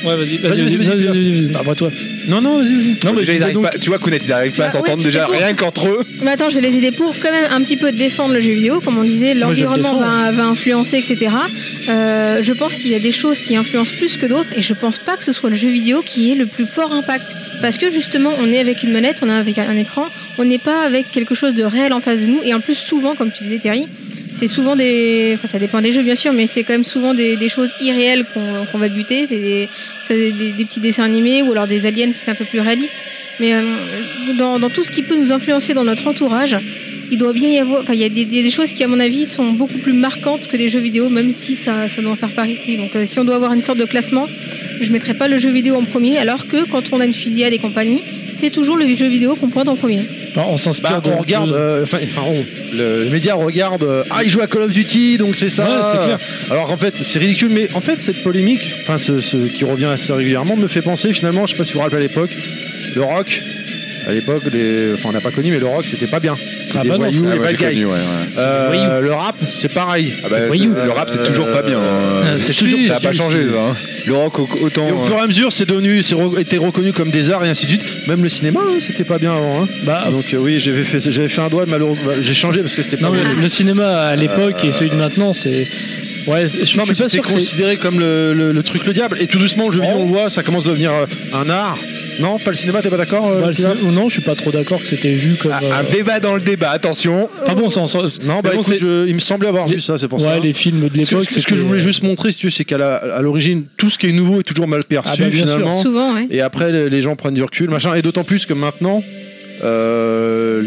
Speaker 4: Ouais, vas-y, vas-y,
Speaker 3: Vas-y, vas-y,
Speaker 4: vas-y, vas-y,
Speaker 3: vas-y.
Speaker 4: vas-y, vas-y. Après toi.
Speaker 3: Non, non, vas-y, vas-y.
Speaker 4: Non, mais je
Speaker 5: Déjà, ils
Speaker 4: disais
Speaker 5: arrivent
Speaker 4: donc-
Speaker 5: pas- tu vois, Kounet, ils arrivent pas à
Speaker 6: Bah,
Speaker 5: s'entendre
Speaker 6: oui,
Speaker 5: déjà
Speaker 6: c'est bon.
Speaker 5: rien qu'entre eux.
Speaker 6: Mais attends, je vais les aider pour quand même un petit peu défendre le jeu vidéo, comme on disait,
Speaker 4: Moi, je le
Speaker 6: l'environnement
Speaker 4: défends.
Speaker 6: va, va influencer, etc. Euh, je pense qu'il y a des choses qui influencent plus que d'autres, et je pense pas que ce soit le jeu vidéo qui ait le plus fort impact, parce que justement, on est avec une manette, on est avec un écran, on n'est pas avec quelque chose de réel en face de nous, et en plus souvent, comme tu disais Terry, c'est souvent des, enfin ça dépend des jeux bien sûr, mais c'est quand même souvent des, des choses irréelles qu'on qu'on va buter, c'est des, c'est des, des- des petits dessins animés ou alors des aliens si c'est un peu plus réaliste. Mais euh, dans, dans tout ce qui peut nous influencer dans notre entourage, il doit bien y avoir. Enfin, il y a des, des- des choses qui, à mon avis, sont beaucoup plus marquantes que des jeux vidéo, même si ça, ça doit en faire partie. Donc, euh, si on doit avoir une sorte de classement, je mettrais pas le jeu vidéo en premier, alors que quand on a une fusillade et compagnie, c'est toujours le jeu vidéo qu'on pointe en premier.
Speaker 4: Bah, on
Speaker 3: Bah,
Speaker 4: s'inspire de.
Speaker 3: on regarde,
Speaker 4: de-
Speaker 3: euh, enfin, enfin, on, le, les médias regardent, euh, ah, il joue à Call of Duty, donc c'est ça.
Speaker 4: Ouais, c'est clair.
Speaker 3: Alors en fait, c'est ridicule, mais en fait, cette polémique, enfin, ce, ce qui revient assez régulièrement, me fait penser finalement, je sais pas si vous vous rappelez à l'époque, le rock. À l'époque, les- enfin, on n'a pas connu, mais le rock, c'était pas bien. C'était
Speaker 4: Ah
Speaker 3: des
Speaker 4: bah non,
Speaker 3: voyous,
Speaker 4: c'est-
Speaker 3: les
Speaker 5: Ah ouais,
Speaker 3: bad
Speaker 5: j'ai
Speaker 3: guys.
Speaker 5: connu, ouais, ouais.
Speaker 3: Euh,
Speaker 4: C'était des
Speaker 3: le rap, c'est pareil.
Speaker 5: Ah bah,
Speaker 4: voyous.
Speaker 5: c'est- le rap, c'est toujours pas bien. hein.
Speaker 4: Euh, c'est
Speaker 5: Si,
Speaker 4: toujours-
Speaker 5: ça a pas
Speaker 4: si,
Speaker 5: changé, ça. hein. Le rock au- autant.
Speaker 3: Et au
Speaker 5: euh,
Speaker 3: fur et à mesure, c'est devenu, c'est re- été reconnu comme des arts et ainsi de suite. Même le cinéma, hein, c'était pas bien avant. hein.
Speaker 4: Bah,
Speaker 3: Donc euh, oui, j'avais fait, j'avais fait un doigt, malheureusement, j'ai changé parce que c'était pas.
Speaker 4: non, mais
Speaker 3: bon.
Speaker 4: le cinéma à l'époque et celui de maintenant, c'est. Ouais,
Speaker 3: Euh, Non,
Speaker 4: c'est- je
Speaker 3: mais
Speaker 4: suis pas
Speaker 3: c'était
Speaker 4: sûr que c'est.
Speaker 3: considéré comme le, le- le truc le diable. Et tout doucement, le jeu vidéo,
Speaker 4: Oh.
Speaker 3: on le voit, ça commence à devenir euh, un art. Non, pas le cinéma, t'es pas d'accord euh,
Speaker 4: Bah, le
Speaker 3: Pierre
Speaker 4: ciné- non, je suis pas trop d'accord que c'était vu comme.
Speaker 5: Ah,
Speaker 4: euh,
Speaker 5: Un débat dans le débat, attention.
Speaker 4: Pas bon, ça en sort-
Speaker 3: Non, bah
Speaker 4: mais bon,
Speaker 3: écoute,
Speaker 4: c'est-
Speaker 3: je- il me semblait avoir
Speaker 4: Les-
Speaker 3: vu ça, c'est pour
Speaker 4: Ouais,
Speaker 3: ça.
Speaker 4: les films de
Speaker 3: Ce que,
Speaker 4: l'époque.
Speaker 3: ce que- ce que je
Speaker 4: c'était- euh,
Speaker 3: voulais juste montrer, si tu veux, c'est qu'à la- à l'origine, tout ce qui est nouveau est toujours mal perçu
Speaker 4: Ah bah, bien sûr.
Speaker 3: finalement.
Speaker 6: Souvent, ouais.
Speaker 3: Et après, les les gens prennent du recul, machin. Et d'autant plus que maintenant, euh,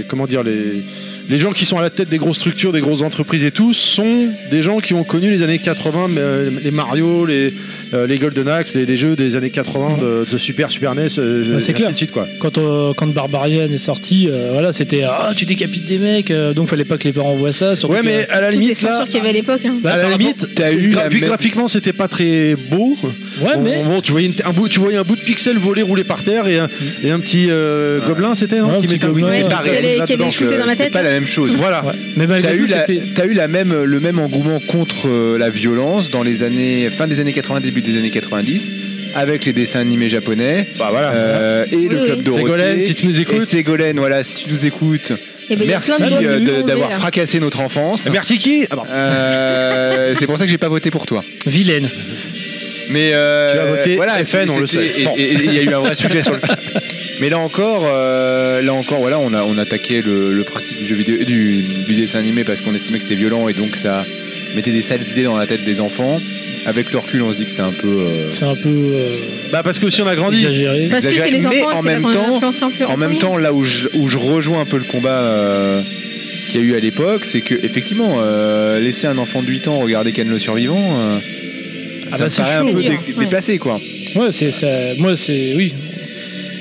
Speaker 3: les comment dire les les gens qui sont à la tête des grosses structures, des grosses entreprises et tout, sont des gens qui ont connu les années 80, mais, euh, les Mario, les euh, les Golden Axe, les, les jeux des années 80 de, de Super Super NES, euh,
Speaker 4: Bah,
Speaker 3: et ainsi
Speaker 4: c'est clair.
Speaker 3: de suite quoi.
Speaker 4: Quand, euh, quand Barbarian est sorti, euh, voilà, c'était ah tu décapites des mecs, euh, donc fallait pas que les parents voient ça. surtout
Speaker 3: Ouais,
Speaker 4: que- euh,
Speaker 3: mais à la
Speaker 6: Toutes les
Speaker 3: limite là.
Speaker 6: censures qu'il y avait à l'époque. hein.
Speaker 4: Bah,
Speaker 3: à la
Speaker 4: par
Speaker 3: limite,
Speaker 5: t'as
Speaker 3: c'est
Speaker 5: eu
Speaker 3: gra-
Speaker 5: la
Speaker 3: vu que
Speaker 5: même-
Speaker 3: graphiquement c'était pas très beau.
Speaker 4: Ouais,
Speaker 3: Bon,
Speaker 4: mais
Speaker 3: bon, tu voyais une- un bout, tu voyais un bout de pixel voler rouler par terre et un, et un petit euh, gobelin, c'était non
Speaker 4: Ouais, un
Speaker 3: qui
Speaker 4: petit
Speaker 3: mettait un
Speaker 4: gobelin.
Speaker 3: whisky
Speaker 4: Ouais,
Speaker 3: par
Speaker 6: qui
Speaker 3: terre.
Speaker 6: allait- qui allait
Speaker 3: Là-dedans,
Speaker 6: shooter
Speaker 3: que-
Speaker 6: dans la
Speaker 5: C'est
Speaker 6: tête.
Speaker 5: pas la même chose. Voilà.
Speaker 4: Ouais. Mais
Speaker 5: T'as
Speaker 4: malgré
Speaker 5: eu,
Speaker 4: tout,
Speaker 5: la-
Speaker 4: c'était.
Speaker 5: t'as eu la même, le même engouement contre euh, la violence dans les années fin des années 80, début des années 90, avec les dessins animés japonais
Speaker 3: Bah voilà.
Speaker 5: euh, et le
Speaker 6: Oui,
Speaker 5: club
Speaker 6: oui.
Speaker 5: Dorothée.
Speaker 3: Ségolène, si tu nous écoutes.
Speaker 5: Et Ségolène, voilà, si tu nous écoutes.
Speaker 6: Et ben, il y a
Speaker 5: merci
Speaker 6: plein de bonnes
Speaker 5: euh, de-
Speaker 6: leçons enlevées,
Speaker 5: d'avoir
Speaker 6: là.
Speaker 5: fracassé notre enfance.
Speaker 3: Merci qui Ah, pardon.
Speaker 5: Euh, c'est pour ça que j'ai pas voté pour toi.
Speaker 4: Vilaine.
Speaker 5: Mais euh,
Speaker 3: Tu as voté
Speaker 5: voilà,
Speaker 3: FN,
Speaker 5: c'est-
Speaker 3: on le
Speaker 5: c'était-
Speaker 3: sait.
Speaker 5: et-
Speaker 3: Bon.
Speaker 5: et- et Il y a eu un vrai sujet sur le. Mais là encore, euh, là encore, voilà, on a on attaqué le, le principe du jeu vidéo, du, du dessin animé parce qu'on estimait que c'était violent et donc ça mettait des sales idées dans la tête des enfants. Avec le recul, on se dit que c'était un peu. euh,
Speaker 4: C'est un peu euh,
Speaker 3: Bah parce que aussi on a grandi.
Speaker 4: exagéré.
Speaker 6: Parce que c'est les
Speaker 5: Mais
Speaker 6: enfants
Speaker 5: en
Speaker 6: et c'est là
Speaker 5: même
Speaker 6: qu'on
Speaker 5: temps-
Speaker 6: a influencé en plus.
Speaker 5: En même
Speaker 6: premier.
Speaker 5: temps, là où je, où je rejoins un peu le combat euh, qu'il y a eu à l'époque, c'est que effectivement, euh, laisser un enfant de 8 ans regarder Ken le survivant, euh,
Speaker 4: Ah
Speaker 5: ça
Speaker 4: bah,
Speaker 5: me
Speaker 4: c'est
Speaker 5: paraît un
Speaker 6: chaud.
Speaker 5: peu
Speaker 6: C'est dur,
Speaker 5: dé-
Speaker 6: ouais.
Speaker 5: déplacé, quoi.
Speaker 4: Ouais, c'est ça. Moi, c'est oui.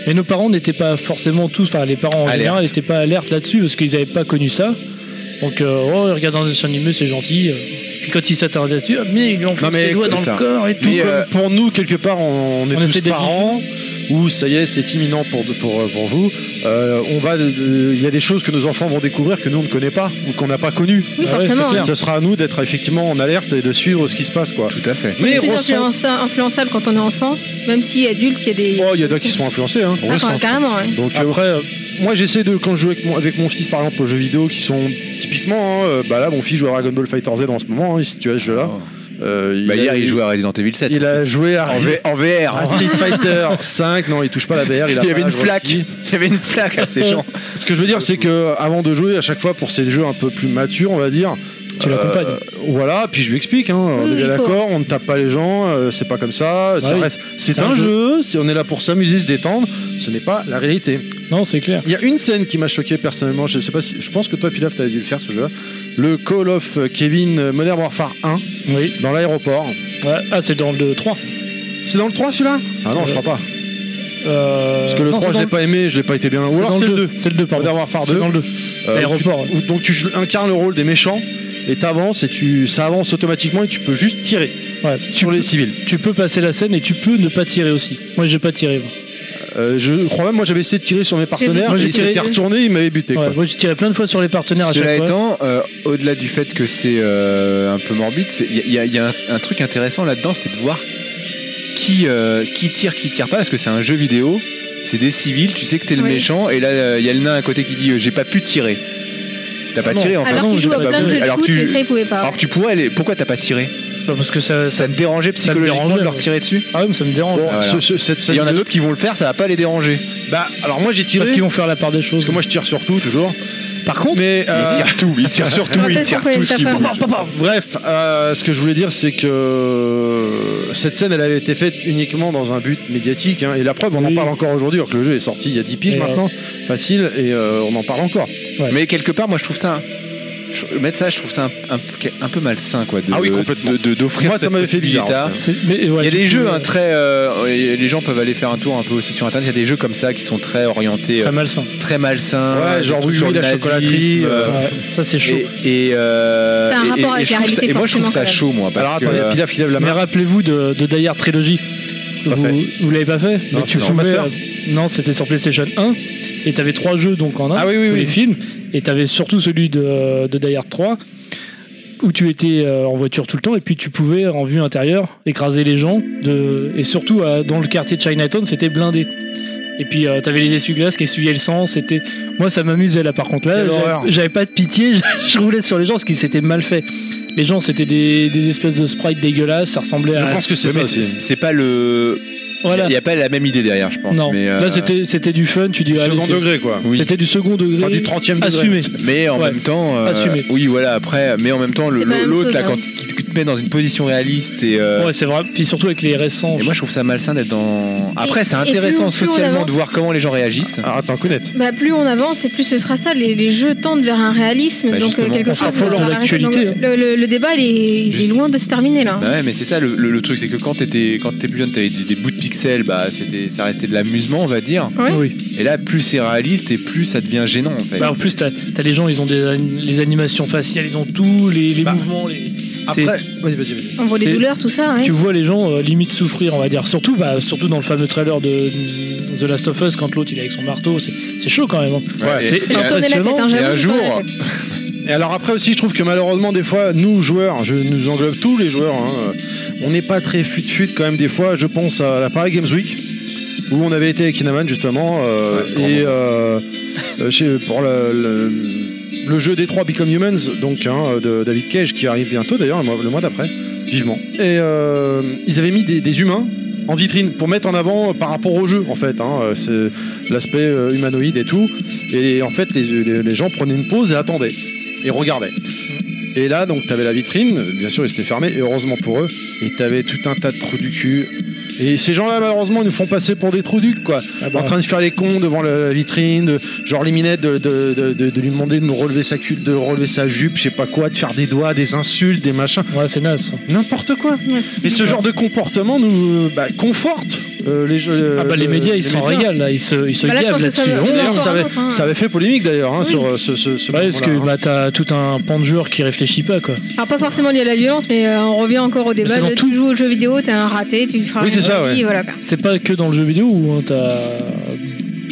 Speaker 4: Mais nos parents n'étaient pas forcément tous, enfin les parents en
Speaker 5: Alerte.
Speaker 4: général n'étaient pas alertes là-dessus parce qu'ils n'avaient pas connu ça. Donc, euh, oh, regarder un dessin animé, c'est gentil. Puis quand ils s'attardent là-dessus, ah, mais ils lui ont
Speaker 3: Non, mais
Speaker 4: ses doigts
Speaker 5: c'est
Speaker 4: dans
Speaker 5: ça.
Speaker 4: le corps et tout.
Speaker 3: Tout
Speaker 5: Mais,
Speaker 3: comme
Speaker 5: euh,
Speaker 3: pour nous quelque part, on, on est
Speaker 4: On
Speaker 3: tous
Speaker 4: essaie d'être
Speaker 3: parents. Ou ça y est, c'est imminent pour pour pour vous. Euh, on va, euh, il y a des choses que nos enfants vont découvrir que nous on ne connaît pas ou qu'on n'a pas connu.
Speaker 6: Oui,
Speaker 4: Ah ouais, c'est
Speaker 6: forcément.
Speaker 4: clair.
Speaker 6: hein.
Speaker 3: Ce sera à nous d'être effectivement en alerte et de suivre ce qui se passe quoi.
Speaker 5: Tout à fait.
Speaker 3: Mais
Speaker 6: C'est plus
Speaker 3: ressent-
Speaker 6: influença- influençable quand on est enfant, même si adulte, il y a des.
Speaker 3: Oh, il y en a qui sont influencés. Hein.
Speaker 6: Ah, quand- carrément, ouais.
Speaker 3: Donc euh,
Speaker 4: Après, euh,
Speaker 3: Moi j'essaie de quand je joue avec mon, avec mon fils par exemple aux jeux vidéo qui sont typiquement hein, euh, bah là mon fils joue à Dragon Ball Fighter Z en ce moment hein, il se situe à ce jeu là.
Speaker 5: Bah, hier, il jouait à Resident Evil 7.
Speaker 3: il a joué à,
Speaker 5: en, V- en VR.
Speaker 4: Ah.
Speaker 3: à Ah, Street Fighter 5 non il touche pas la VR il, a
Speaker 5: Il y avait
Speaker 3: pas,
Speaker 5: une
Speaker 3: je vois
Speaker 5: flaque.
Speaker 3: qui.
Speaker 5: Il y avait une flaque à ces gens.
Speaker 3: Ce que je veux dire c'est que avant de jouer à chaque fois pour ces jeux un peu plus matures on va dire
Speaker 4: tu l'accompagnes.
Speaker 3: euh, voilà puis je lui explique hein, on
Speaker 6: Oui,
Speaker 3: est bien
Speaker 6: il faut.
Speaker 3: d'accord on ne tape pas les gens euh, c'est pas comme ça ça
Speaker 4: Bah oui.
Speaker 3: reste- c'est un, jeu, c'est- on est là pour s'amuser se détendre ce n'est pas la réalité
Speaker 4: Non, c'est clair.
Speaker 3: Il y a une scène qui m'a choqué personnellement, je sais pas si, je pense que toi Pilaf t'avais dû le faire ce jeu-là. Le Call of Kevin euh, Modern Warfare 1
Speaker 4: Oui.
Speaker 3: dans l'aéroport.
Speaker 4: Ouais. Ah, c'est dans le 3.
Speaker 3: C'est dans le 3 celui-là Ah non, je crois pas.
Speaker 4: Euh,
Speaker 3: Parce que le
Speaker 4: non,
Speaker 3: 3
Speaker 4: c'est
Speaker 3: je l'ai
Speaker 4: dans
Speaker 3: pas
Speaker 4: le-
Speaker 3: aimé, je l'ai pas été bien.
Speaker 4: c'est
Speaker 3: Ou alors
Speaker 4: dans
Speaker 3: c'est le 2.
Speaker 4: C'est le 2, pardon.
Speaker 3: Modern Warfare
Speaker 4: C'est
Speaker 3: 2.
Speaker 4: dans le 2.
Speaker 3: Euh,
Speaker 4: L'aéroport.
Speaker 3: où tu- où donc tu incarnes le rôle des méchants et t'avances et tu ça avance automatiquement et tu peux juste tirer
Speaker 4: Ouais.
Speaker 3: sur les civils.
Speaker 4: Tu peux passer la scène et tu peux ne pas tirer aussi. Moi, j'ai pas tiré. moi.
Speaker 3: Euh, je crois même moi j'avais essayé de tirer sur mes partenaires,
Speaker 4: Moi, j'ai
Speaker 3: j'ai essayé de
Speaker 4: tiré-
Speaker 3: retourner, ils m'avaient buté
Speaker 4: Ouais,
Speaker 3: quoi.
Speaker 4: moi, j'ai tiré plein de fois sur les partenaires à chaque
Speaker 5: Cela
Speaker 4: fois.
Speaker 5: étant, euh, au-delà du fait que c'est euh, un peu morbide, c'est- il y a- il y a, il y a un, un truc intéressant là-dedans, c'est de voir qui, euh, qui tire, qui tire pas, parce que c'est un jeu vidéo, c'est des civils, tu sais que t'es le
Speaker 6: Oui.
Speaker 5: méchant, et là, euh, il y a le nain à côté qui dit euh, j'ai pas pu tirer. T'as pas
Speaker 4: Ah non.
Speaker 5: tiré en fait.
Speaker 4: non,
Speaker 6: Alors qu'ils
Speaker 4: j'ai
Speaker 6: jouent à
Speaker 4: pas
Speaker 6: plein de
Speaker 4: vu.
Speaker 6: jeux de
Speaker 5: Alors
Speaker 6: foot,
Speaker 5: tu-
Speaker 6: mais ça, ils pouvaient pas.
Speaker 5: Alors que tu pourrais aller. Pourquoi t'as pas tiré
Speaker 4: Bah, parce que ça, ça-
Speaker 5: Ça te dérangeait
Speaker 4: ça me
Speaker 5: psychologiquement de leur
Speaker 4: dérangeait,
Speaker 5: tirer dessus
Speaker 4: Ah oui, mais ça me dérange.
Speaker 3: Bon,
Speaker 5: Voilà.
Speaker 3: ce- ce- cette
Speaker 5: Il
Speaker 3: scène
Speaker 5: y en a
Speaker 3: de-
Speaker 5: d'autres qui vont le faire, ça va pas les déranger.
Speaker 3: Bah alors moi j'ai tiré
Speaker 4: Parce qu'ils vont faire la part des choses.
Speaker 3: parce que moi je tire sur tout toujours.
Speaker 4: Par contre,
Speaker 3: Mais euh,
Speaker 5: Ils tirent tout, ils tirent surtout,
Speaker 6: Quand
Speaker 5: ils
Speaker 6: est-ce qu'on
Speaker 5: tirent
Speaker 6: peut
Speaker 5: tout ce
Speaker 6: les
Speaker 5: qui
Speaker 6: faire
Speaker 5: bouge.
Speaker 3: Bref, euh, ce que je voulais dire, c'est que cette scène, elle avait été faite uniquement dans un but médiatique. hein, et la preuve, on en
Speaker 4: Oui.
Speaker 3: parle encore aujourd'hui, alors que le jeu est sorti il y a 10 piges
Speaker 4: Et, euh,
Speaker 3: maintenant, facile, et euh, on en parle encore.
Speaker 5: Mais quelque part, moi, je trouve ça. je- Mettre ça, je trouve ça un, un- un peu malsain, quoi. De,
Speaker 3: Ah oui, complètement.
Speaker 5: de- de- D'offrir
Speaker 3: Moi, ça
Speaker 5: cette
Speaker 3: m'avait fait bizarre, en
Speaker 5: possibilité.
Speaker 3: fait.
Speaker 4: c'est- mais, ouais,
Speaker 5: Il y a
Speaker 4: tu
Speaker 5: des
Speaker 4: peux-
Speaker 5: jeux hein, très. euh, et les gens peuvent aller faire un tour un peu aussi sur internet. Il y a des jeux comme ça qui sont très orientés, euh,
Speaker 4: très
Speaker 5: très,
Speaker 4: malsains.
Speaker 5: malsains.
Speaker 3: Ouais,
Speaker 5: des
Speaker 3: genre
Speaker 5: trucs
Speaker 3: oui,
Speaker 5: sur
Speaker 3: oui,
Speaker 5: le
Speaker 3: la chocolaterie,
Speaker 5: nazisme,
Speaker 3: euh,
Speaker 4: Ouais, ça, c'est chaud.
Speaker 5: Et, et, euh,
Speaker 6: T'as un
Speaker 5: et-
Speaker 6: rapport
Speaker 5: et- et
Speaker 6: avec
Speaker 5: je
Speaker 6: la
Speaker 5: trouve ça-
Speaker 6: réalité,
Speaker 5: Et moi, je trouve ça
Speaker 6: forcément,
Speaker 5: chaud, moi. Parce
Speaker 3: alors
Speaker 5: que,
Speaker 3: attendez,
Speaker 5: euh,
Speaker 3: Pilaf qui lève la
Speaker 4: Mais
Speaker 3: main.
Speaker 4: rappelez-vous de, de Die Hard Trilogy.
Speaker 7: pas
Speaker 4: vous,
Speaker 7: fait.
Speaker 4: vous l'avez pas fait
Speaker 7: Non,
Speaker 4: Mais tu
Speaker 7: c'est sur
Speaker 4: pouvais,
Speaker 7: Master.
Speaker 4: euh, Non, c'était sur PlayStation 1. Et t'avais trois jeux donc en un,
Speaker 7: Ah oui, oui,
Speaker 4: tous
Speaker 7: oui.
Speaker 4: les films. Et t'avais surtout celui de, euh, de Die Hard 3, où tu étais euh, en voiture tout le temps. Et puis tu pouvais, en vue intérieure, écraser les gens. De... Et surtout, euh, dans le quartier de Chinatown, c'était blindé. Et puis euh, t'avais les essuie-glaces qui essuyaient le sang. C'était... Moi, ça m'amusait là par contre. Là,
Speaker 7: Quelle
Speaker 4: j'avais-
Speaker 7: horreur.
Speaker 4: j'avais pas de pitié. Je roulais sur les gens parce qu'ils s'étaient mal fait. Les gens, c'était des, des espèces de sprites dégueulasses. Ça ressemblait
Speaker 3: Je
Speaker 4: à.
Speaker 3: pense que c'est
Speaker 5: Ouais,
Speaker 3: ça
Speaker 5: mais
Speaker 3: aussi.
Speaker 5: c'est- c'est pas le. Il
Speaker 4: Voilà.
Speaker 5: n'y a pas la même idée derrière, je pense.
Speaker 4: Non,
Speaker 5: mais, euh,
Speaker 4: là c'était c'était du fun, tu dis
Speaker 3: Du
Speaker 4: allez,
Speaker 3: second
Speaker 4: c'est-
Speaker 3: degré, quoi.
Speaker 5: oui.
Speaker 4: c'était du second degré,
Speaker 3: Enfin, du 30 e degré.
Speaker 4: assumé.
Speaker 5: Mais en
Speaker 4: Ouais.
Speaker 5: même temps, euh,
Speaker 4: Assumé.
Speaker 5: oui, voilà. Après, mais en même temps, le-
Speaker 6: C'est pas la même
Speaker 5: l'autre
Speaker 6: chose,
Speaker 5: là,
Speaker 6: hein.
Speaker 5: quand qui te- qui te met dans une position réaliste et, euh,
Speaker 4: Ouais, c'est vrai. Puis surtout avec les récents.
Speaker 5: et moi, je trouve ça malsain d'être dans. Après,
Speaker 6: Et-
Speaker 5: c'est
Speaker 6: et plus on-
Speaker 5: intéressant
Speaker 6: plus on
Speaker 5: socialement
Speaker 6: avance-
Speaker 5: de voir comment les gens réagissent.
Speaker 3: Ah, attends, connaître.
Speaker 6: Bah, plus on avance et plus ce sera ça. Les, les jeux tendent vers un réalisme.
Speaker 5: Bah,
Speaker 6: donc, euh,
Speaker 5: justement,
Speaker 6: quelque
Speaker 4: on
Speaker 6: part,
Speaker 4: s'affole
Speaker 6: vers
Speaker 4: dans
Speaker 6: la
Speaker 4: l'actualité,
Speaker 6: réalité. Le, le- le débat, il est, il est
Speaker 5: Juste.
Speaker 6: loin de se terminer là. hein.
Speaker 5: Bah ouais, mais c'est ça le, le- le truc, c'est que quand t'étais quand t'étais plus jeune, t'avais des, des bouts de pixels, bah c'était ça restait de l'amusement, on va dire.
Speaker 6: Ouais.
Speaker 4: Bah, Oui.
Speaker 5: Et là, plus c'est réaliste et plus ça devient gênant en fait.
Speaker 4: Bah, en plus, t'as as les gens, ils ont des an- les animations faciales, ils ont tout, les, les
Speaker 3: Bah,
Speaker 4: mouvements. Les...
Speaker 3: Après,
Speaker 4: c'est-
Speaker 3: vas-y, vas-y, vas-y.
Speaker 6: On voit les
Speaker 4: C'est-
Speaker 6: douleurs, tout ça. ouais.
Speaker 4: Tu vois les gens euh, limite souffrir, on va dire. Surtout, bah, surtout dans le fameux trailer de The Last of Us, quand l'autre il est avec son marteau, c'est c'est chaud quand même. hein.
Speaker 5: Ouais, et-
Speaker 4: c'est
Speaker 5: et-
Speaker 6: Je tournais la tête,
Speaker 4: impressionnant.
Speaker 6: hein,
Speaker 5: Et
Speaker 6: j'avoue,
Speaker 5: un
Speaker 6: je tournais la
Speaker 5: jour,
Speaker 6: tête.
Speaker 3: Et alors après aussi, je trouve que malheureusement, des fois, nous joueurs, je nous englobe tous les joueurs, hein, euh, on n'est pas très fut-fut quand même des fois. Je pense à la Paris Games Week, où on avait été avec Inaman justement, euh,
Speaker 5: Ouais,
Speaker 3: et euh, euh, chez- pour le, le- le jeu des trois Become Humans, donc hein, de David Cage, qui arrive bientôt d'ailleurs, le mois- le mois d'après, vivement. Et euh, ils avaient mis des, des humains en vitrine pour mettre en avant euh, par rapport au jeu en fait. hein, euh, c'est l'aspect euh, humanoïde et tout. Et en fait, les, les- les gens prenaient une pause et attendaient et regardaient. Et là, donc, t'avais la vitrine, bien sûr, ils étaient fermés, et heureusement pour eux, et t'avais tout un tas de trous du cul. Et ces gens-là, malheureusement, ils nous font passer pour des trous du cul, quoi.
Speaker 6: Ah bah.
Speaker 3: En train de faire les cons devant la la vitrine, de- genre les minettes, de, de- de- de- de lui demander de nous relever sa culte, de relever sa jupe, je sais pas quoi, de faire des doigts, des insultes, des machins,
Speaker 4: Ouais, c'est naze.
Speaker 3: n'importe quoi.
Speaker 6: Ouais, c'est-
Speaker 3: Mais ce genre de comportement nous bah, conforte euh, les jeux.
Speaker 4: Ah bah, les
Speaker 3: euh,
Speaker 4: médias, ils s'en
Speaker 3: médias.
Speaker 4: régalent là, ils se, ils se
Speaker 6: Bah, là, je
Speaker 4: gavent
Speaker 6: pense que ça
Speaker 4: là-dessus.
Speaker 6: va-
Speaker 4: On
Speaker 6: on
Speaker 4: est
Speaker 6: va-
Speaker 3: D'ailleurs, ça avait,
Speaker 6: Encore un autre, hein.
Speaker 3: ça avait fait polémique d'ailleurs hein,
Speaker 6: Oui.
Speaker 3: sur euh, ce. ce, ce
Speaker 4: Ouais, parce que
Speaker 3: moment-là, hein.
Speaker 4: bah, t'as tout un pan de joueurs qui réfléchit pas quoi.
Speaker 6: Alors pas forcément lié à la violence, mais euh, on revient encore au
Speaker 4: c'est
Speaker 6: débat.
Speaker 4: dans
Speaker 6: De,
Speaker 4: tout.
Speaker 6: Tu joues aux jeux vidéo, t'es un raté, tu feras
Speaker 3: Oui, c'est ça, ouais.
Speaker 6: voilà.
Speaker 4: C'est pas que dans le jeu vidéo où hein, t'as.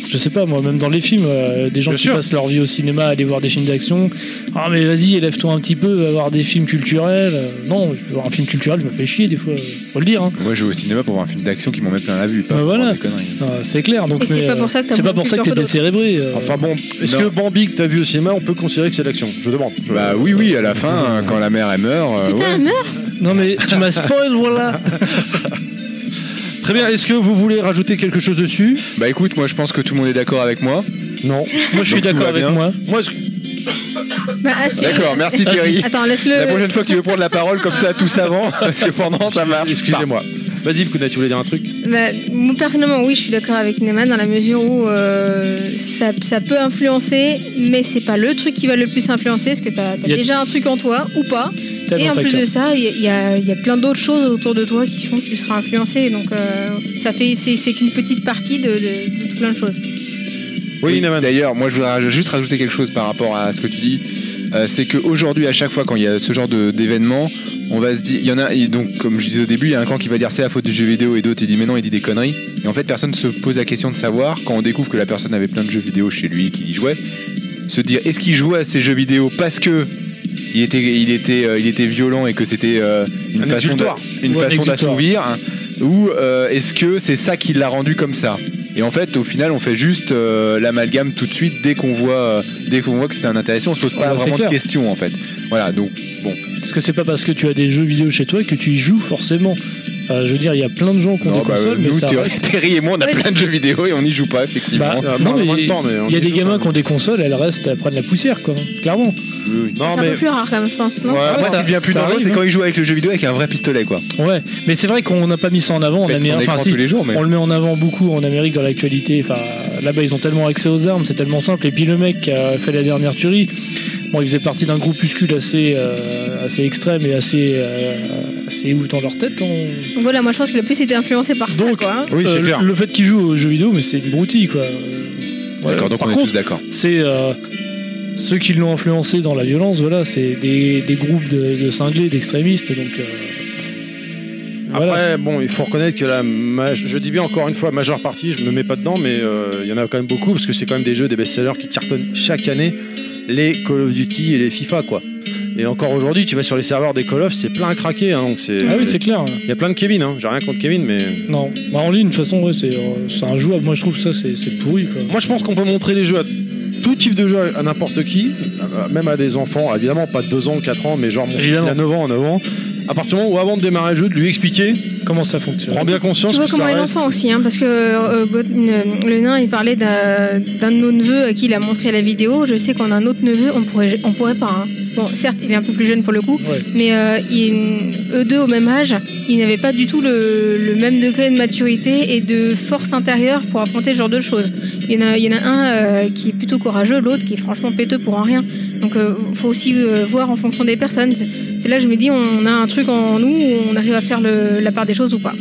Speaker 4: Je sais pas, moi, même dans les films, euh, des gens
Speaker 3: Bien
Speaker 4: qui
Speaker 3: sûr.
Speaker 4: passent leur vie au cinéma à aller voir des films d'action. Ah, mais vas-y, élève-toi un petit peu, va voir des films culturels. Euh, Non, je vais voir un film culturel, je me fais chier des fois, euh, faut le dire. hein.
Speaker 5: Moi, je vais au cinéma pour voir un film d'action qui m'en met plein la vue, pas
Speaker 4: Bah
Speaker 5: pour voir
Speaker 4: voilà.
Speaker 5: des conneries.
Speaker 4: Ah, c'est clair, donc.
Speaker 6: Et c'est
Speaker 4: mais,
Speaker 6: pas
Speaker 4: euh,
Speaker 6: pour ça que t'as
Speaker 4: C'est
Speaker 6: moins
Speaker 4: pas pour
Speaker 6: de
Speaker 4: ça que t'es
Speaker 6: culture que
Speaker 4: décérébré. euh.
Speaker 3: Enfin bon, est-ce
Speaker 5: Non.
Speaker 3: que Bambi que t'as vu au cinéma, on peut considérer que c'est l'action Je demande. Je-
Speaker 5: Bah oui, oui, à la fin, hein, quand la mère elle meurt. euh,
Speaker 6: Putain,
Speaker 5: ouais.
Speaker 6: elle meurt
Speaker 4: Non, mais tu m'as spoil, voilà.
Speaker 3: Très bien. Est-ce que vous voulez rajouter quelque chose dessus
Speaker 5: Bah écoute, moi je pense que tout le monde est d'accord avec moi.
Speaker 3: Non.
Speaker 4: Moi, je suis
Speaker 5: Donc, tout
Speaker 4: d'accord
Speaker 5: va
Speaker 4: avec
Speaker 5: bien.
Speaker 4: moi.
Speaker 3: Moi, est-ce que-
Speaker 6: Bah, ah, si.
Speaker 5: D'accord, merci Thierry.
Speaker 6: Attends,
Speaker 5: La
Speaker 6: laisse-le.
Speaker 5: prochaine fois que tu veux prendre la parole comme ça, tout savant, parce que pendant ça marche.
Speaker 3: Ah,
Speaker 5: Bah,
Speaker 3: excusez-moi. Bah, Vas-y, Kouna, tu voulais dire un truc
Speaker 6: Bah, moi, personnellement, oui, je suis d'accord avec Neyman dans la mesure où euh, ça, ça peut influencer, mais c'est pas le truc qui va le plus influencer, parce que t'as as
Speaker 4: Y a-
Speaker 6: déjà un truc en toi ou pas. Et
Speaker 4: Tellement
Speaker 6: en plus
Speaker 4: facteur.
Speaker 6: de ça, il y, a- y a- y a plein d'autres choses autour de toi qui font que tu seras influencé. Donc, euh, ça fait, c'est c'est qu'une petite partie de, de- de tout plein de choses.
Speaker 3: Oui, Naman.
Speaker 5: D'ailleurs, moi je voudrais raj- juste rajouter quelque chose par rapport à ce que tu dis. Euh, c'est qu'aujourd'hui, à chaque fois quand il y a ce genre de- d'événement, on va se dire, il y en a, et donc comme je disais au début, il y a un camp qui va dire c'est la faute du jeu vidéo et d'autres il dit mais non, il dit des conneries. Et en fait, personne ne se pose la question de savoir quand on découvre que la personne avait plein de jeux vidéo chez lui, qu'il y jouait, se dire est-ce qu'il jouait à ces jeux vidéo parce que il était, il était, euh, il était violent et que c'était euh, une
Speaker 3: Un
Speaker 5: façon,
Speaker 3: exutoire.
Speaker 5: d'a- une
Speaker 4: Ou un
Speaker 5: façon
Speaker 4: exutoire.
Speaker 5: d'assouvir hein, ou euh, est-ce que c'est ça qui l'a rendu comme ça et en fait, au final, on fait juste euh, l'amalgame tout de suite dès qu'on voit, euh, dès qu'on voit que c'était un intéressé. On se pose
Speaker 4: Ah
Speaker 5: pas
Speaker 4: bah, c'est
Speaker 5: vraiment de
Speaker 4: clair.
Speaker 5: questions en fait. Voilà. Donc,
Speaker 4: Parce que c'est pas parce que tu as des jeux vidéo chez toi que tu y joues forcément. Euh, je veux dire, il y a plein de gens qui ont
Speaker 5: non,
Speaker 4: des
Speaker 5: bah,
Speaker 4: consoles, mais
Speaker 5: nous,
Speaker 4: ça.
Speaker 5: Thierry- Thierry et moi, on a
Speaker 6: Ouais.
Speaker 5: plein de jeux vidéo et on n'y joue pas effectivement.
Speaker 4: Bah,
Speaker 3: Ça
Speaker 4: non,
Speaker 3: prend
Speaker 4: mais
Speaker 3: moins de temps, mais on
Speaker 4: il y a
Speaker 3: y
Speaker 4: des
Speaker 3: joue
Speaker 4: gamins
Speaker 3: quand
Speaker 4: qui ont des consoles, elles restent, elles prennent la poussière, quoi. hein,
Speaker 3: Non,
Speaker 4: Clairement.
Speaker 6: C'est un
Speaker 3: mais
Speaker 6: peu plus rare quand même, je pense. Non
Speaker 5: Ouais,
Speaker 4: ouais,
Speaker 5: moi, ce
Speaker 4: ça-
Speaker 5: qui devient plus
Speaker 4: ça
Speaker 5: dangereux,
Speaker 4: arrive,
Speaker 5: c'est
Speaker 4: hein.
Speaker 5: quand il joue avec le jeu vidéo avec un vrai pistolet, quoi.
Speaker 4: Ouais, mais c'est vrai qu'on n'a pas mis ça en avant en
Speaker 5: Pète son
Speaker 4: Amérique.
Speaker 5: écran
Speaker 4: Enfin, si,
Speaker 5: tous les jours, mais.
Speaker 4: on le met en avant beaucoup en Amérique dans l'actualité. Enfin, là-bas, ils ont tellement accès aux armes, c'est tellement simple. Et puis le mec qui a fait la dernière tuerie, bon, il faisait partie d'un groupuscule assez, euh, assez extrême et assez, euh, assez ouf dans leur tête. on-
Speaker 6: Donc Voilà, moi je pense qu'il a plus été influencé par ça,
Speaker 4: Donc,
Speaker 6: quoi. hein.
Speaker 3: Oui, c'est
Speaker 4: Euh,
Speaker 3: clair.
Speaker 4: Le fait qu'il joue aux jeux vidéo, mais c'est une broutille, quoi. Euh, ouais.
Speaker 5: D'accord, donc
Speaker 4: Par
Speaker 5: on est
Speaker 4: contre,
Speaker 5: tous d'accord.
Speaker 4: c'est euh, ceux qui l'ont influencé dans la violence, voilà, c'est des, des groupes de, de cinglés, d'extrémistes, donc euh,
Speaker 3: Après,
Speaker 4: Voilà.
Speaker 3: bon, il faut reconnaître que la, ma- je dis bien encore une fois, majeure partie, je me mets pas dedans, mais euh, il y en a quand même beaucoup parce que c'est quand même des jeux, des best-sellers qui cartonnent chaque année les Call of Duty et les FIFA, quoi. Et encore aujourd'hui, tu vas sur les serveurs des Call of, c'est plein à craquer. hein, donc c'est,
Speaker 4: Ah oui, c'est clair.
Speaker 3: il y a plein de Kevin. Hein. J'ai rien contre Kevin, mais
Speaker 4: Non, Bah, en ligne, de toute façon, ouais, c'est euh, c'est injouable. Moi, je trouve ça, c'est c'est pourri, quoi.
Speaker 3: moi, je pense qu'on peut montrer les jeux à tout type de jeu à n'importe qui, à- même à des enfants. Évidemment, pas de 2 ans, 4 ans, mais genre mon fils, il
Speaker 4: Évidemment.
Speaker 3: a 9 ans, 9 ans. À partir du moment où avant de démarrer le jeu, de lui expliquer,
Speaker 4: Comment ça fonctionne
Speaker 3: prends bien conscience
Speaker 6: Tu vois
Speaker 3: que ça
Speaker 6: comment est
Speaker 3: reste-
Speaker 6: l'enfant aussi, hein, parce que euh, Go- euh, le nain, il parlait d'un d'un de nos neveux à qui il a montré la vidéo. Je sais qu'on a un autre neveu, on pourrait, on pourrait pas. hein. Bon, certes, il est un peu plus jeune pour le coup,
Speaker 4: Ouais.
Speaker 6: mais euh, il- eux deux au même âge, ils n'avaient pas du tout le, le même degré de maturité et de force intérieure pour affronter ce genre de choses. Il y en a, il y en a un euh, qui est plutôt courageux, l'autre qui est franchement péteux pour en rien. Donc, euh, faut aussi euh, voir en fonction des personnes. C'est là que je me dis, on a un truc en nous, on arrive à faire le- la part des choses ou pas.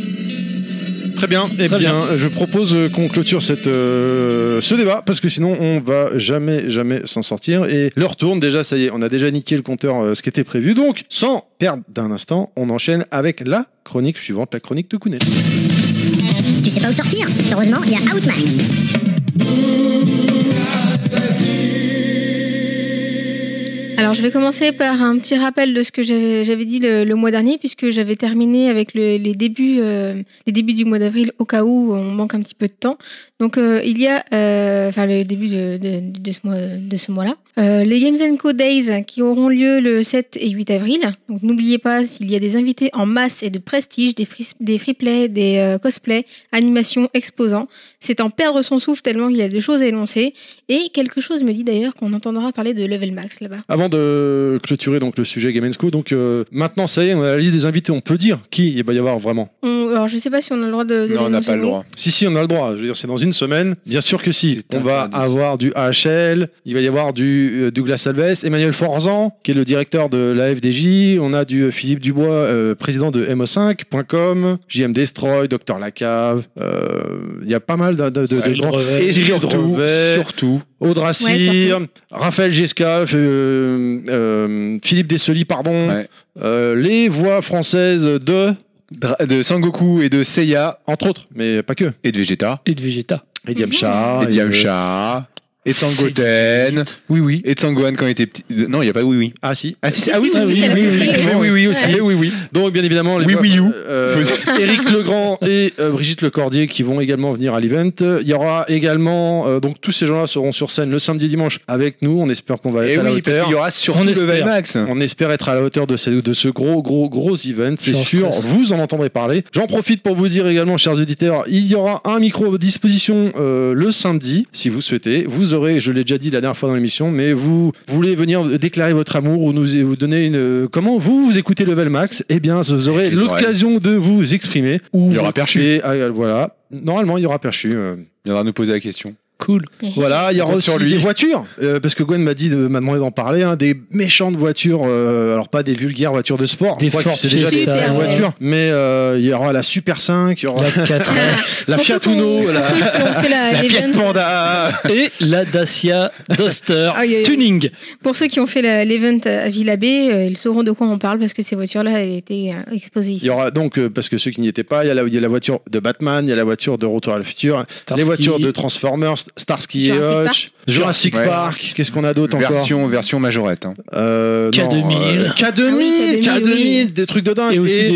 Speaker 3: Très bien. Eh
Speaker 4: Très
Speaker 3: bien, je propose euh, qu'on clôture cette, euh, ce débat parce que sinon on va jamais, jamais s'en sortir. Et l'heure tourne déjà. Ça y est, on a déjà niqué le compteur, euh, ce qui était prévu. Donc, sans perdre d'un instant, on enchaîne avec la chronique suivante, la chronique de Kounet.
Speaker 1: Tu sais pas où sortir Heureusement, il y a Outmax.
Speaker 6: Alors, je vais commencer par un petit rappel de ce que j'avais j'avais dit le, le mois dernier, puisque j'avais terminé avec le- les, débuts, euh, les débuts du mois d'avril, au cas où on manque un petit peu de temps. Donc, euh, il y a, euh, enfin, le début de, de- de ce mois- de ce mois-là, Euh, les Games Co Days qui auront lieu le 7 et 8 avril. Donc, n'oubliez pas, s'il y a des invités en masse et de prestige, des free, des free play, des euh, cosplays, animations, exposants, c'est en perdre son souffle tellement il y a des choses à énoncer. Et quelque chose me dit d'ailleurs qu'on entendra parler de Level Max là-bas.
Speaker 3: Avant de clôturer donc le sujet Game School, donc euh, maintenant ça y est, on a la liste des invités. On peut dire qui il va y avoir vraiment.
Speaker 6: On- alors, je sais pas si on a le droit de. de
Speaker 5: Non, on n'a
Speaker 6: l'annoncer,
Speaker 5: pas le
Speaker 6: oui.
Speaker 5: droit.
Speaker 3: Si si, on a le droit. Je veux dire, c'est dans une semaine. Bien sûr que si.
Speaker 5: C'est
Speaker 3: On va
Speaker 5: interdit.
Speaker 3: avoir du AHL. Il va y avoir du euh, Douglas Alves, Emmanuel Forzan, qui est le directeur de la FDJ. On a du euh, Philippe Dubois, euh, président de mo5.com, JM Destroy, Docteur Lacave. Euh, Il y a pas mal de, de, de- de
Speaker 4: Cyril
Speaker 3: grands-
Speaker 4: Drevet.
Speaker 3: Et Cyril
Speaker 5: surtout,
Speaker 3: Drevet.
Speaker 5: surtout,
Speaker 3: Audracir,
Speaker 6: Ouais, surtout.
Speaker 3: Raphaël Gesca, euh, euh, Philippe Dessely, pardon.
Speaker 5: Ouais.
Speaker 3: Euh, les voix françaises de,
Speaker 5: Dra- de Sangoku et de Seiya
Speaker 3: entre autres, mais pas que.
Speaker 5: et de Vegeta.
Speaker 4: Et de Vegeta.
Speaker 3: Et
Speaker 6: Mhm.
Speaker 3: Diamcha.
Speaker 4: Ah,
Speaker 5: et Yamcha. Et Sangoten. Oui, oui. Et Sangohan quand il était petit. euh, Non, il n'y a pas oui, oui.
Speaker 3: Ah si.
Speaker 5: Ah, si,
Speaker 6: Si,
Speaker 5: ah oui,
Speaker 6: si,
Speaker 5: oui,
Speaker 6: si,
Speaker 5: oui,
Speaker 6: elle a
Speaker 5: oui,
Speaker 6: compris.
Speaker 5: oui, oui, oui, oui, aussi.
Speaker 6: Ouais.
Speaker 5: Et oui, oui.
Speaker 3: Donc bien évidemment les
Speaker 5: Oui,
Speaker 3: voix-
Speaker 5: oui, you.
Speaker 3: euh, Eric Legrand et euh, Brigitte Lecordier qui vont également venir à l'event. Il y aura également euh, donc tous ces gens-là seront sur scène le samedi et dimanche avec nous. On espère qu'on va
Speaker 5: Et
Speaker 3: être à la
Speaker 5: Eh oui, parce
Speaker 3: hauteur.
Speaker 5: qu'il y aura surtout
Speaker 4: On
Speaker 5: le
Speaker 4: espère.
Speaker 5: Vmax.
Speaker 3: On espère être à la hauteur de ce, de ce gros, gros, gros event, c'est
Speaker 4: Je suis en
Speaker 3: sûr.
Speaker 4: stress.
Speaker 3: Vous en entendrez parler. J'en profite pour vous dire également, chers auditeurs, il y aura un micro à votre disposition euh, le samedi, si vous souhaitez. Vous aurez, je l'ai déjà dit la dernière fois dans l'émission, mais vous voulez venir déclarer votre amour ou nous vous donner une. euh, Comment vous, vous écoutez Level Max Eh bien, vous aurez
Speaker 5: Avec les
Speaker 3: l'occasion de vous exprimer. Ou
Speaker 5: Il y aura Perchu.
Speaker 3: Et, euh, voilà. Normalement, il y aura Perchu. euh.
Speaker 5: Il viendra nous poser la question.
Speaker 4: Cool.
Speaker 3: Voilà, il y aura
Speaker 5: Compte
Speaker 3: aussi
Speaker 5: sur lui.
Speaker 3: des voitures, euh, parce que Gwen m'a dit, de- m'a demandé d'en parler, hein, des méchantes voitures, euh, alors pas des vulgaires voitures de sport,
Speaker 4: Des
Speaker 3: je crois que
Speaker 4: Ford
Speaker 3: c'est déjà des
Speaker 6: Fiesta,
Speaker 3: belles
Speaker 6: ouais.
Speaker 3: voitures, mais euh, il y aura la Super 5, il y aura
Speaker 4: La 4.
Speaker 3: la
Speaker 6: Pour
Speaker 3: Fiat
Speaker 6: ceux qui ont-
Speaker 3: Uno,
Speaker 6: pour
Speaker 3: la...
Speaker 6: ceux qui ont fait la- l'event-
Speaker 5: Panda
Speaker 4: et la Dacia Duster
Speaker 6: Aïe, aïe, aïe.
Speaker 4: Tuning.
Speaker 6: Pour ceux qui ont fait la- l'event à Villabé, euh, ils sauront de quoi on parle parce que ces voitures-là étaient euh, exposées
Speaker 3: Il y
Speaker 6: ici.
Speaker 3: aura donc, euh, parce que ceux qui n'y étaient pas, il y, a la, il y a la voiture de Batman, il y a la voiture de Retour à le futur,
Speaker 4: Starsky.
Speaker 3: les voitures de Transformers, Starsky et
Speaker 6: Jurassic
Speaker 3: Hutch, Jurassic
Speaker 5: Ouais.
Speaker 3: Park, qu'est-ce qu'on a d'autre encore
Speaker 5: Version, version majorette. hein.
Speaker 3: Euh, non,
Speaker 4: K2000.
Speaker 3: euh,
Speaker 6: Ah
Speaker 3: K2000,
Speaker 6: oui, K2000, oui.
Speaker 3: K2000, des trucs de dingue.
Speaker 4: Et aussi
Speaker 3: Et-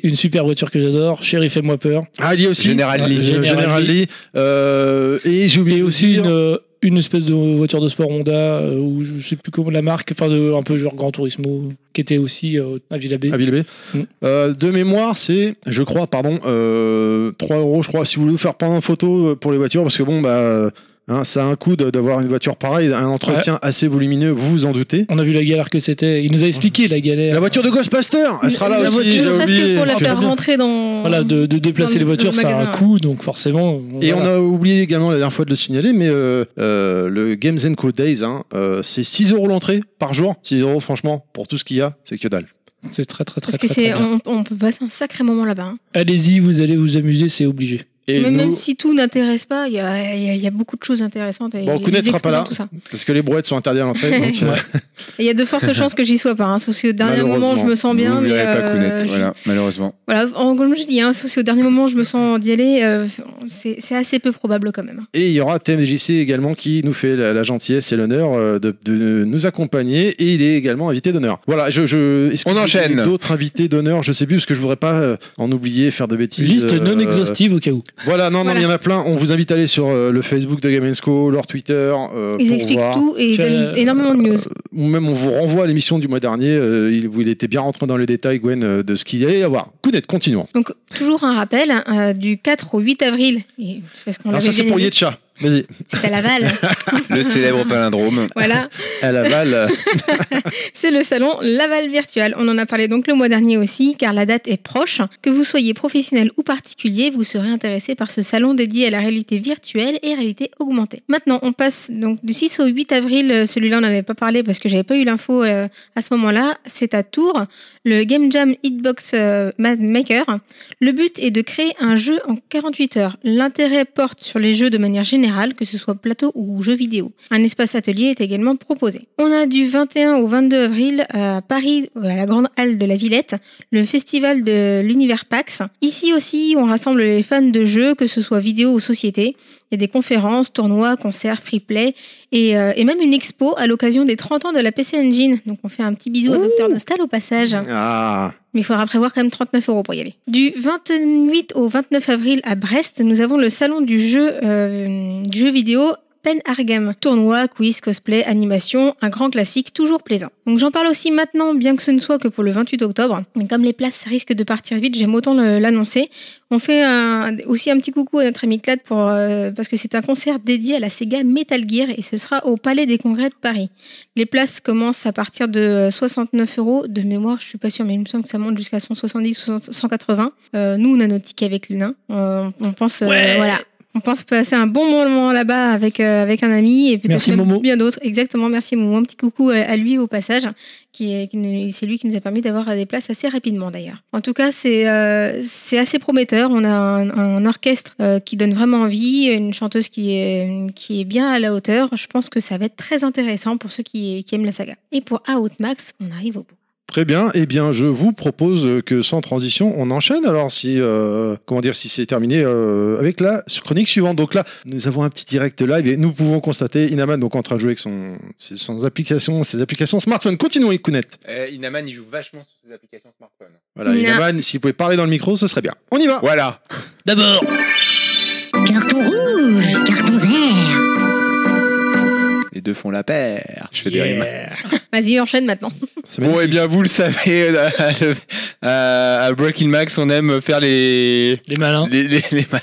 Speaker 4: des- une super voiture que j'adore, Chéri fais-moi peur.
Speaker 3: Ah, il y a aussi
Speaker 5: General
Speaker 3: Euh,
Speaker 5: Lee.
Speaker 3: General,
Speaker 4: General
Speaker 3: Lee. Euh, et j'ai oublié
Speaker 4: Et
Speaker 3: aussi.
Speaker 4: aussi une, euh, une espèce de voiture de sport Honda, euh, ou je sais plus comment la marque, enfin de- un peu genre Grand Turismo, qui était aussi euh, à Villabé.
Speaker 3: À Villebé.
Speaker 4: Mm.
Speaker 3: Euh, de mémoire, c'est, je crois, pardon, euh, 3 euros, je crois, si vous voulez vous faire prendre en photo euh, pour les voitures, parce que bon, bah, hein, ça a un coût de- d'avoir une voiture pareille, un entretien assez volumineux, vous vous en doutez.
Speaker 4: On a vu la galère que c'était. Il nous a expliqué la galère.
Speaker 3: La voiture de Ghostbuster, elle sera là
Speaker 6: Ne-
Speaker 3: aussi.
Speaker 6: Ne
Speaker 3: j'ai
Speaker 6: serait-ce
Speaker 3: oublié,
Speaker 6: que pour la
Speaker 3: parce que-
Speaker 6: faire rentrer dans.
Speaker 4: Voilà, de, de déplacer
Speaker 6: Dans
Speaker 4: les
Speaker 6: le-
Speaker 4: voitures,
Speaker 6: dans le
Speaker 4: ça a un
Speaker 6: magasin.
Speaker 4: coût, donc forcément.
Speaker 3: Et on a oublié également la dernière fois de le signaler, mais euh, euh, le Games Co Days, hein, euh, c'est 6 euros l'entrée par jour. 6 euros, franchement, pour tout ce qu'il y a, c'est que dalle.
Speaker 4: a... C'est très très très
Speaker 6: Parce que
Speaker 4: très, très
Speaker 6: c'est,
Speaker 4: bien.
Speaker 6: on, on peut passer un sacré moment là-bas. hein.
Speaker 4: Allez-y, vous allez vous amuser, c'est obligé.
Speaker 3: Et
Speaker 6: même,
Speaker 3: nous,
Speaker 6: même si tout n'intéresse pas, il y a, il y a- il y a beaucoup de choses intéressantes. et
Speaker 3: Bon,
Speaker 6: les
Speaker 3: Kounet sera pas
Speaker 6: exposants,
Speaker 3: là.
Speaker 6: tout ça.
Speaker 3: parce que les brouettes sont interdites à l'entrée, donc euh,
Speaker 6: Et Il y a de fortes chances que j'y sois pas. Hein, sauf si au dernier moment, je me sens bien.
Speaker 5: Vous
Speaker 6: mais
Speaker 5: verrez pas
Speaker 6: euh,
Speaker 5: Kounet,
Speaker 6: je-
Speaker 5: voilà, malheureusement.
Speaker 6: Voilà, en, comme je dis, hein, sauf si au dernier moment je me sens d'y aller, euh, c'est c'est assez peu probable quand même.
Speaker 3: Et il y aura TMDJC également qui nous fait la, la gentillesse et l'honneur euh, de, de nous accompagner. Et il est également invité d'honneur. Voilà, je, je, est-ce
Speaker 5: On
Speaker 3: qu'il y a
Speaker 5: enchaîne.
Speaker 3: D'autres invités d'honneur, je sais plus, parce que je voudrais pas euh, en oublier, faire de bêtises.
Speaker 4: Liste
Speaker 3: euh,
Speaker 4: non exhaustive au cas où.
Speaker 3: Voilà, non, non,
Speaker 6: Voilà.
Speaker 3: il y en a plein. On vous invite à aller sur euh, le Facebook de Gamensco, leur Twitter. euh,
Speaker 6: Ils
Speaker 3: pour
Speaker 6: expliquent
Speaker 3: voir. Euh,
Speaker 6: tout et ils
Speaker 4: Tu as-
Speaker 6: donnent énormément de news.
Speaker 3: Ou même on vous renvoie à l'émission du mois dernier euh, il- où il était bien rentré dans les détails, Gwen, euh, de ce qu'il y allait y avoir. Coup d'être, continuons.
Speaker 6: Donc, toujours un rappel, euh, du 4 au 8 avril, et c'est parce qu'on
Speaker 3: Alors ça,
Speaker 6: l'avait
Speaker 3: c'est
Speaker 6: bien
Speaker 3: pour
Speaker 6: aimé,
Speaker 3: Yetcha. Vas-y.
Speaker 6: c'est à Laval.
Speaker 5: Le célèbre palindrome.
Speaker 6: voilà,
Speaker 3: Elle avale. euh,
Speaker 6: c'est le salon Laval Virtual. On en a parlé donc le mois dernier aussi, car la date est proche. Que vous soyez professionnel ou particulier, vous serez intéressé par ce salon dédié à la réalité virtuelle et réalité augmentée. Maintenant, on passe donc du 6 au 8 avril. Euh, Celui-là, on n'en avait pas parlé parce que j'avais pas eu l'info euh, à ce moment-là. C'est à Tours, le Game Jam Hitbox euh, Ma- Maker. Le but est de créer un jeu en 48 heures. L'intérêt porte sur les jeux de manière générale, que ce soit plateau ou jeux vidéo. Un espace atelier est également proposé. On a du 21 au 22 avril à Paris, à la Grande Halle de la Villette, le festival de l'univers PAX. Ici aussi, on rassemble les fans de jeux, que ce soit vidéo ou société. Il y a des conférences, tournois, concerts, free play et, euh, et même une expo à l'occasion des 30 ans de la PC Engine. Donc on fait un petit bisou à Docteur Nostal au passage.
Speaker 3: Ah,
Speaker 6: Mais il faudra prévoir quand même 39 euros pour y aller. Du 28 au 29 avril à Brest, nous avons le salon du jeu, euh, du jeu vidéo Pen Argam. Tournoi, quiz, cosplay, animation, un grand classique toujours plaisant. Donc j'en parle aussi maintenant, bien que ce ne soit que pour le 28 octobre. Mais comme les places risquent de partir vite, j'aime autant le- l'annoncer. On fait un- aussi un petit coucou à notre ami Clad pour, euh, parce que c'est un concert dédié à la Sega Metal Gear et ce sera au Palais des Congrès de Paris. Les places commencent à partir de euh, 69 euros. De mémoire, je suis pas sûre, mais il me semble que ça monte jusqu'à 170 ou 180. Euh, nous, on a nos tickets avec le nain. Euh, on pense, euh, voilà. On pense passer un bon moment là-bas avec, euh, avec un ami et peut-être
Speaker 4: Merci,
Speaker 6: même
Speaker 4: Momo.
Speaker 6: bien d'autres. Exactement, merci Momo. Un petit coucou euh, à, à lui au passage, qui, est- qui nous- c'est lui qui nous a permis d'avoir des places assez rapidement d'ailleurs. En tout cas, c'est euh, c'est assez prometteur. On a un, un orchestre euh, qui donne vraiment envie, une chanteuse qui est, qui est bien à la hauteur. Je pense que ça va être très intéressant pour ceux qui, qui aiment la saga. Et pour Out Max, on arrive au bout.
Speaker 3: Très bien. Eh bien, je vous propose que sans transition, on enchaîne. Alors, si euh, comment dire, si c'est terminé euh, avec la chronique suivante. Donc là, nous avons un petit direct live et nous pouvons constater Inaman donc en train de jouer avec son, ses- son application, ses applications smartphone. Continuons, Ikunet.
Speaker 5: Euh, Inaman, il joue vachement sur ses applications smartphone.
Speaker 3: Voilà,
Speaker 6: Non.
Speaker 3: Inaman, s'il pouvait parler dans le micro, ce serait bien. On y va.
Speaker 5: Voilà.
Speaker 4: D'abord,
Speaker 1: Carton rouge, carton vert.
Speaker 5: Les deux font la paire. Je fais des rimes.
Speaker 4: yeah.
Speaker 6: Vas-y, enchaîne maintenant.
Speaker 3: C'est
Speaker 5: Bon, et bien, vous le savez, euh, à, le- euh, à- à Breaking Max, on aime faire les.
Speaker 4: les malins.
Speaker 5: Les, les, les ma-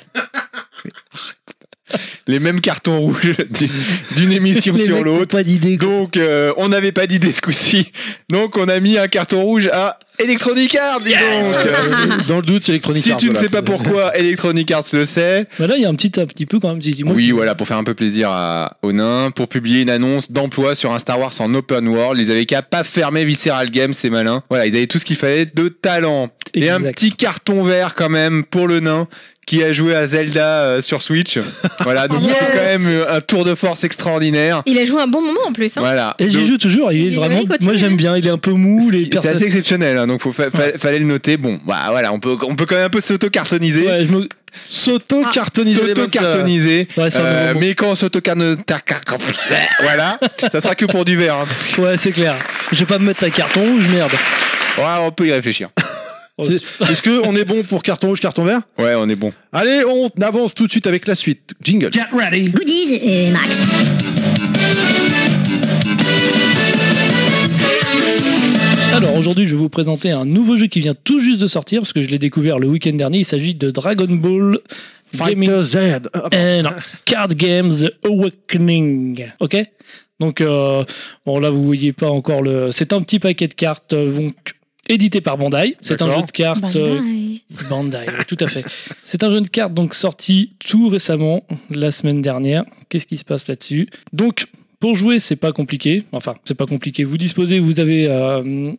Speaker 5: les mêmes cartons rouges du- d'une émission
Speaker 4: Les
Speaker 5: sur
Speaker 4: mecs
Speaker 5: l'autre.
Speaker 4: Pas d'idée.
Speaker 5: Donc, euh, on n'avait pas d'idée ce coup-ci. Donc, on a mis un carton rouge à Electronic Arts, dis donc Euh,
Speaker 3: magnifique. dans le doute, c'est électronique.
Speaker 5: Si tu ne sais pas pourquoi Electronic Arts le sait,
Speaker 4: Bah là, il y a un petit, un petit peu quand même. Zizi. Moi,
Speaker 5: oui, voilà, pour faire un peu plaisir à, aux nains, pour publier une annonce d'emploi sur un Star Wars en open world. Ils avaient qu'à pas fermer Visceral Games, c'est malin. Voilà, ils avaient tout ce qu'il fallait de talent. Et un
Speaker 4: Exact.
Speaker 5: petit carton vert quand même pour le nain qui a joué à Zelda euh, sur Switch. voilà, donc
Speaker 6: Yes
Speaker 5: c'est quand même euh, un tour de force extraordinaire.
Speaker 6: Il a joué un bon moment en plus. hein.
Speaker 5: Voilà.
Speaker 4: Et j'y
Speaker 5: Donc,
Speaker 4: joue toujours. Il est
Speaker 6: Il est
Speaker 4: vraiment.
Speaker 6: rigotine,
Speaker 4: Moi, j'aime
Speaker 6: hein.
Speaker 4: bien. Il est un peu mou.
Speaker 5: ce
Speaker 4: Les
Speaker 5: qui- C'est
Speaker 4: personnes.
Speaker 5: assez exceptionnel, hein, donc faut fa- fa- fallait le noter. Bon, bah voilà, on peut, on peut quand même un peu s'auto-cartoniser.
Speaker 4: Ouais, je me-
Speaker 3: s'auto-cartoniser. les bonnes sœurs.
Speaker 5: Ah. S'auto-cartoniser.
Speaker 4: Ouais, c'est un
Speaker 5: Euh,
Speaker 4: nouveau mot.
Speaker 5: mais quand on s'auto-cartonise, voilà, ça sera que pour du verre. hein.
Speaker 4: Ouais, c'est clair. Je vais pas me mettre un carton rouge, merde.
Speaker 5: Ouais, on peut y réfléchir.
Speaker 3: Oh, C'est- Est-ce que on est bon pour carton rouge, carton vert
Speaker 5: Ouais, on est bon.
Speaker 3: Allez, on avance tout de suite avec la suite. Jingle.
Speaker 8: Get ready.
Speaker 1: Goodies, euh, Max.
Speaker 4: Alors aujourd'hui, je vais vous présenter un nouveau jeu qui vient tout juste de sortir parce que je l'ai découvert le week-end dernier. Il s'agit de Dragon Ball Gaming
Speaker 3: Fighter Z. Ah,
Speaker 4: Euh, non. Card Games Awakening. Ok Donc, euh, bon, là, vous voyez pas encore le. C'est un petit paquet de cartes, euh, donc, édité par Bandai. C'est un
Speaker 3: D'accord.
Speaker 4: jeu de
Speaker 6: Bah,
Speaker 4: cartes. euh,
Speaker 6: Bye-bye.
Speaker 4: Bandai, oui, tout à fait. C'est un jeu de cartes donc sorti tout récemment, la semaine dernière. Qu'est-ce qui se passe là-dessus Donc, pour jouer, c'est pas compliqué. Enfin, c'est pas compliqué. Vous disposez, vous avez euh,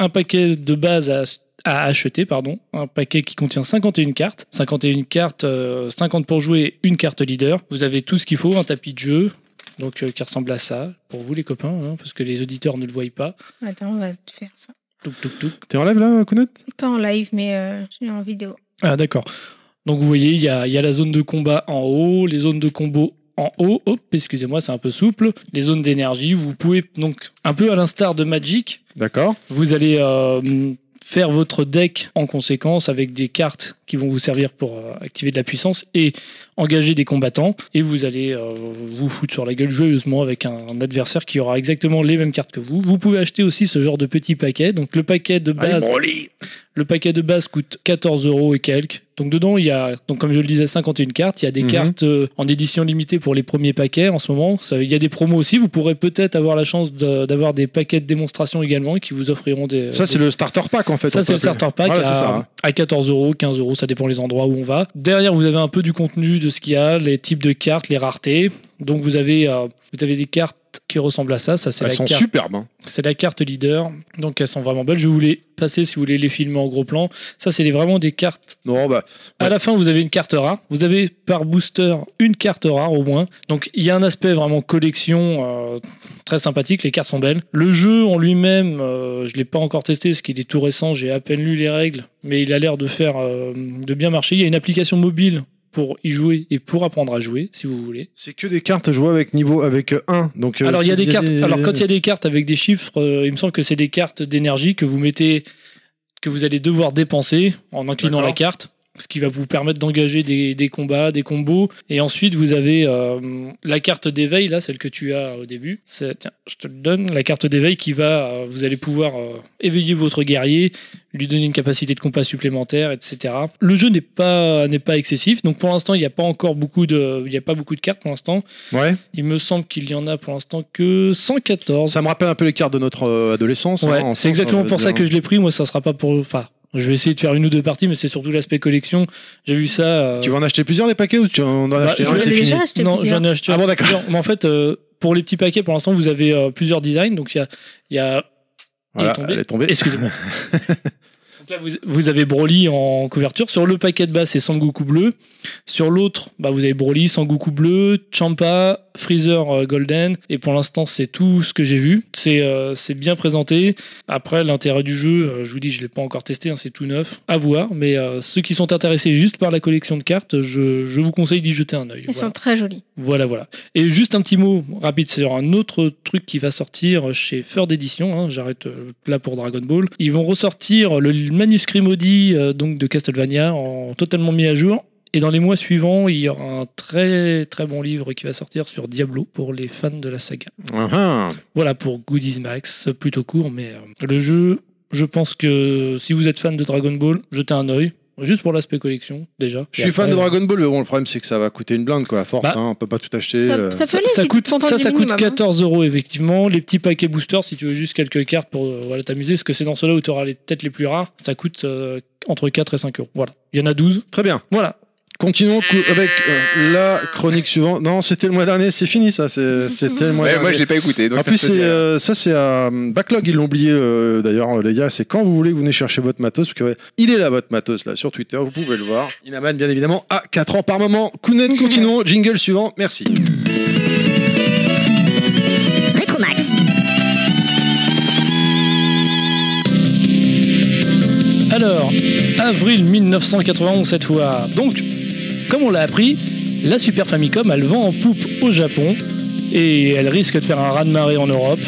Speaker 4: un paquet de base à, à acheter pardon, un paquet qui contient 51 cartes. 51 cartes, euh, 50 pour jouer, une carte leader. Vous avez tout ce qu'il faut, un tapis de jeu. Donc, euh, qui ressemble à ça, pour vous les copains, hein, parce que les auditeurs ne le voient pas.
Speaker 6: Attends, on va faire ça.
Speaker 4: Touc, touc, touc.
Speaker 3: T'es en live là, Kounet
Speaker 6: Pas en live, mais euh, je l'ai en vidéo.
Speaker 4: Ah, d'accord. Donc, vous voyez, il y a, il y a la zone de combat en haut, les zones de combo en haut. Hop, excusez-moi, c'est un peu souple. Les zones d'énergie, vous pouvez donc, un peu à l'instar de Magic,
Speaker 3: D'accord.
Speaker 4: vous allez euh, faire votre deck en conséquence avec des cartes qui vont vous servir pour euh, activer de la puissance et engager des combattants. Et vous allez euh, vous foutre sur la gueule joyeusement avec un, un adversaire qui aura exactement les mêmes cartes que vous. Vous pouvez acheter aussi ce genre de petit paquet. Donc le paquet de
Speaker 3: Allez,
Speaker 4: base,
Speaker 3: Broly
Speaker 4: le paquet de base coûte 14 euros et quelques. Donc dedans, il y a, donc comme je le disais, 51 cartes. Il y a des
Speaker 3: Mhm.
Speaker 4: cartes euh, en édition limitée pour les premiers paquets en ce moment. Ça- il y a des promos aussi. Vous pourrez peut-être avoir la chance de- d'avoir des paquets de démonstration également qui vous offriront des.
Speaker 3: Ça, c'est
Speaker 4: Euh, des-
Speaker 3: le starter pack en fait.
Speaker 4: ça,
Speaker 3: on
Speaker 4: c'est le
Speaker 3: peut appeler.
Speaker 4: starter pack
Speaker 3: Voilà,
Speaker 4: à,
Speaker 3: c'est ça. hein.
Speaker 4: à 14 euros, 15 euros, ça dépend les endroits où on va. Derrière, vous avez un peu du contenu de ce qu'il y a, les types de cartes, les raretés. Donc, vous avez, euh, vous avez des cartes qui ressemblent à ça. Ça, c'est
Speaker 3: Elles
Speaker 4: la,
Speaker 3: sont
Speaker 4: carte-
Speaker 3: superbes. hein.
Speaker 4: c'est la carte leader. Donc, elles sont vraiment belles. Je vais vous les passer si vous voulez les filmer en gros plan. Ça, c'est des- vraiment des cartes
Speaker 3: Non, bah,
Speaker 4: à
Speaker 3: Ouais.
Speaker 4: la fin, vous avez une carte rare. Vous avez par booster une carte rare au moins. Donc il y a un aspect vraiment collection euh, très sympathique. Les cartes sont belles. Le jeu en lui-même, euh, je l'ai pas encore testé parce qu'il est tout récent. J'ai à peine lu les règles, mais il a l'air de faire euh, de bien marcher. Il y a une application mobile pour y jouer et pour apprendre à jouer si vous voulez.
Speaker 3: c'est que des cartes jouées avec niveau avec 1. Donc, euh,
Speaker 4: Alors il y a
Speaker 3: c'est-
Speaker 4: des cartes. Alors quand il y a des cartes avec des chiffres, euh, il me semble que c'est des cartes d'énergie que vous mettez, que vous allez devoir dépenser en inclinant
Speaker 3: D'accord.
Speaker 4: la carte, ce qui va vous permettre d'engager des, des combats, des combos. Et ensuite vous avez euh, la carte d'éveil là, celle que tu as au début. C'est- Tiens, je te le donne. La carte d'éveil qui va, euh, vous allez pouvoir euh, éveiller votre guerrier, lui donner une capacité de compas supplémentaire, etc. Le jeu n'est pas n'est pas excessif. Donc pour l'instant il n'y a pas encore beaucoup de, il n'y a pas beaucoup de cartes pour l'instant.
Speaker 3: Ouais.
Speaker 4: Il me semble qu'il y en a pour l'instant que 114.
Speaker 3: Ça me rappelle un peu les cartes de notre euh, adolescence.
Speaker 4: Oh. Ouais,
Speaker 3: hein, en
Speaker 4: c'est
Speaker 3: France,
Speaker 4: exactement
Speaker 3: euh,
Speaker 4: pour ça
Speaker 3: bien.
Speaker 4: que je l'ai pris. Moi, ça sera pas pour. Enfin, je vais essayer de faire une ou deux parties, mais c'est surtout l'aspect collection. J'ai vu ça. euh,
Speaker 3: Tu vas en acheter plusieurs des paquets ou tu en as
Speaker 4: bah,
Speaker 3: acheté
Speaker 4: je
Speaker 3: un
Speaker 4: l'ai
Speaker 3: et c'est
Speaker 6: déjà
Speaker 3: fini
Speaker 6: acheté
Speaker 4: non,
Speaker 6: plusieurs.
Speaker 4: j'en ai acheté.
Speaker 3: Ah bon, d'accord.
Speaker 4: plusieurs. Mais en fait, euh, pour les petits paquets, pour l'instant, vous avez euh, plusieurs designs. Donc il y a, il y a
Speaker 3: Voilà,
Speaker 4: tombée.
Speaker 3: elle est tombée.
Speaker 4: Excusez-moi. Donc là, vous, vous avez Broly en couverture. Sur le paquet de base, c'est Sangoku bleu. Sur l'autre, bah, vous avez Broly, Sangoku bleu, Champa, Freezer euh, Golden. Et pour l'instant, c'est tout ce que j'ai vu. C'est euh, c'est bien présenté. Après, l'intérêt du jeu, euh, je vous dis, je l'ai pas encore testé, hein, c'est tout neuf. À voir. Mais euh, ceux qui sont intéressés juste par la collection de cartes, je, je vous conseille d'y jeter un œil.
Speaker 6: Elles
Speaker 4: Voilà.
Speaker 6: sont très jolies.
Speaker 4: Voilà, voilà. Et juste un petit mot rapide sur un autre truc qui va sortir chez Ferd Edition. hein, J'arrête euh, là pour Dragon Ball. Ils vont ressortir le manuscrit maudit euh, donc de Castlevania en totalement mis à jour. Et dans les mois suivants, il y aura un très très bon livre qui va sortir sur Diablo pour les fans de la saga.
Speaker 3: Ah, ah.
Speaker 4: Voilà pour Goodies Max, plutôt court, mais euh, le jeu, je pense que si vous êtes fan de Dragon Ball, jetez un œil, juste pour l'aspect collection déjà.
Speaker 3: Je
Speaker 4: Et
Speaker 3: suis fan de
Speaker 4: après, euh,
Speaker 3: Dragon Ball, mais bon, le problème c'est que ça va coûter une blinde quoi, à force.
Speaker 4: Bah,
Speaker 3: hein, on peut pas tout acheter.
Speaker 6: ça,
Speaker 3: euh.
Speaker 6: ça peut
Speaker 4: ça,
Speaker 6: aller
Speaker 4: ça
Speaker 6: si
Speaker 4: coûte,
Speaker 6: tu t'entends
Speaker 4: ça,
Speaker 6: du
Speaker 4: ça coûte
Speaker 6: minimum, hein.
Speaker 4: 14 euros effectivement. Les petits paquets boosters, si tu veux juste quelques cartes pour euh, voilà, t'amuser, parce que c'est dans ceux-là où tu auras peut-être les plus rares, ça coûte euh, entre 4 et 5 euros. Voilà. Il y en a 12.
Speaker 3: Très bien.
Speaker 4: Voilà.
Speaker 3: Continuons cou- avec euh, la chronique suivante. Non, c'était le mois dernier, c'est fini ça. c'est- C'était le mois
Speaker 5: Ouais,
Speaker 3: dernier.
Speaker 5: moi, je l'ai pas écouté. donc
Speaker 3: en
Speaker 5: ça
Speaker 3: plus,
Speaker 5: me fait
Speaker 3: c'est,
Speaker 5: dire.
Speaker 3: euh, ça, c'est un backlog. Ils l'ont oublié euh, d'ailleurs, euh, les gars. C'est quand vous voulez que vous venez chercher votre matos. Parce que ouais, il est là, votre matos, là, sur Twitter. Vous pouvez le voir. Il amène bien évidemment à 4 ans par moment. Kounet, continuons. Jingle suivant. Merci.
Speaker 1: Rétromax.
Speaker 4: Alors, avril 1991 cette fois. Donc, comme on l'a appris, la Super Famicom, elle vend en poupe au Japon et elle risque de faire un raz-de-marée en Europe.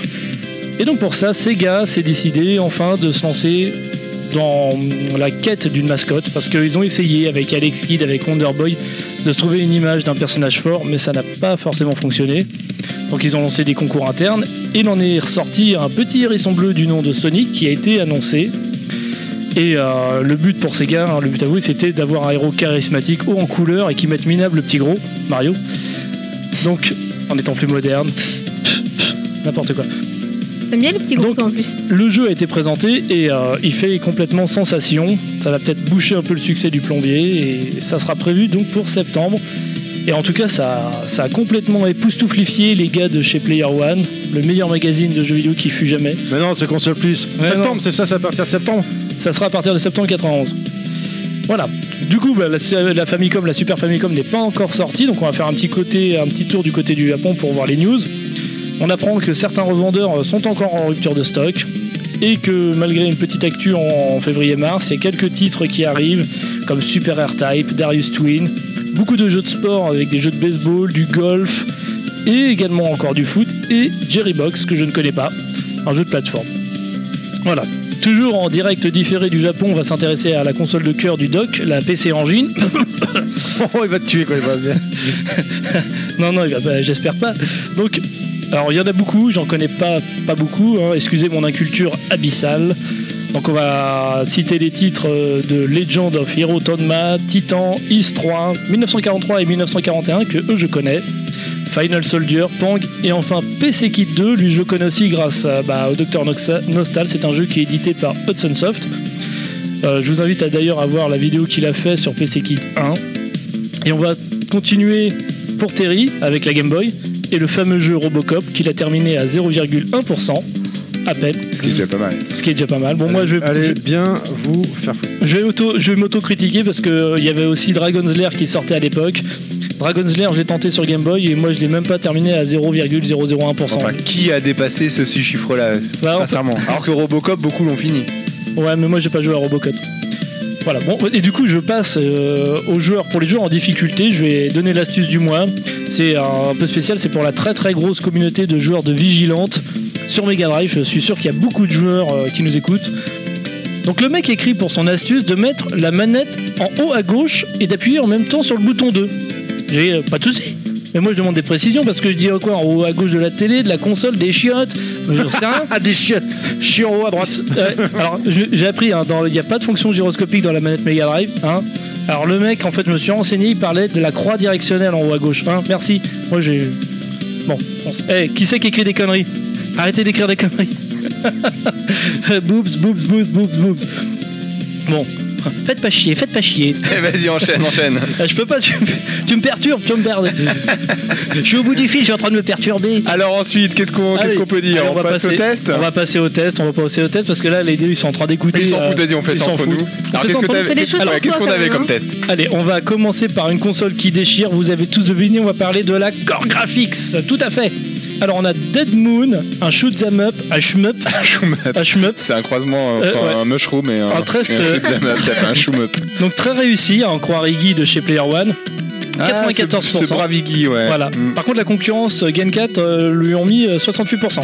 Speaker 4: Et donc pour ça, Sega s'est décidé enfin de se lancer dans la quête d'une mascotte parce qu'ils ont essayé avec Alex Kidd, avec Wonder Boy, de se trouver une image d'un personnage fort, mais ça n'a pas forcément fonctionné. Donc ils ont lancé des concours internes et il en est ressorti un petit hérisson bleu du nom de Sonic qui a été annoncé. Et euh, le but pour Sega, hein, le but à vous, c'était d'avoir un héros charismatique, haut en couleur et qui mette minable le petit gros, Mario. Donc, en étant plus moderne, pff, pff, n'importe quoi.
Speaker 6: T'aimes bien les petits groupes
Speaker 4: Donc-
Speaker 6: en plus.
Speaker 4: Le jeu a été présenté et euh, il fait complètement sensation. Ça va peut-être boucher un peu le succès du plombier et ça sera prévu donc pour septembre. Et en tout cas, ça, ça a complètement époustouflifié les gars de chez Player One, le meilleur magazine de jeux vidéo qui fut jamais.
Speaker 3: Mais non, c'est console plus.
Speaker 4: Ouais,
Speaker 3: septembre,
Speaker 4: non.
Speaker 3: c'est ça, c'est à partir de septembre.
Speaker 4: Ça sera à partir de septembre 91. Voilà. Du coup, bah, la, su- la Famicom, la Super Famicom n'est pas encore sortie, donc on va faire un petit côté, un petit tour du côté du Japon pour voir les news. On apprend que certains revendeurs euh, sont encore en rupture de stock et que malgré une petite actu en, en février-mars, il y a quelques titres qui arrivent comme Super R-Type, Darius Twin, beaucoup de jeux de sport avec des jeux de baseball, du golf et également encore du foot et Jerry Box que je ne connais pas, un jeu de plateforme. Voilà. Toujours en direct différé du Japon, on va s'intéresser à la console de cœur du doc, la PC Engine.
Speaker 5: euh,
Speaker 3: Oh, il va te tuer quand il va bien.
Speaker 4: Non, non, il va pas- j'espère pas. Donc, alors il y en a beaucoup, j'en connais pas, pas beaucoup, hein. excusez mon inculture abyssale. Donc on va citer les titres euh, de Legend of Hero Tonma, Titan, Is 3, 1943 et 1941 que eux je connais. Final Soldier, Pang et enfin PC Kit 2, lui je le connais aussi grâce à- bah, au Dr Noxa- Nostal, c'est un jeu qui est édité par Hudson Soft. Euh, je vous invite à d'ailleurs à voir la vidéo qu'il a fait sur PC Kit 1. Et on va continuer pour Terry avec la Game Boy et le fameux jeu Robocop qu'il a terminé à 0,1% à peine,
Speaker 5: Ce qui est déjà pas mal.
Speaker 4: ce qui est déjà pas mal. Bon, moi je vais,
Speaker 3: Allez bien vous faire foutre.
Speaker 4: je, je vais auto, je vais m'auto-critiquer parce que euh, il y avait aussi Dragon's Lair qui sortait à l'époque. Dragon's Lair, je l'ai tenté sur Game Boy et moi je l'ai même pas terminé à 0,001%.
Speaker 5: Enfin, qui a dépassé ce six chiffres-là,
Speaker 4: Bah, on peut-
Speaker 5: sincèrement Alors que Robocop, beaucoup l'ont fini.
Speaker 4: Ouais, mais moi j'ai pas joué à Robocop. Voilà, bon, et du coup je passe euh, aux joueurs. Pour les joueurs en difficulté, je vais donner l'astuce du mois. C'est un peu spécial, c'est pour la très très grosse communauté de joueurs de vigilantes sur Mega Drive. Je suis sûr qu'il y a beaucoup de joueurs euh, qui nous écoutent. Donc le mec écrit pour son astuce de mettre la manette en haut à gauche et d'appuyer en même temps sur le bouton 2. J'ai euh, pas de soucis. Mais moi je demande des précisions parce que je dis euh, quoi en haut à gauche de la télé, de la console, des chiottes, mais j'en sais rien.
Speaker 3: Ah, des chiottes. Je suis en haut à droite.
Speaker 4: Euh, alors, je- j'ai appris, hein, dans- il n'y a pas de fonction gyroscopique dans la manette Mega Drive. hein. Alors, le mec, en fait, je me suis renseigné, il parlait de la croix directionnelle en haut à gauche. hein. Merci. Moi, j'ai. Bon. on s- Eh, qui c'est qui écrit des conneries Arrêtez d'écrire des conneries. boobs, boobs, boobs, boobs, boobs. Bon. Faites pas chier, faites pas chier.
Speaker 5: Eh, Vas-y, enchaîne, enchaîne.
Speaker 4: Euh, Je peux pas, tu, tu me perturbes, tu me perds. Je suis au bout du fil, je suis en train de me perturber.
Speaker 5: Alors ensuite, qu'est-ce qu'on qu'est-ce
Speaker 4: Allez,
Speaker 5: qu'on peut dire
Speaker 4: Ah allez,
Speaker 5: On, passe
Speaker 4: passer-
Speaker 5: au test
Speaker 4: On va passer au test, on va passer au test parce que là les deux ils sont en train d'écouter.
Speaker 5: Ils s'en
Speaker 4: euh,
Speaker 5: foutent, vas-y, on fait
Speaker 4: ils
Speaker 5: ça
Speaker 4: s'en
Speaker 5: entre
Speaker 4: foutent.
Speaker 5: nous.
Speaker 4: On
Speaker 5: Alors,
Speaker 4: fait
Speaker 5: qu'est-ce
Speaker 4: ça
Speaker 5: que
Speaker 4: entre
Speaker 5: t'avais-
Speaker 6: fait des choses
Speaker 5: ouais,
Speaker 6: entre
Speaker 5: qu'est-ce
Speaker 6: toi,
Speaker 5: qu'on
Speaker 6: quand
Speaker 5: avait
Speaker 6: même,
Speaker 5: comme
Speaker 6: hein.
Speaker 5: test
Speaker 4: nous. Allez, on va commencer par une console qui déchire. Vous avez tous deviné, on va parler de la Core Graphics. Tout à fait. Alors on a Dead Moon, un shoot 'em up, un shmup, un shmup.
Speaker 5: C'est un croisement
Speaker 4: Euh,
Speaker 5: entre
Speaker 4: ouais.
Speaker 5: un mushroom et un,
Speaker 4: Un trust,
Speaker 5: et un
Speaker 4: euh,
Speaker 5: shoot'em up, ça fait un shoom up.
Speaker 4: Donc très réussi, à en croire Iggy de chez Player One.
Speaker 5: Ah,
Speaker 4: 94%.
Speaker 5: ce, ce brave Iggy, ouais.
Speaker 4: Voilà.
Speaker 5: Mm.
Speaker 4: Par contre, la concurrence euh, Gencat euh, lui ont mis euh, 68%.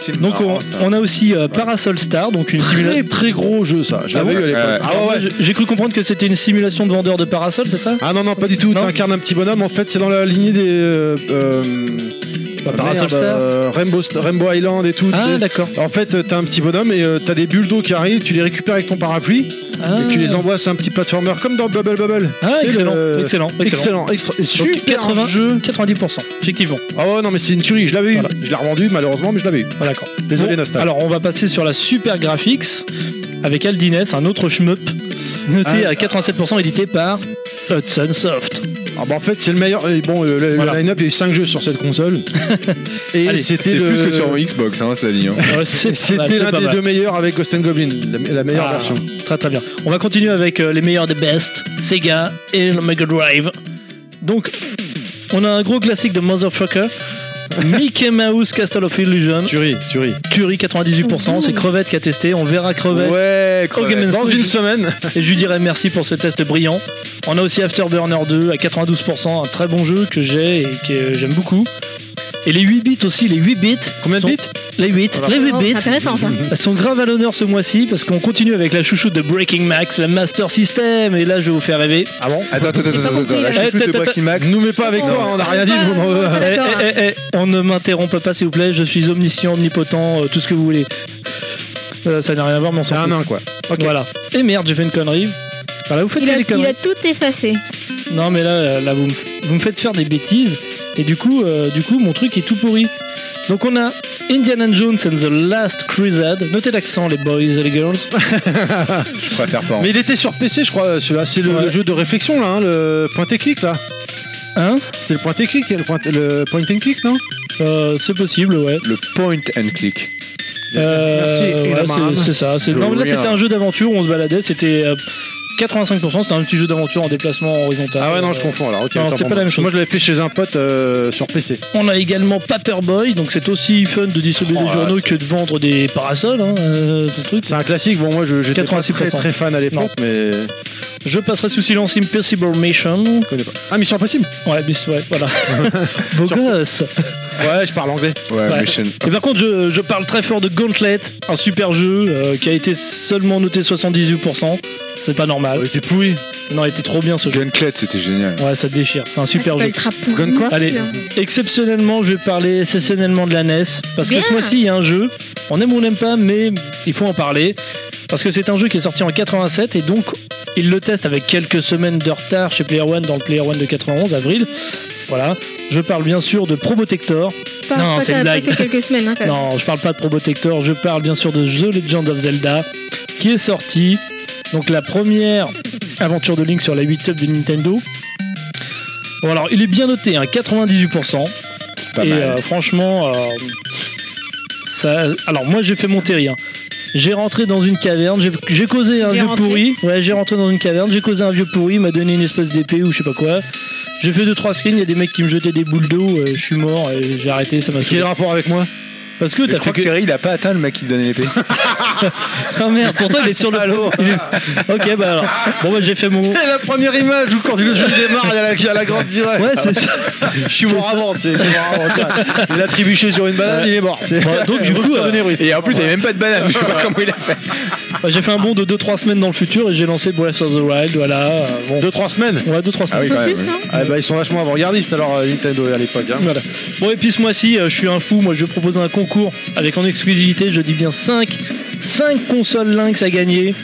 Speaker 5: C'est
Speaker 4: Donc,
Speaker 5: marrant,
Speaker 4: on,
Speaker 5: Ah, ça.
Speaker 4: on a aussi euh, Parasol Star, donc une simula-
Speaker 3: Très très gros jeu ça. Je
Speaker 5: Ah
Speaker 3: l'avais
Speaker 5: bon
Speaker 3: eu à l'époque.
Speaker 5: Ouais.
Speaker 3: Ah ouais, ouais.
Speaker 4: J'ai- J'ai cru comprendre que c'était une simulation de vendeur de parasols, c'est ça
Speaker 3: Ah non, non, pas du tout.
Speaker 4: Non.
Speaker 3: T'incarnes un petit bonhomme. En fait, c'est dans la lignée des. euh, euh,
Speaker 4: Bah,
Speaker 3: merde,
Speaker 4: Parasol Star.
Speaker 3: euh, Rainbow, Sta- Rainbow Island et tout. tu
Speaker 4: Ah,
Speaker 3: sais.
Speaker 4: d'accord.
Speaker 3: en fait, euh, t'as un petit bonhomme et euh, t'as des bulles d'eau qui arrivent, tu les récupères avec ton parapluie
Speaker 4: Ah,
Speaker 3: et tu les envoies. C'est un petit platformer comme dans Bubble Bubble.
Speaker 4: Ah,
Speaker 3: C'est
Speaker 4: excellent,
Speaker 3: le-
Speaker 4: excellent, excellent.
Speaker 3: excellent, extra-
Speaker 4: Ah, Donc,
Speaker 3: super
Speaker 4: 80,
Speaker 3: jeu.
Speaker 4: 90%, effectivement.
Speaker 3: Ah ouais, non, mais c'est une tuerie. Je l'avais eu.
Speaker 4: Voilà.
Speaker 3: Je l'ai revendu malheureusement, mais je l'avais eu.
Speaker 4: Ah, d'accord.
Speaker 3: Désolé,
Speaker 4: Bon,
Speaker 3: Nostal.
Speaker 4: Alors, on va passer sur la Super Graphics avec Aldines, un autre shmup, noté
Speaker 3: Ah.
Speaker 4: à 87%, édité par Hudson Soft.
Speaker 3: Ah bah en fait, c'est le meilleur. euh, Bon, le, le-
Speaker 4: Voilà.
Speaker 3: le line-up, il y a eu 5 jeux sur cette console. et
Speaker 4: Allez,
Speaker 3: c'était
Speaker 5: C'est
Speaker 3: le-
Speaker 5: plus que sur Xbox, hein, cela dit. hein.
Speaker 4: Ouais, c'est pas mal,
Speaker 3: C'était
Speaker 4: c'est
Speaker 3: l'un
Speaker 4: pas
Speaker 3: des
Speaker 4: mal.
Speaker 3: deux meilleurs avec Ghost and Goblin, la, la meilleure
Speaker 4: Ah,
Speaker 3: version.
Speaker 4: Très très bien. On va continuer avec euh, les meilleurs des best, Sega et le Mega Drive. Donc, on a un gros classique de Motherfucker. Mickey Mouse Castle of Illusion,
Speaker 3: Tuerie, tuerie.
Speaker 4: tuerie 98%, c'est Crevette qui a testé, on verra Crevette
Speaker 5: Ouais,
Speaker 4: au Game
Speaker 5: crevette.
Speaker 3: Dans
Speaker 4: Freak.
Speaker 3: une semaine.
Speaker 4: et je lui dirai merci pour ce test brillant. On a aussi Afterburner 2 à 92%, un très bon jeu que j'ai et que euh, j'aime beaucoup. Et les 8 bits aussi, les 8 bits.
Speaker 3: Combien de
Speaker 4: sont-
Speaker 3: bits
Speaker 4: Les 8, les 8
Speaker 6: Oh,
Speaker 4: bits.
Speaker 6: c'est intéressant ça.
Speaker 4: Elles sont grave à l'honneur ce mois-ci parce qu'on continue avec la chouchoute de Breaking Max, la Master System, et là je vais vous faire rêver.
Speaker 3: Ah bon
Speaker 5: Attends, attends, attends,
Speaker 6: pas
Speaker 5: attends,
Speaker 6: compris,
Speaker 5: attends,
Speaker 6: là.
Speaker 5: la
Speaker 4: Eh,
Speaker 5: chouchoute
Speaker 4: t'as-
Speaker 5: de
Speaker 4: t'as-
Speaker 5: Breaking Max.
Speaker 3: Nous mets pas avec toi, on a rien dit.
Speaker 6: Ah,
Speaker 3: nous, on-
Speaker 6: ah,
Speaker 4: Eh,
Speaker 6: d'accord.
Speaker 4: eh, eh, eh, on ne m'interrompt pas s'il vous plaît, je suis omniscient, omnipotent, euh, tout ce que vous voulez. Euh, ça n'a rien à voir, mais on s'en
Speaker 5: Ah
Speaker 3: C'est un
Speaker 4: fout.
Speaker 3: nain quoi. Ok.
Speaker 4: Voilà. Et merde, j'ai fait une connerie. Voilà, vous faites
Speaker 6: Il
Speaker 4: que
Speaker 6: a,
Speaker 4: des
Speaker 6: il
Speaker 4: conneries.
Speaker 6: a tout effacé.
Speaker 4: Non mais là, euh, là vous, me, f- vous me faites faire des bêtises et du coup, euh, du coup mon truc est tout pourri. Donc on a Indiana Jones and the Last Crusade. Notez l'accent les boys et les girls.
Speaker 5: Je préfère pas. en
Speaker 3: Mais il était sur PC, je crois, celui-là. C'est le,
Speaker 4: Ouais.
Speaker 3: le jeu de réflexion, là, hein, le point clic, là.
Speaker 4: Hein
Speaker 3: C'était le point et clic, le point, le point and click, non
Speaker 4: Euh, C'est possible, ouais.
Speaker 5: Le point and click.
Speaker 4: Euh,
Speaker 3: Merci,
Speaker 4: voilà,
Speaker 3: Inamam.
Speaker 4: c'est- c'est ça. C'est-
Speaker 5: De
Speaker 4: non, mais là,
Speaker 5: rien.
Speaker 4: c'était un jeu d'aventure où on se baladait. C'était euh, 85%. C'était un petit jeu d'aventure en déplacement horizontal.
Speaker 3: Ah ouais, non, je
Speaker 4: Euh,
Speaker 3: confonds alors. ok,
Speaker 4: non,
Speaker 3: autant
Speaker 4: c'était
Speaker 3: pour
Speaker 4: pas la
Speaker 3: moi.
Speaker 4: même chose.
Speaker 3: Moi, je l'avais fait chez un pote euh, sur PC.
Speaker 4: On a également Paperboy. Donc, c'est aussi fun de distribuer
Speaker 5: Oh
Speaker 4: des
Speaker 5: là
Speaker 4: journaux
Speaker 5: là,
Speaker 4: que de vendre des parasols. Hein, euh, ton truc.
Speaker 3: C'est un classique. Bon, moi, je j'étais pas très
Speaker 4: 86%.
Speaker 3: très fan à l'époque, mais je
Speaker 4: Je passerai sous silence Impossible Mission.
Speaker 3: connais pas. Ah, Mission Impossible.
Speaker 4: Ouais, mais c'est- ouais, voilà. Beau gosse.
Speaker 3: Ouais, je parle anglais.
Speaker 5: Ouais,
Speaker 4: Ouais.
Speaker 5: Mission.
Speaker 4: Et par contre, je, je parle très fort de Gauntlet, un super jeu euh, qui a été seulement noté 78%. C'est pas normal.
Speaker 3: Oh, Il était pourri.
Speaker 4: Non, il était trop bien ce jeu.
Speaker 5: Gunclet, c'était génial.
Speaker 4: Ouais, ça déchire. C'est un super
Speaker 6: Ah, c'est pas
Speaker 4: jeu.
Speaker 6: ultra pourri.
Speaker 3: Gun quoi
Speaker 4: Allez, exceptionnellement, je vais parler exceptionnellement de la NES. Parce
Speaker 6: Bien.
Speaker 4: que ce mois-ci, il y a un jeu. On aime ou on n'aime pas, mais il faut en parler. Parce que c'est un jeu qui est sorti en 87 et donc ils le testent avec quelques semaines de retard chez Player One dans le Player One de 91, avril. Voilà. Je parle bien sûr de Probotector.
Speaker 6: Pas,
Speaker 4: Non,
Speaker 6: pas-
Speaker 4: c'est une
Speaker 6: pas
Speaker 4: blague.
Speaker 6: que quelques semaines. hein, quand même.
Speaker 4: Non, je parle pas de Probotector, je parle bien sûr de The Legend of Zelda, qui est sorti, donc la première aventure de Link sur la 8 up de Nintendo. Bon alors, il est bien noté, hein, 98%,
Speaker 5: Pas
Speaker 4: et
Speaker 5: mal.
Speaker 4: euh, franchement, euh, ça, alors moi j'ai fait mon terri, hein. J'ai rentré dans une caverne, j'ai- j'ai causé un
Speaker 6: J'ai
Speaker 4: vieux
Speaker 6: rentré.
Speaker 4: pourri. Ouais, j'ai rentré dans une caverne, j'ai causé un vieux pourri, il m'a donné une espèce d'épée ou je sais pas quoi. J'ai fait deux trois screens, il y a des mecs qui me jetaient des boules d'eau, euh, je suis mort, et j'ai arrêté, ça m'a
Speaker 3: Quel est
Speaker 4: saoulé.
Speaker 3: le rapport avec moi
Speaker 4: Parce que
Speaker 5: Je
Speaker 4: t'as fait
Speaker 5: crois que
Speaker 4: que
Speaker 5: Terry, il a pas atteint le mec qui lui donnait l'épée.
Speaker 4: Ah merde, pourtant il est sur le il est- Ok, bah alors. Bon, bah j'ai fait mon.
Speaker 3: C'est la première image où quand le jeu démarre, il y a la, il y a la grande direct.
Speaker 4: Ouais, c'est ça.
Speaker 3: je suis mort avant, tu sais, je suis mort avant, tiens. Il a trébuché sur une banane, il est mort. c'est-
Speaker 4: Bon, donc, du coup,
Speaker 3: Rupture
Speaker 4: euh,
Speaker 3: de névrose.
Speaker 5: Et en plus, il n'y avait même pas de banane. Je sais pas comment il a fait.
Speaker 4: Bah, J'ai fait un bond de 2-3 semaines dans le futur et j'ai lancé Breath of the Wild, voilà. euh, Bon.
Speaker 3: Deux, trois semaines.
Speaker 4: Ouais, 2-3 semaines.
Speaker 6: Un peu plus, hein.
Speaker 3: Ah bah ils sont vachement avant-gardistes alors euh, Nintendo à l'époque. hein.
Speaker 4: Voilà. Bon, et puis ce mois-ci, euh, je suis un fou. Moi, je vais proposer un concours avec en exclusivité, je dis bien 5, 5 consoles Lynx à gagner.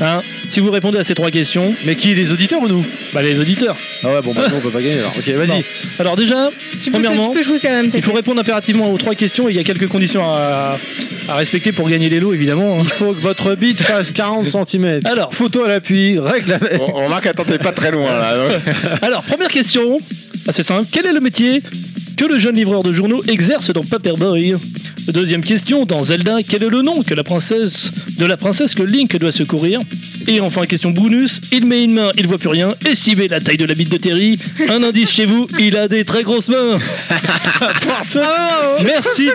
Speaker 4: Hein si vous répondez à ces trois questions,
Speaker 3: Mais qui les auditeurs ou nous
Speaker 4: bah les auditeurs.
Speaker 3: Ah ouais bon bah non on peut pas gagner alors. Ok
Speaker 4: Non.
Speaker 3: vas-y.
Speaker 4: Alors, déjà,
Speaker 6: Tu, peux,
Speaker 4: premièrement.
Speaker 6: tu peux jouer quand même.
Speaker 4: Il faut répondre impérativement aux trois questions et il y a quelques conditions à, à respecter pour gagner les lots évidemment. hein.
Speaker 3: Il faut que votre bite fasse 40 cm.
Speaker 4: Alors.
Speaker 3: photo à l'appui, règle à
Speaker 5: On, on remarque, attends, t'es pas très loin là. hein. donc.
Speaker 4: Alors, première question, assez simple. Quel est le métier que le jeune livreur de journaux exerce dans Paperboy Deuxième question, dans Zelda, quel est le nom que la princesse, de la princesse que Link doit secourir Et enfin, question bonus, il met une main, il voit plus rien, estimez la taille de la bite de Terry, un indice chez vous, il a des très grosses mains Merci,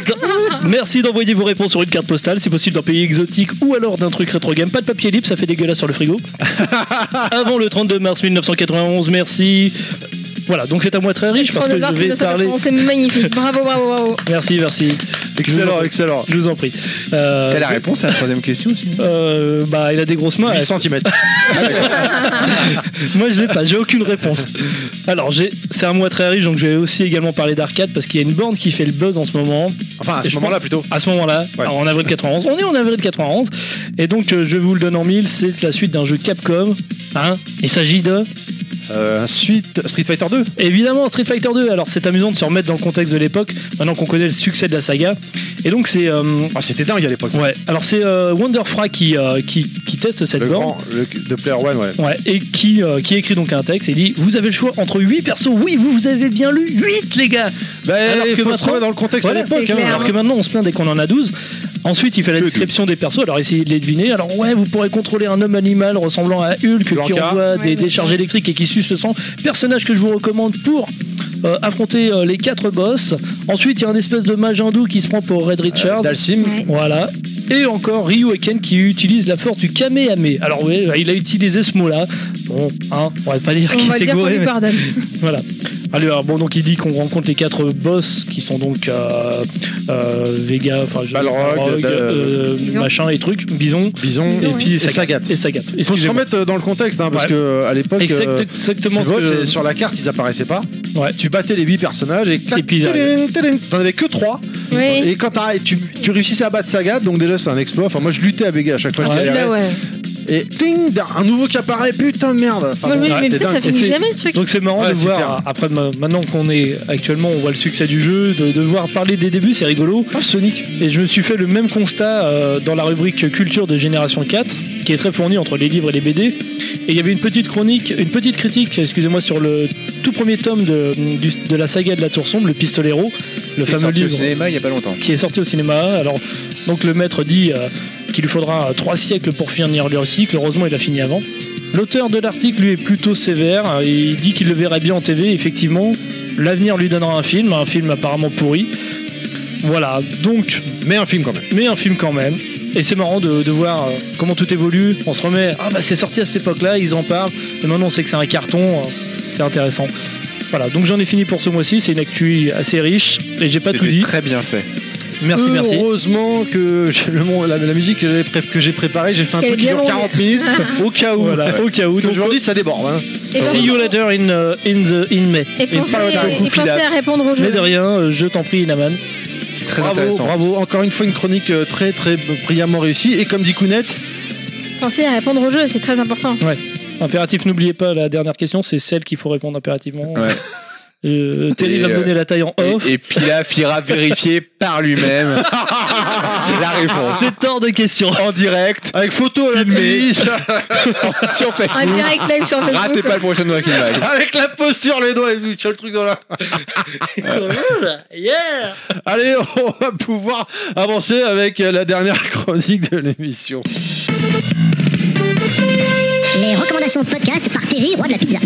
Speaker 4: d'en- merci d'envoyer vos réponses sur une carte postale, si possible d'un pays exotique ou alors d'un truc rétro game. Pas de papier libre, ça fait dégueulasse sur le frigo. Avant le 32 mars 1991, merci. Voilà, donc c'est un mois très riche parce que je vais parler.
Speaker 6: C'est magnifique. Bravo, bravo, bravo.
Speaker 4: Merci, merci.
Speaker 3: Excellent, excellent.
Speaker 4: Je vous en prie. Euh,
Speaker 5: T'as la réponse à la troisième question aussi
Speaker 4: euh, bah, il a des grosses mains.
Speaker 3: 8 cm.
Speaker 4: Moi, je l'ai pas. J'ai aucune réponse. Alors, j'ai, c'est un mois très riche, donc je vais aussi également parler d'arcade parce qu'il y a une borne qui fait le buzz en ce moment.
Speaker 3: Enfin à
Speaker 4: Et
Speaker 3: ce
Speaker 4: je
Speaker 3: moment-là plutôt.
Speaker 4: à ce moment-là,
Speaker 3: Ouais.
Speaker 4: en avril 91. On est en avril 91. Et donc, euh, je vous le donne en mille, c'est la suite d'un jeu Capcom. Hein Il s'agit de,
Speaker 3: Euh, ensuite Street Fighter 2.
Speaker 4: évidemment, Street Fighter 2. Alors, c'est amusant de se remettre dans le contexte de l'époque, maintenant qu'on connaît le succès de la saga. Et donc, c'est. euh,
Speaker 3: Ah c'était dingue à l'époque.
Speaker 4: ouais. Alors, c'est euh, Wonderfra qui, euh, qui, qui teste cette
Speaker 3: Le
Speaker 4: borne.
Speaker 3: grand le, de Player One ouais.
Speaker 4: Ouais, et qui, euh, qui écrit donc un texte et dit Vous avez le choix entre 8 persos. Oui, vous, vous avez bien lu 8, les gars
Speaker 3: Bah
Speaker 4: Alors
Speaker 3: il
Speaker 4: que
Speaker 3: faut se
Speaker 4: maintenant-
Speaker 3: remettre dans le contexte
Speaker 4: Voilà,
Speaker 3: à l'époque. hein.
Speaker 6: c'est clair.
Speaker 4: Alors que maintenant, on se plaint dès qu'on en a 12. Ensuite, il fait la
Speaker 5: Que
Speaker 4: description des persos. Alors, essayez de les deviner. Alors, ouais, vous pourrez contrôler un homme animal ressemblant à Hulk qui
Speaker 3: Blanca.
Speaker 4: envoie des
Speaker 6: Ouais,
Speaker 4: décharges électriques et qui suce le sang. Personnage que je vous recommande pour euh, affronter euh, les quatre boss. Ensuite, il y a un espèce de mage hindou qui se prend pour
Speaker 3: Euh,
Speaker 4: Red Richards.
Speaker 3: Dalsim.
Speaker 6: Ouais.
Speaker 4: Voilà. Et encore Ryu Ken qui utilise la force du Kamehame. Alors oui, il a utilisé ce mot-là. Bon, hein, on va pas dire
Speaker 6: On
Speaker 4: qu'il
Speaker 6: va
Speaker 4: s'est
Speaker 6: dire qu'on
Speaker 4: gouré.
Speaker 6: lui
Speaker 4: mais-
Speaker 6: pardonne.
Speaker 4: Voilà. Allez, alors, bon, donc il dit qu'on rencontre les quatre boss qui sont donc euh, euh, Vega, enfin, je-
Speaker 3: Balrog,
Speaker 4: Balrog, euh,
Speaker 6: Bison.
Speaker 4: machin et trucs, Bison,
Speaker 3: Bison
Speaker 4: et
Speaker 6: Bison,
Speaker 4: puis
Speaker 3: et
Speaker 4: Sagat.
Speaker 3: Sagat.
Speaker 4: Et Sagat.
Speaker 3: Il faut se
Speaker 4: Excusez-moi.
Speaker 3: remettre euh, dans le contexte hein, parce
Speaker 4: Ouais.
Speaker 3: que à l'époque
Speaker 4: Exact-
Speaker 3: euh,
Speaker 4: exactement
Speaker 3: c'est
Speaker 4: ce
Speaker 3: vrai,
Speaker 4: que-
Speaker 3: c'est- sur la carte ils apparaissaient pas.
Speaker 4: Ouais.
Speaker 3: Tu battais les 8 personnages et clac,
Speaker 4: Et puis ils
Speaker 3: tadin, tadin. t'en avais que 3
Speaker 6: Oui.
Speaker 3: et quand t'as- tu, tu réussissais à battre Sagat donc déjà c'est un exploit. Enfin moi je luttais à Vega à chaque fois. que
Speaker 4: Ouais.
Speaker 3: j'y arrivais.
Speaker 6: Ah, Là, ouais.
Speaker 3: Et pling, un nouveau qui apparaît, putain de merde. Enfin,
Speaker 6: Moi, je me
Speaker 3: bon,
Speaker 6: dis,
Speaker 3: ouais,
Speaker 6: mais
Speaker 3: t'es
Speaker 6: putain, ça
Speaker 3: dingue.
Speaker 6: finit
Speaker 4: c'est-
Speaker 6: jamais ce truc.
Speaker 4: Donc c'est marrant
Speaker 3: Ouais,
Speaker 4: de
Speaker 3: c'est
Speaker 4: voir,
Speaker 3: clair.
Speaker 4: après ma- maintenant qu'on est actuellement, on voit le succès du jeu, de, de voir parler des débuts, c'est rigolo.
Speaker 3: Ah, Sonic.
Speaker 4: Et je me suis fait le même constat euh, dans la rubrique culture de Génération 4, qui est très fournie entre les livres et les BD. Et il y avait une petite chronique, une petite critique, excusez-moi, sur le tout premier tome de, du- de la saga de la Tour Sombre, le Pistolero, le
Speaker 5: Qui est
Speaker 4: fameux
Speaker 5: sorti au
Speaker 4: livre
Speaker 5: cinéma il y a pas longtemps.
Speaker 4: qui est sorti au cinéma. Alors, donc le maître dit euh, qu'il lui faudra euh, trois siècles pour finir le cycle. Heureusement, il a fini avant. L'auteur de l'article, lui, est plutôt sévère. Euh, Il dit qu'il le verrait bien en TV. Effectivement, l'avenir lui donnera un film, un film apparemment pourri. Voilà, donc,
Speaker 3: Mais un film quand même.
Speaker 4: mais un film quand même. Et c'est marrant de, de voir euh, comment tout évolue. On se remet, ah bah c'est sorti à cette époque-là, ils en parlent. Et maintenant, on sait que c'est un carton. euh, C'est intéressant. Voilà, donc j'en ai fini pour ce mois-ci. C'est une actu assez riche et j'ai pas tout
Speaker 5: C'était
Speaker 4: dit.
Speaker 5: très bien fait.
Speaker 4: Merci,
Speaker 3: Euh,
Speaker 4: merci.
Speaker 3: Heureusement que j'ai- le mon- la, la musique que j'avais pré- que j'ai préparée, j'ai fait un
Speaker 6: Elle est
Speaker 3: truc qui
Speaker 6: bien
Speaker 3: dure
Speaker 6: longue.
Speaker 3: 40 minutes au cas où.
Speaker 4: Voilà, au cas où.
Speaker 3: Parce
Speaker 4: Donc,
Speaker 3: qu'aujourd'hui, ça déborde. hein.
Speaker 6: Et,
Speaker 4: see you later in, euh, in, the, in May.
Speaker 6: et pensez,
Speaker 5: parodie.
Speaker 6: et pensez à répondre au jeu.
Speaker 4: Mais de rien, euh, je t'en prie, Inaman.
Speaker 5: C'est très
Speaker 3: Bravo,
Speaker 5: intéressant.
Speaker 3: bravo. Encore une fois, une chronique euh, très, très brillamment réussie. Et comme dit Kounet,
Speaker 6: Pensez à répondre au jeu, c'est très important.
Speaker 4: Impératif, n'oubliez pas, la dernière question, c'est celle qu'il faut répondre impérativement.
Speaker 5: Ouais.
Speaker 4: Euh, Terry
Speaker 5: Et,
Speaker 4: va me
Speaker 5: euh,
Speaker 4: donner la taille en off.
Speaker 5: Et, et Pilaf ira vérifier par lui-même la réponse.
Speaker 4: C'est hors de question.
Speaker 5: En direct
Speaker 3: avec photo à la prise,
Speaker 5: sur
Speaker 6: En
Speaker 5: Facebook.
Speaker 6: direct live sur Facebook.
Speaker 5: Ratez pas le prochain Walking Bag.
Speaker 3: avec la pose sur les doigts, et puis tu as le truc dans la.
Speaker 4: yeah!
Speaker 3: Allez, on va pouvoir avancer avec euh, la dernière chronique de l'émission.
Speaker 1: Les recommandations podcast par Terry, roi de la pizza.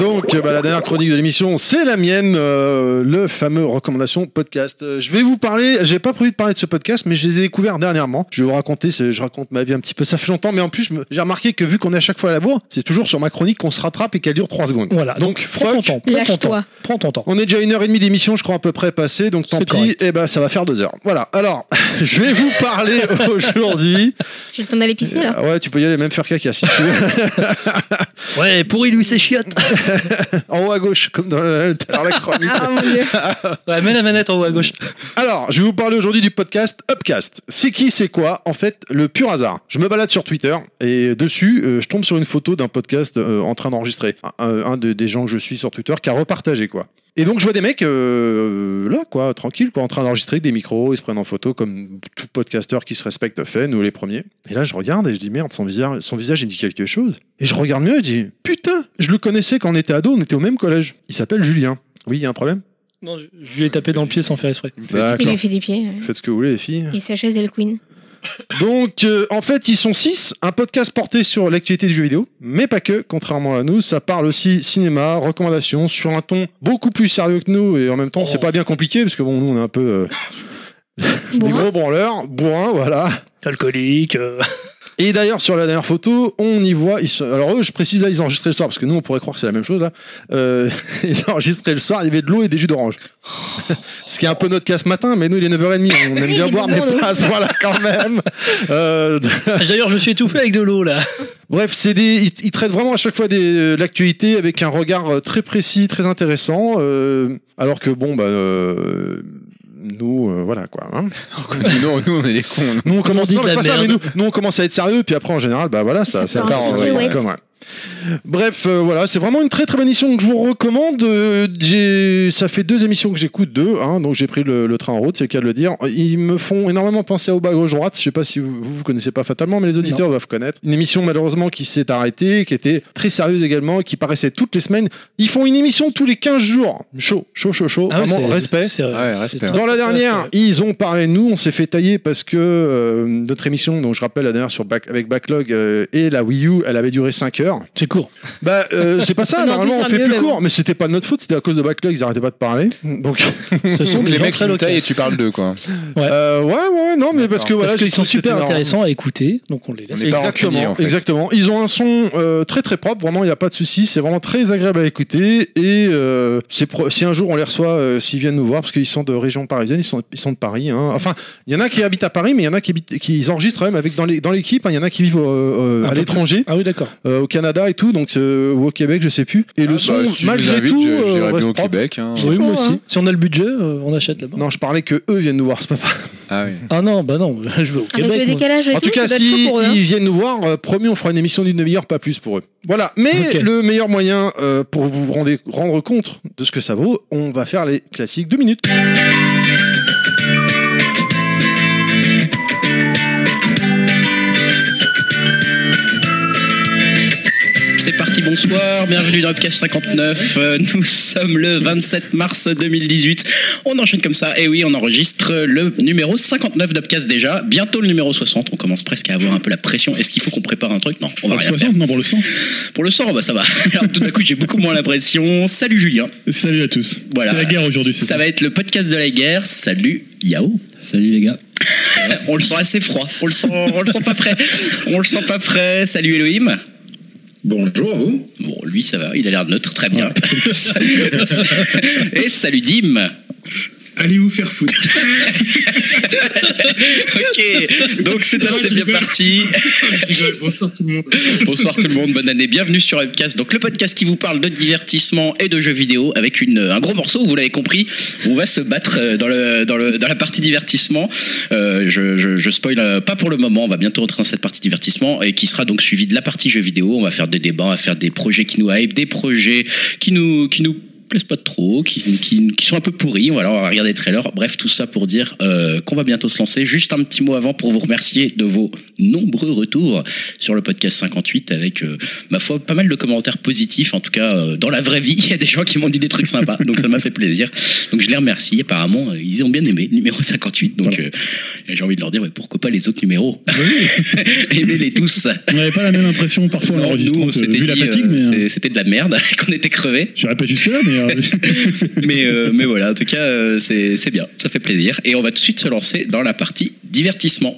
Speaker 3: Donc, euh, bah, la dernière chronique de l'émission, c'est la mienne, euh, le fameux recommandation podcast. Euh, je vais vous parler, j'ai pas prévu de parler de ce podcast, mais je les ai découverts dernièrement. Je vais vous raconter, c'est- je raconte ma vie un petit peu, ça fait longtemps, mais en plus, je me- j'ai remarqué que vu qu'on est à chaque fois à la bourre, c'est toujours sur ma chronique qu'on se rattrape et qu'elle dure 3 secondes.
Speaker 4: Voilà.
Speaker 3: Donc,
Speaker 4: Prends ton
Speaker 3: fuck,
Speaker 4: temps. Prends ton
Speaker 6: Lâche-toi.
Speaker 4: temps. Prends ton temps.
Speaker 3: on est déjà une heure et demie d'émission, je crois, à peu près passée, donc tant
Speaker 4: C'est
Speaker 3: pis,
Speaker 4: correct.
Speaker 3: et ben ça va faire deux heures. Voilà, alors, je vais vous parler aujourd'hui.
Speaker 6: Je vais t'en aller pisser là.
Speaker 3: Ah Ouais, tu peux y aller, même faire caca si tu veux.
Speaker 4: Ouais, pourri lui, ses chiottes.
Speaker 3: en haut à gauche, comme dans la, tout à l'heure, la chronique.
Speaker 6: Ah mon dieu.
Speaker 4: Ouais, mets la manette en haut à gauche.
Speaker 3: Alors, je vais vous parler aujourd'hui du podcast Upcast. C'est qui, c'est quoi En fait, le pur hasard. Je me balade sur Twitter et dessus, euh, je tombe sur une photo d'un podcast euh, en train d'enregistrer. Un, un- un de- des gens que je suis sur Twitter qui a repartagé, quoi. Et donc, je vois des mecs, euh, là, quoi, tranquilles, quoi, en train d'enregistrer avec des micros, ils se prennent en photo comme tout podcasteur qui se respecte fait, nous les premiers. Et là, je regarde et je dis, merde, son visage, son visage, il me dit quelque chose. Et je regarde mieux et je dis, putain, je le connaissais quand on était ado, on était au même collège. Il s'appelle Julien. Oui, il y a un problème
Speaker 4: Non, je, je lui ai tapé dans le pied sans faire exprès.
Speaker 6: Il lui a fait des pieds.
Speaker 3: Faites ce que vous voulez, les filles.
Speaker 6: Et sa chaise, elle queen.
Speaker 3: Donc, euh, en fait, ils sont six. Un podcast porté sur l'actualité du jeu vidéo, mais pas que. Contrairement à nous, ça parle aussi cinéma, recommandations, sur un ton beaucoup plus sérieux que nous. Et en même temps, c'est
Speaker 4: Oh.
Speaker 3: pas bien compliqué, parce que bon, nous, on est un peu euh, des
Speaker 6: Bourrin.
Speaker 3: gros branleurs, bourrins, voilà.
Speaker 4: Alcoolique. euh,
Speaker 3: Et d'ailleurs, sur la dernière photo, on y voit. Ils se- Alors, eux, je précise là, ils enregistraient le soir, parce que nous, on pourrait croire que c'est la même chose là. Euh, ils enregistraient le soir, il y avait de l'eau et des jus d'orange. ce qui est un peu notre cas ce matin, mais nous, il est 9h30. On aime
Speaker 6: Oui,
Speaker 3: bien
Speaker 6: des
Speaker 3: boire, mais
Speaker 6: bonbons, nous.
Speaker 3: pas à ce point-là quand même. Euh,
Speaker 4: D'ailleurs, je me suis étouffé avec de l'eau là.
Speaker 5: Oh,
Speaker 3: Bref, c'est des, ils, ils traitent vraiment à chaque fois des, euh, l'actualité avec un regard euh, très précis, très intéressant. euh, alors que bon, bah, euh, nous, euh, voilà quoi. hein.
Speaker 5: Non, nous on est des cons. nous.
Speaker 3: Nous on commence,
Speaker 4: dit
Speaker 3: non,
Speaker 4: de
Speaker 3: mais c'est
Speaker 4: la
Speaker 3: pas ça, mais
Speaker 4: merde.
Speaker 3: nous, nous, on commence à être sérieux, puis après en général, bah voilà, ça,
Speaker 6: Ça
Speaker 3: ça
Speaker 6: part
Speaker 3: part.
Speaker 6: en
Speaker 3: en-
Speaker 6: cacahuète.
Speaker 3: comme, ouais. Bref, euh, voilà, c'est vraiment une très très bonne émission que je vous recommande. Euh, j'ai- ça fait deux émissions que j'écoute, deux, hein, donc j'ai pris le, le train en route, c'est le cas de le dire. Ils me font énormément penser au bas gauche droite. Je sais pas si vous, vous vous connaissez pas fatalement, mais les auditeurs doivent connaître. Une émission malheureusement qui s'est arrêtée, qui était très sérieuse également, qui paraissait toutes les semaines. Ils font une émission tous les 15 jours. Chaud, chaud, chaud, chaud.
Speaker 4: Ah ouais,
Speaker 3: vraiment,
Speaker 4: c'est-
Speaker 3: respect.
Speaker 4: c'est-
Speaker 5: Ah ouais,
Speaker 4: c'est
Speaker 5: respect.
Speaker 4: très-
Speaker 3: Dans la
Speaker 4: très
Speaker 3: dernière,
Speaker 4: respect.
Speaker 3: ils ont parlé de nous, on s'est fait tailler parce que euh, notre émission, dont je rappelle la dernière sur Back- avec Backlog euh, et la Wii U, elle avait duré 5 heures.
Speaker 4: C'est court.
Speaker 3: Bah, euh, c'est pas ça,
Speaker 6: On aurait
Speaker 3: normalement
Speaker 6: pu
Speaker 3: on
Speaker 6: faire
Speaker 3: fait
Speaker 6: mieux,
Speaker 3: plus
Speaker 6: même.
Speaker 3: court, mais c'était pas de notre faute, c'était à cause de Backlog, ils arrêtaient pas de parler. Donc,
Speaker 4: Ce sont des
Speaker 5: les
Speaker 4: gens
Speaker 5: mecs qui
Speaker 4: très
Speaker 5: nous taillent et
Speaker 4: locaux.
Speaker 5: tu parles d'eux quoi.
Speaker 3: euh, ouais, ouais, non, mais parce que voilà.
Speaker 4: Parce qu'ils
Speaker 3: je
Speaker 4: sont
Speaker 3: trouve que c'était
Speaker 4: super
Speaker 3: marrant.
Speaker 4: intéressants à écouter, donc on les laisse.
Speaker 5: On est pas rancuniers,
Speaker 3: Exactement,
Speaker 5: en fait.
Speaker 3: exactement. Ils ont un son euh, très très propre, vraiment il n'y a pas de souci, c'est vraiment très agréable à écouter et euh, c'est pro- si un jour on les reçoit, euh, s'ils viennent nous voir, parce qu'ils sont de région parisienne, ils sont, ils sont de Paris. hein. Enfin, il y en a qui habitent à Paris, mais il y en a qui, habitent- qui ils enregistrent même avec dans les- dans l'équipe, hein, il y en a qui vivent euh, euh,
Speaker 4: Un
Speaker 3: à
Speaker 4: peu
Speaker 3: l'étranger,
Speaker 4: Ah oui, d'accord.
Speaker 3: euh, au Canada et tout, donc euh, ou au Québec, je sais plus.
Speaker 7: Ah,
Speaker 3: Et
Speaker 5: Ah,
Speaker 7: bah,
Speaker 3: le son,
Speaker 5: bah,
Speaker 3: malgré tout, euh,
Speaker 5: j'irai
Speaker 3: reste
Speaker 5: bien au
Speaker 3: propre.
Speaker 5: Québec. hein.
Speaker 4: Bah Oui, moi
Speaker 6: pas,
Speaker 4: aussi.
Speaker 6: hein.
Speaker 4: Si on a le budget, euh, on achète là-bas.
Speaker 3: Non, je parlais que eux viennent nous voir, c'est pas
Speaker 5: Ah oui.
Speaker 4: Ah non, bah non, je veux au
Speaker 6: Avec le
Speaker 4: Québec. moi.
Speaker 6: décalage et
Speaker 3: En
Speaker 6: tout,
Speaker 3: tout cas,
Speaker 6: ça doit être chaud
Speaker 3: si
Speaker 6: pour eux, hein.
Speaker 3: ils viennent nous voir, euh, promis, on fera une émission d'une demi-heure, pas plus pour eux. Voilà. Mais
Speaker 4: Ok.
Speaker 3: le meilleur moyen euh, pour vous rendre, rendre compte de ce que ça vaut, on va faire les classiques deux minutes.
Speaker 2: bonsoir, bienvenue dans Upcast 59. Euh, Nous sommes le 27 mars 2018. On enchaîne comme ça, et oui, on enregistre le numéro 59 d'Upcast déjà, bientôt le numéro 60. On commence presque à avoir un peu la pression. Est-ce qu'il faut qu'on prépare un truc Non, on
Speaker 12: Pour le
Speaker 2: va rien faire.
Speaker 12: 60, non, pour le 100.
Speaker 2: Pour le sort, bah ça va. Alors tout d'un coup, j'ai beaucoup moins la pression. Salut Julien.
Speaker 12: Salut à tous.
Speaker 2: Voilà.
Speaker 12: C'est la guerre aujourd'hui, c'est
Speaker 2: Ça
Speaker 12: ça.
Speaker 2: va être le podcast de la guerre. Salut Yao.
Speaker 13: Salut les gars.
Speaker 2: on le sent assez froid. On le sent, on le sent pas prêt. On le sent pas prêt. Salut Elohim. Bonjour à vous. Bon, lui ça va. Il a l'air neutre, très bien. Et salut Dim.
Speaker 14: Allez vous faire foutre.
Speaker 2: ok, donc c'est assez bien parti.
Speaker 14: Bonsoir tout le monde.
Speaker 2: Bonsoir tout le monde, bonne année, bienvenue sur Upcast. Donc le podcast qui vous parle de divertissement et de jeux vidéo avec une, un gros morceau, vous l'avez compris, on va se battre euh, dans, le, dans, le, dans la partie divertissement. Euh, je, je, je spoil euh, pas pour le moment, on va bientôt rentrer dans cette partie divertissement et qui sera donc suivie de la partie jeux vidéo. On va faire des débats, on va faire des projets qui nous hype, des projets qui nous... Qui nous plaisent pas trop, qui, qui, qui sont un peu pourris. Voilà, on va regarder les trailers. Bref, tout ça pour dire euh, qu'on va bientôt se lancer. Juste un petit mot avant pour vous remercier de vos nombreux retours sur le podcast 58 avec, euh, ma foi, pas mal de commentaires positifs. En tout cas, euh, dans la vraie vie, il y a des gens qui m'ont dit des trucs sympas. donc ça m'a fait plaisir. Donc je les remercie. Apparemment, euh, ils ont bien aimé le numéro 58. Donc euh, j'ai envie de leur dire, mais pourquoi pas les autres numéros Aimez-les tous.
Speaker 12: Bah On n'avait pas la même impression parfois en
Speaker 2: Non, nous,
Speaker 12: enregistrant,
Speaker 2: on
Speaker 12: que-
Speaker 2: s'était
Speaker 12: vu la
Speaker 2: dit, euh,
Speaker 12: fatigue, mais euh,
Speaker 2: c'est- c'était de la merde, qu'on était crevés.
Speaker 12: je dirais pas jusque-là, mais euh,
Speaker 2: mais, euh, mais voilà, en tout cas, euh, c'est c'est bien, ça fait plaisir. Et on va tout de suite se lancer dans la partie divertissement.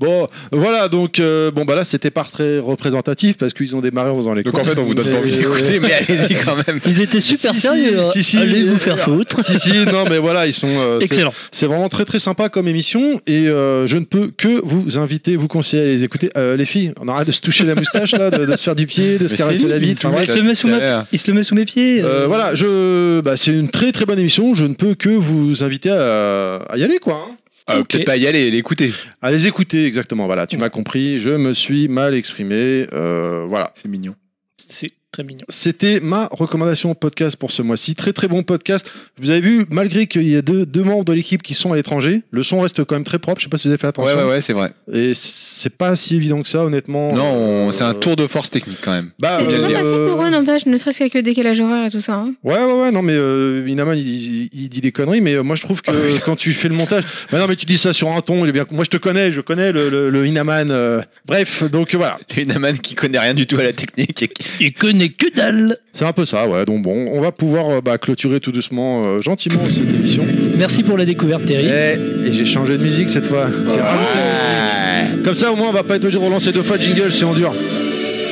Speaker 3: Bon, voilà, donc euh, bon bah là c'était pas très représentatif parce qu'ils ont démarré en faisant les. euh,
Speaker 7: Donc, en fait, on vous donne pas envie d'écouter, mais allez-y quand même.
Speaker 3: Ils
Speaker 15: étaient super sérieux, hein. Allez vous faire foutre.
Speaker 3: Si si, non mais voilà, ils sont euh, c'est-
Speaker 15: Excellent.
Speaker 3: C'est vraiment très très sympa comme émission et euh, je ne peux que vous inviter, vous conseiller à les écouter. Euh, les filles, on arrête de se toucher la moustache là, de, de se faire du pied, de se
Speaker 15: Mais
Speaker 3: caresser
Speaker 15: c'est
Speaker 3: la
Speaker 15: nul,
Speaker 3: bite.
Speaker 15: tout le monde
Speaker 3: voilà.
Speaker 15: se met sous ma-
Speaker 7: Ah,
Speaker 15: il se le met sous mes pieds.
Speaker 3: Euh, voilà, je, bah, c'est une très très bonne émission. Je ne peux que vous inviter à, à y aller, quoi. hein.
Speaker 7: Ah, Ok. peut-être pas y aller, l'écouter.
Speaker 3: À les écouter, exactement. Voilà, tu m'as compris. Je me suis mal exprimé. euh, voilà.
Speaker 7: C'est mignon.
Speaker 4: C'est très mignon.
Speaker 3: C'était ma recommandation podcast pour ce mois-ci. Très très bon podcast. Vous avez vu, malgré qu'il y a deux, deux membres de l'équipe qui sont à l'étranger, le son reste quand même très propre. Je sais pas si vous avez fait
Speaker 7: Ouais,
Speaker 3: attention.
Speaker 7: ouais, ouais, c'est vrai.
Speaker 3: Et c'est pas si évident que ça, honnêtement. Euh,
Speaker 7: Non, on- c'est un tour de force technique quand même.
Speaker 3: Bah,
Speaker 6: C'est
Speaker 3: euh,
Speaker 6: pas facile pour eux, n'empêche, ne serait-ce qu'avec le décalage horaire et tout ça. hein.
Speaker 3: Ouais, ouais, ouais, non, mais euh, Inaman, il, il- il dit des conneries, mais euh, moi je trouve que quand tu fais le montage. Bah non, mais tu dis ça sur un ton, il est bien. Moi je te connais, je connais le, le, le Inaman. euh, Bref, donc voilà.
Speaker 7: Inaman qui connaît rien du tout à la technique. Et...
Speaker 3: Il connaît que dalle C'est un peu ça, ouais, donc bon, on va pouvoir euh, bah, clôturer tout doucement, euh, gentiment cette émission. Eh,
Speaker 4: Merci pour la découverte, Terry.
Speaker 3: Et, et j'ai changé de musique cette fois.
Speaker 5: Ah.
Speaker 7: Ah.
Speaker 3: J'ai rajouté la musique. Comme ça, au moins, on va pas être obligé de relancer deux fois le jingle si on dure.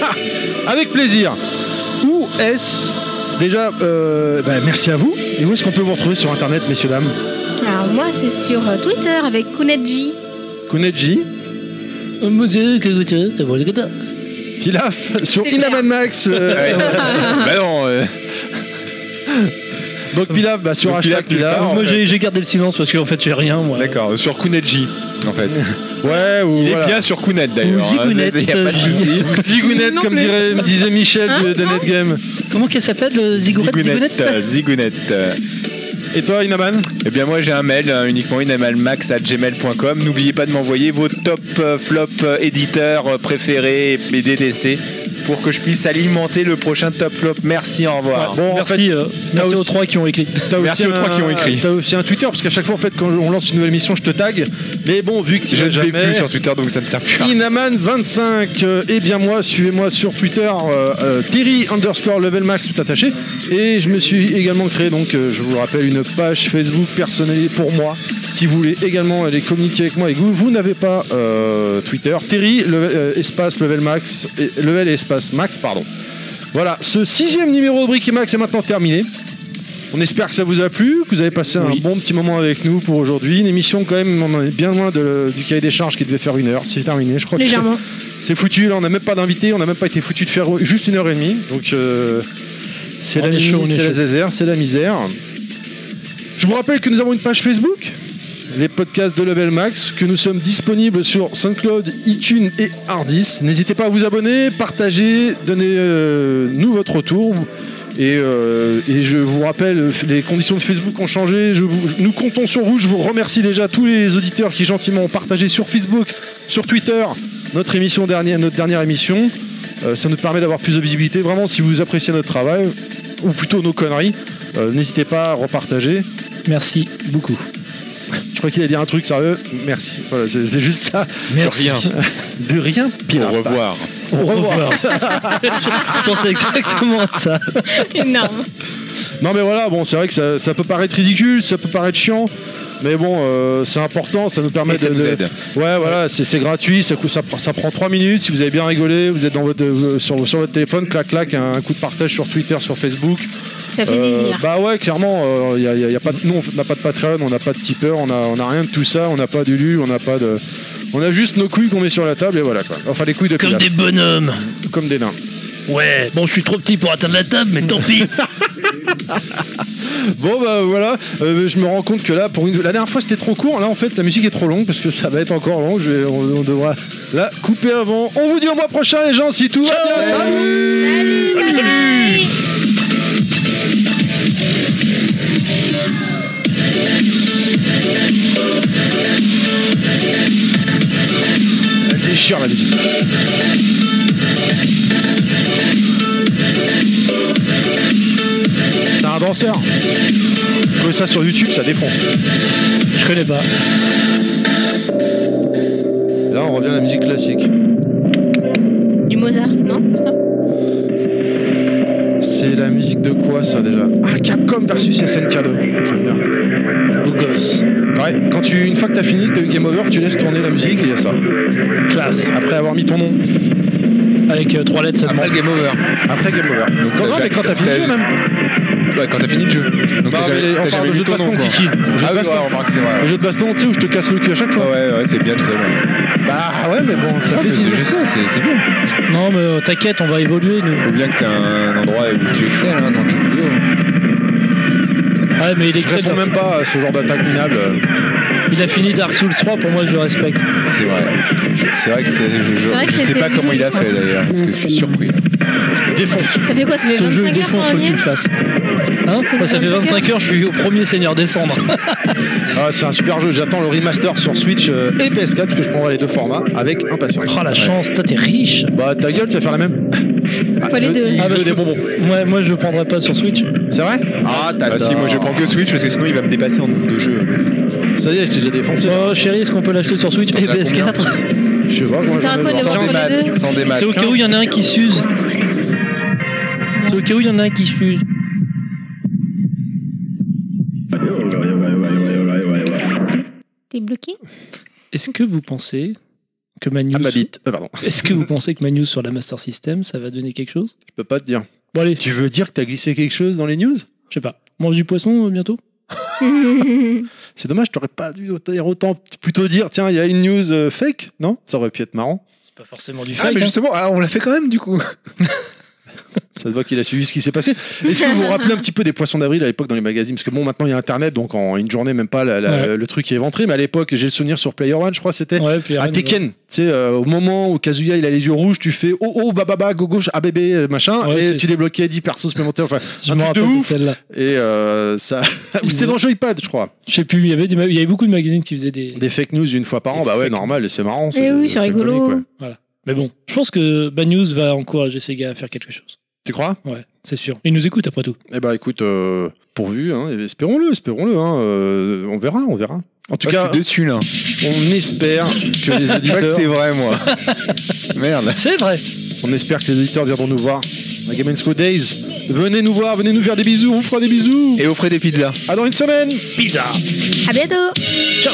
Speaker 3: Ah Avec plaisir. Où est-ce déjà euh, bah, Merci à vous. Et où est-ce qu'on peut vous retrouver sur Internet, messieurs dames
Speaker 6: Alors moi, c'est sur euh, Twitter avec Kuneji.
Speaker 3: Kuneji,
Speaker 4: Euh,
Speaker 3: Pilaf, sur Inaman Max. euh,
Speaker 7: bah non. euh,
Speaker 3: Donc Pilaf, bah, sur
Speaker 7: Donc, Pilaf,
Speaker 3: hashtag
Speaker 7: tu
Speaker 3: Pilaf.
Speaker 7: pars, en
Speaker 4: Euh, moi
Speaker 7: fait.
Speaker 4: j'ai j'ai gardé le silence parce qu'en fait j'ai rien moi.
Speaker 7: D'accord, euh, sur Kuneji, en fait.
Speaker 3: Ouais, ou
Speaker 7: Il
Speaker 3: voilà.
Speaker 7: est bien sur Kounet d'ailleurs. hein,
Speaker 4: Ou Zigounette,
Speaker 7: Il a pas de souci.
Speaker 3: Ou Zigounette,
Speaker 4: Non,
Speaker 3: comme
Speaker 4: mais-
Speaker 3: dirait, me disait Michel de, de NetGame.
Speaker 4: Comment qu'elle s'appelle le zigourette
Speaker 7: Zigounette, euh, Zigounette. euh.
Speaker 3: Et toi, Inaman
Speaker 7: Eh bien, moi, j'ai un mail, euh, uniquement inamanmax à gmail.com. N'oubliez pas de m'envoyer vos top euh, flop euh, éditeurs euh, préférés et- et détestés pour que je puisse alimenter le prochain top flop. Merci, au revoir.
Speaker 4: Bon, merci euh, merci aux trois qui ont écrit.
Speaker 3: T'as
Speaker 7: Merci
Speaker 3: aussi
Speaker 7: aux trois
Speaker 3: un-
Speaker 7: qui ont écrit.
Speaker 3: T'as aussi un Twitter, parce qu'à chaque fois, en fait, quand on lance une nouvelle émission, je te tag. Mais bon, vu que tu
Speaker 7: Je
Speaker 3: vas
Speaker 7: ne vais
Speaker 3: jamais.
Speaker 7: plus sur Twitter, donc ça ne sert plus à rien.
Speaker 3: Inaman25, euh, eh bien moi, suivez-moi sur Twitter, euh, euh, Terry underscore level max tout attaché. Et je me suis également créé, donc euh, je vous le rappelle, une page Facebook personnalisée pour moi. Si vous voulez également aller communiquer avec moi et que vous, vous n'avez pas euh, Twitter, Terry level- euh, espace level max, et- level espace max, pardon. Voilà, ce sixième numéro de Brick et Max est maintenant terminé. On espère que ça vous a plu, que vous avez passé un bon petit moment avec nous pour aujourd'hui. Une émission quand même, on en est bien loin de- du cahier des charges qui devait faire une heure. C'est terminé, je crois. que c'est-
Speaker 6: Légèrement.
Speaker 3: C'est foutu, là on n'a même pas d'invité, on n'a même pas été foutu de faire juste une heure et demie. Donc euh, c'est
Speaker 4: On
Speaker 3: la,
Speaker 4: est
Speaker 3: mini-
Speaker 4: chaud, on est
Speaker 3: c'est la
Speaker 4: chaud.
Speaker 3: zézère, c'est la misère. Je vous rappelle que nous avons une page Facebook, les podcasts de Level Max, que nous sommes disponibles sur SoundCloud, iTunes et Hardis. N'hésitez pas à vous abonner, partager, donnez-nous euh, votre retour. Et, euh, et je vous rappelle, les conditions de Facebook ont changé. Je vous- nous comptons sur vous. Je vous remercie déjà tous les auditeurs qui gentiment ont partagé sur Facebook, sur Twitter, notre émission dernière, notre dernière émission. Euh, ça nous permet d'avoir plus de visibilité. Vraiment, si vous appréciez notre travail, ou plutôt nos conneries, euh, n'hésitez pas à repartager.
Speaker 4: Merci beaucoup.
Speaker 3: Je crois qu'il a dit un truc sérieux. Merci. Voilà, c'est c'est juste ça.
Speaker 4: Merci.
Speaker 3: De rien. De rien. Au revoir. Au revoir.
Speaker 4: Je pensais exactement à ça.
Speaker 6: Énorme.
Speaker 3: Non mais voilà, bon c'est vrai que ça, ça peut paraître ridicule, ça peut paraître chiant, mais bon euh, c'est important, ça nous permet
Speaker 5: Et ça
Speaker 3: de,
Speaker 5: nous
Speaker 3: de-
Speaker 5: aide.
Speaker 3: Ouais voilà, c'est c'est gratuit, ça, coûte- ça, pr- ça prend 3 minutes, si vous avez bien rigolé, vous êtes dans votre, euh, sur, sur votre téléphone, clac clac, un, coup de partage sur Twitter, sur Facebook.
Speaker 6: Ça fait plaisir.
Speaker 3: Bah ouais, clairement, euh, y a- y a- y a pas de- nous on n'a pas de Patreon, on n'a pas de tipeur, on n'a on a rien de tout ça, on n'a pas d'Ulu, on n'a pas de... On a juste nos couilles qu'on met sur la table et voilà quoi. Enfin les couilles de
Speaker 4: Comme
Speaker 3: Pilaf.
Speaker 4: des bonhommes.
Speaker 3: Comme des nains.
Speaker 4: Ouais, bon, je suis trop petit pour atteindre la table, mais tant pis.
Speaker 3: Bon bah voilà, Euh, je me rends compte que là pour une la dernière fois c'était trop court, là en fait la musique est trop longue parce que ça va être encore long, je vais- on, on devra la couper avant. On vous dit au mois prochain les gens si tout va bien. Salut
Speaker 6: Salut, salut.
Speaker 3: Elle déchire la musique. C'est un danseur. Trouvez ça sur YouTube, ça défonce.
Speaker 4: Je connais pas.
Speaker 3: Là on revient à la musique classique.
Speaker 6: Du Mozart, non Pas ça
Speaker 3: C'est la musique de quoi ça déjà Ah Capcom versus SNK2. J'aime bien.
Speaker 4: Beau gosse.
Speaker 3: Ouais, quand tu une fois que t'as fini, t'as eu game over, tu laisses tourner la musique et il y a ça.
Speaker 4: Classe.
Speaker 3: Après avoir mis ton nom.
Speaker 4: Avec euh, trois lettres seulement.
Speaker 3: Après game over. Après game over.
Speaker 5: Donc,
Speaker 3: Quand-
Speaker 5: t'as
Speaker 3: non, mais
Speaker 5: ja-
Speaker 3: quand t'as fini le jeu
Speaker 5: t'as-
Speaker 3: même.
Speaker 5: Ouais, quand t'as fini le jeu. Donc
Speaker 3: Non,
Speaker 5: t'as
Speaker 3: mais
Speaker 5: jamais-
Speaker 3: on
Speaker 5: t'as
Speaker 3: parle
Speaker 5: jamais
Speaker 3: de
Speaker 5: vu
Speaker 3: jeu de
Speaker 5: ton
Speaker 3: baston,
Speaker 5: nom, quoi.
Speaker 3: Kiki. Jeu de
Speaker 5: Ah oui,
Speaker 3: baston.
Speaker 5: ouais, remarque, c'est vrai.
Speaker 3: Le jeu de baston, tu sais, où je te casse le cul à chaque fois.
Speaker 5: Ouais, ouais, c'est bien le seul.
Speaker 3: Bah ouais, mais bon, ça fait
Speaker 5: Je sais, c'est c'est bien.
Speaker 3: Ah,
Speaker 4: Non, mais euh, t'inquiète, on va évoluer, nous.
Speaker 5: Faut bien que t'aies un endroit où tu excelles hein, dans le jeu vidéo.
Speaker 4: Ah Ouais, mais il
Speaker 3: Je
Speaker 4: excelle.
Speaker 3: réponds même pas à ce genre d'attaque minable.
Speaker 4: Il a fini Dark Souls 3, pour moi, je le respecte.
Speaker 5: C'est vrai. C'est vrai que c'est. Je, je-
Speaker 6: C'est vrai que
Speaker 5: je sais
Speaker 6: c'était
Speaker 5: pas comment il a fait d'ailleurs, parce que je suis surpris.
Speaker 3: Il défonce.
Speaker 6: Ça fait quoi Ça fait
Speaker 4: Ce jeu
Speaker 6: 25 heures
Speaker 4: défonce,
Speaker 6: qu'on
Speaker 4: faut
Speaker 6: en
Speaker 4: que
Speaker 6: y
Speaker 4: tu
Speaker 6: est
Speaker 4: le fasses. Hein
Speaker 6: Ça fait
Speaker 4: Moi, ça fait 25 heures, je suis au premier Seigneur Oh, Descendre.
Speaker 3: Ah, c'est un super jeu, j'attends le remaster sur Switch euh, et PS4 parce que je prendrai les deux formats avec impatience.
Speaker 4: Oh la chance, toi t'es riche.
Speaker 3: Bah ta gueule, tu vas faire la même.
Speaker 6: Faut les deux.
Speaker 4: Ah, bah,
Speaker 3: Il veut
Speaker 4: je-
Speaker 3: des bonbons.
Speaker 4: Ouais, moi je le prendrais pas sur Switch.
Speaker 3: C'est vrai Ah
Speaker 5: Ah si, moi je prends que Switch parce que sinon il va me dépasser en nombre de jeux. le truc.
Speaker 3: Ça y est, je t'ai déjà défoncé.
Speaker 4: Oh chérie, est-ce qu'on peut l'acheter sur Switch et
Speaker 5: T'en as
Speaker 4: PS4
Speaker 3: Je sais pas.
Speaker 6: Mais
Speaker 3: moi,
Speaker 6: c'est un
Speaker 3: j'en ai
Speaker 6: code
Speaker 3: marre.
Speaker 6: de Entre
Speaker 5: Sans
Speaker 6: les
Speaker 5: démat.
Speaker 6: deux.
Speaker 5: Sans Ah, démat.
Speaker 4: C'est au cas où il y en a un qui s'use. C'est au cas où il y en a un qui s'use.
Speaker 6: T'es bloqué
Speaker 4: Est-ce que vous pensez que Manus.
Speaker 3: Ah ma bite. Euh, pardon.
Speaker 4: Est-ce que vous pensez que Manus sur la Master System, ça va donner quelque chose
Speaker 3: Je peux pas te dire.
Speaker 4: Bon allez,
Speaker 3: Tu veux dire que t'as glissé quelque chose dans les news
Speaker 4: je sais pas. Mange du poisson euh, bientôt
Speaker 6: Eh
Speaker 3: C'est dommage, t'aurais pas dû dire autant plutôt dire tiens, il y a une news euh, fake, non Ça aurait pu être marrant.
Speaker 4: C'est pas forcément du
Speaker 5: Ah,
Speaker 4: fake.
Speaker 5: mais
Speaker 4: hein.
Speaker 5: justement, ah, on l'a fait quand même du coup.
Speaker 3: Ça se voit qu'il a suivi ce qui s'est passé. Est-ce que vous vous rappelez un petit peu des poissons d'avril à l'époque dans les magazines Parce que bon, maintenant il y a Internet, donc en une journée, même pas la- la-
Speaker 4: Ouais.
Speaker 3: le truc est éventré. Mais à l'époque, j'ai le souvenir sur Player One, je crois, c'était
Speaker 4: Ouais, puis
Speaker 3: à
Speaker 4: rien de-
Speaker 3: Tekken. Tu sais, euh, au moment où Kazuya il a les yeux rouges, tu fais oh oh, bababa, go gauche, ah bébé, euh, machin,
Speaker 4: Ouais,
Speaker 3: et
Speaker 4: c'est-
Speaker 3: tu débloquais 10 persos supplémentaires. Enfin,
Speaker 4: euh, Je
Speaker 3: un
Speaker 4: me
Speaker 3: truc de
Speaker 4: rappelle de
Speaker 3: ouf.
Speaker 4: celle-là.
Speaker 3: Et euh, ça. Ou c'était dans Joypad, je crois.
Speaker 4: Je sais plus, il y avait des ma- il y avait beaucoup de magazines qui faisaient des.
Speaker 3: Des fake news une fois par an, bah ouais, normal, et c'est marrant.
Speaker 6: Eh oui, c'est rigolo.
Speaker 3: comique, ouais.
Speaker 4: Voilà. Mais bon, je pense que Bad News va encourager ces gars à faire quelque chose.
Speaker 3: Tu crois
Speaker 4: Ouais, c'est sûr. Ils nous écoutent après tout.
Speaker 3: Eh ben écoute, euh, pourvu, hein, espérons-le, espérons-le, hein, euh, on verra, on verra. En tout
Speaker 5: Ah,
Speaker 3: cas,
Speaker 5: je suis dessus là.
Speaker 3: on espère que les
Speaker 5: Je crois que
Speaker 3: auditeurs,
Speaker 5: c'était vrai moi. Merde.
Speaker 4: C'est vrai.
Speaker 3: on espère que les auditeurs viendront nous voir. La Game School Days, venez nous voir, venez nous faire des bisous, on vous fera des bisous.
Speaker 5: Et offrez des pizzas.
Speaker 3: À dans une semaine.
Speaker 6: À bientôt
Speaker 4: Ciao.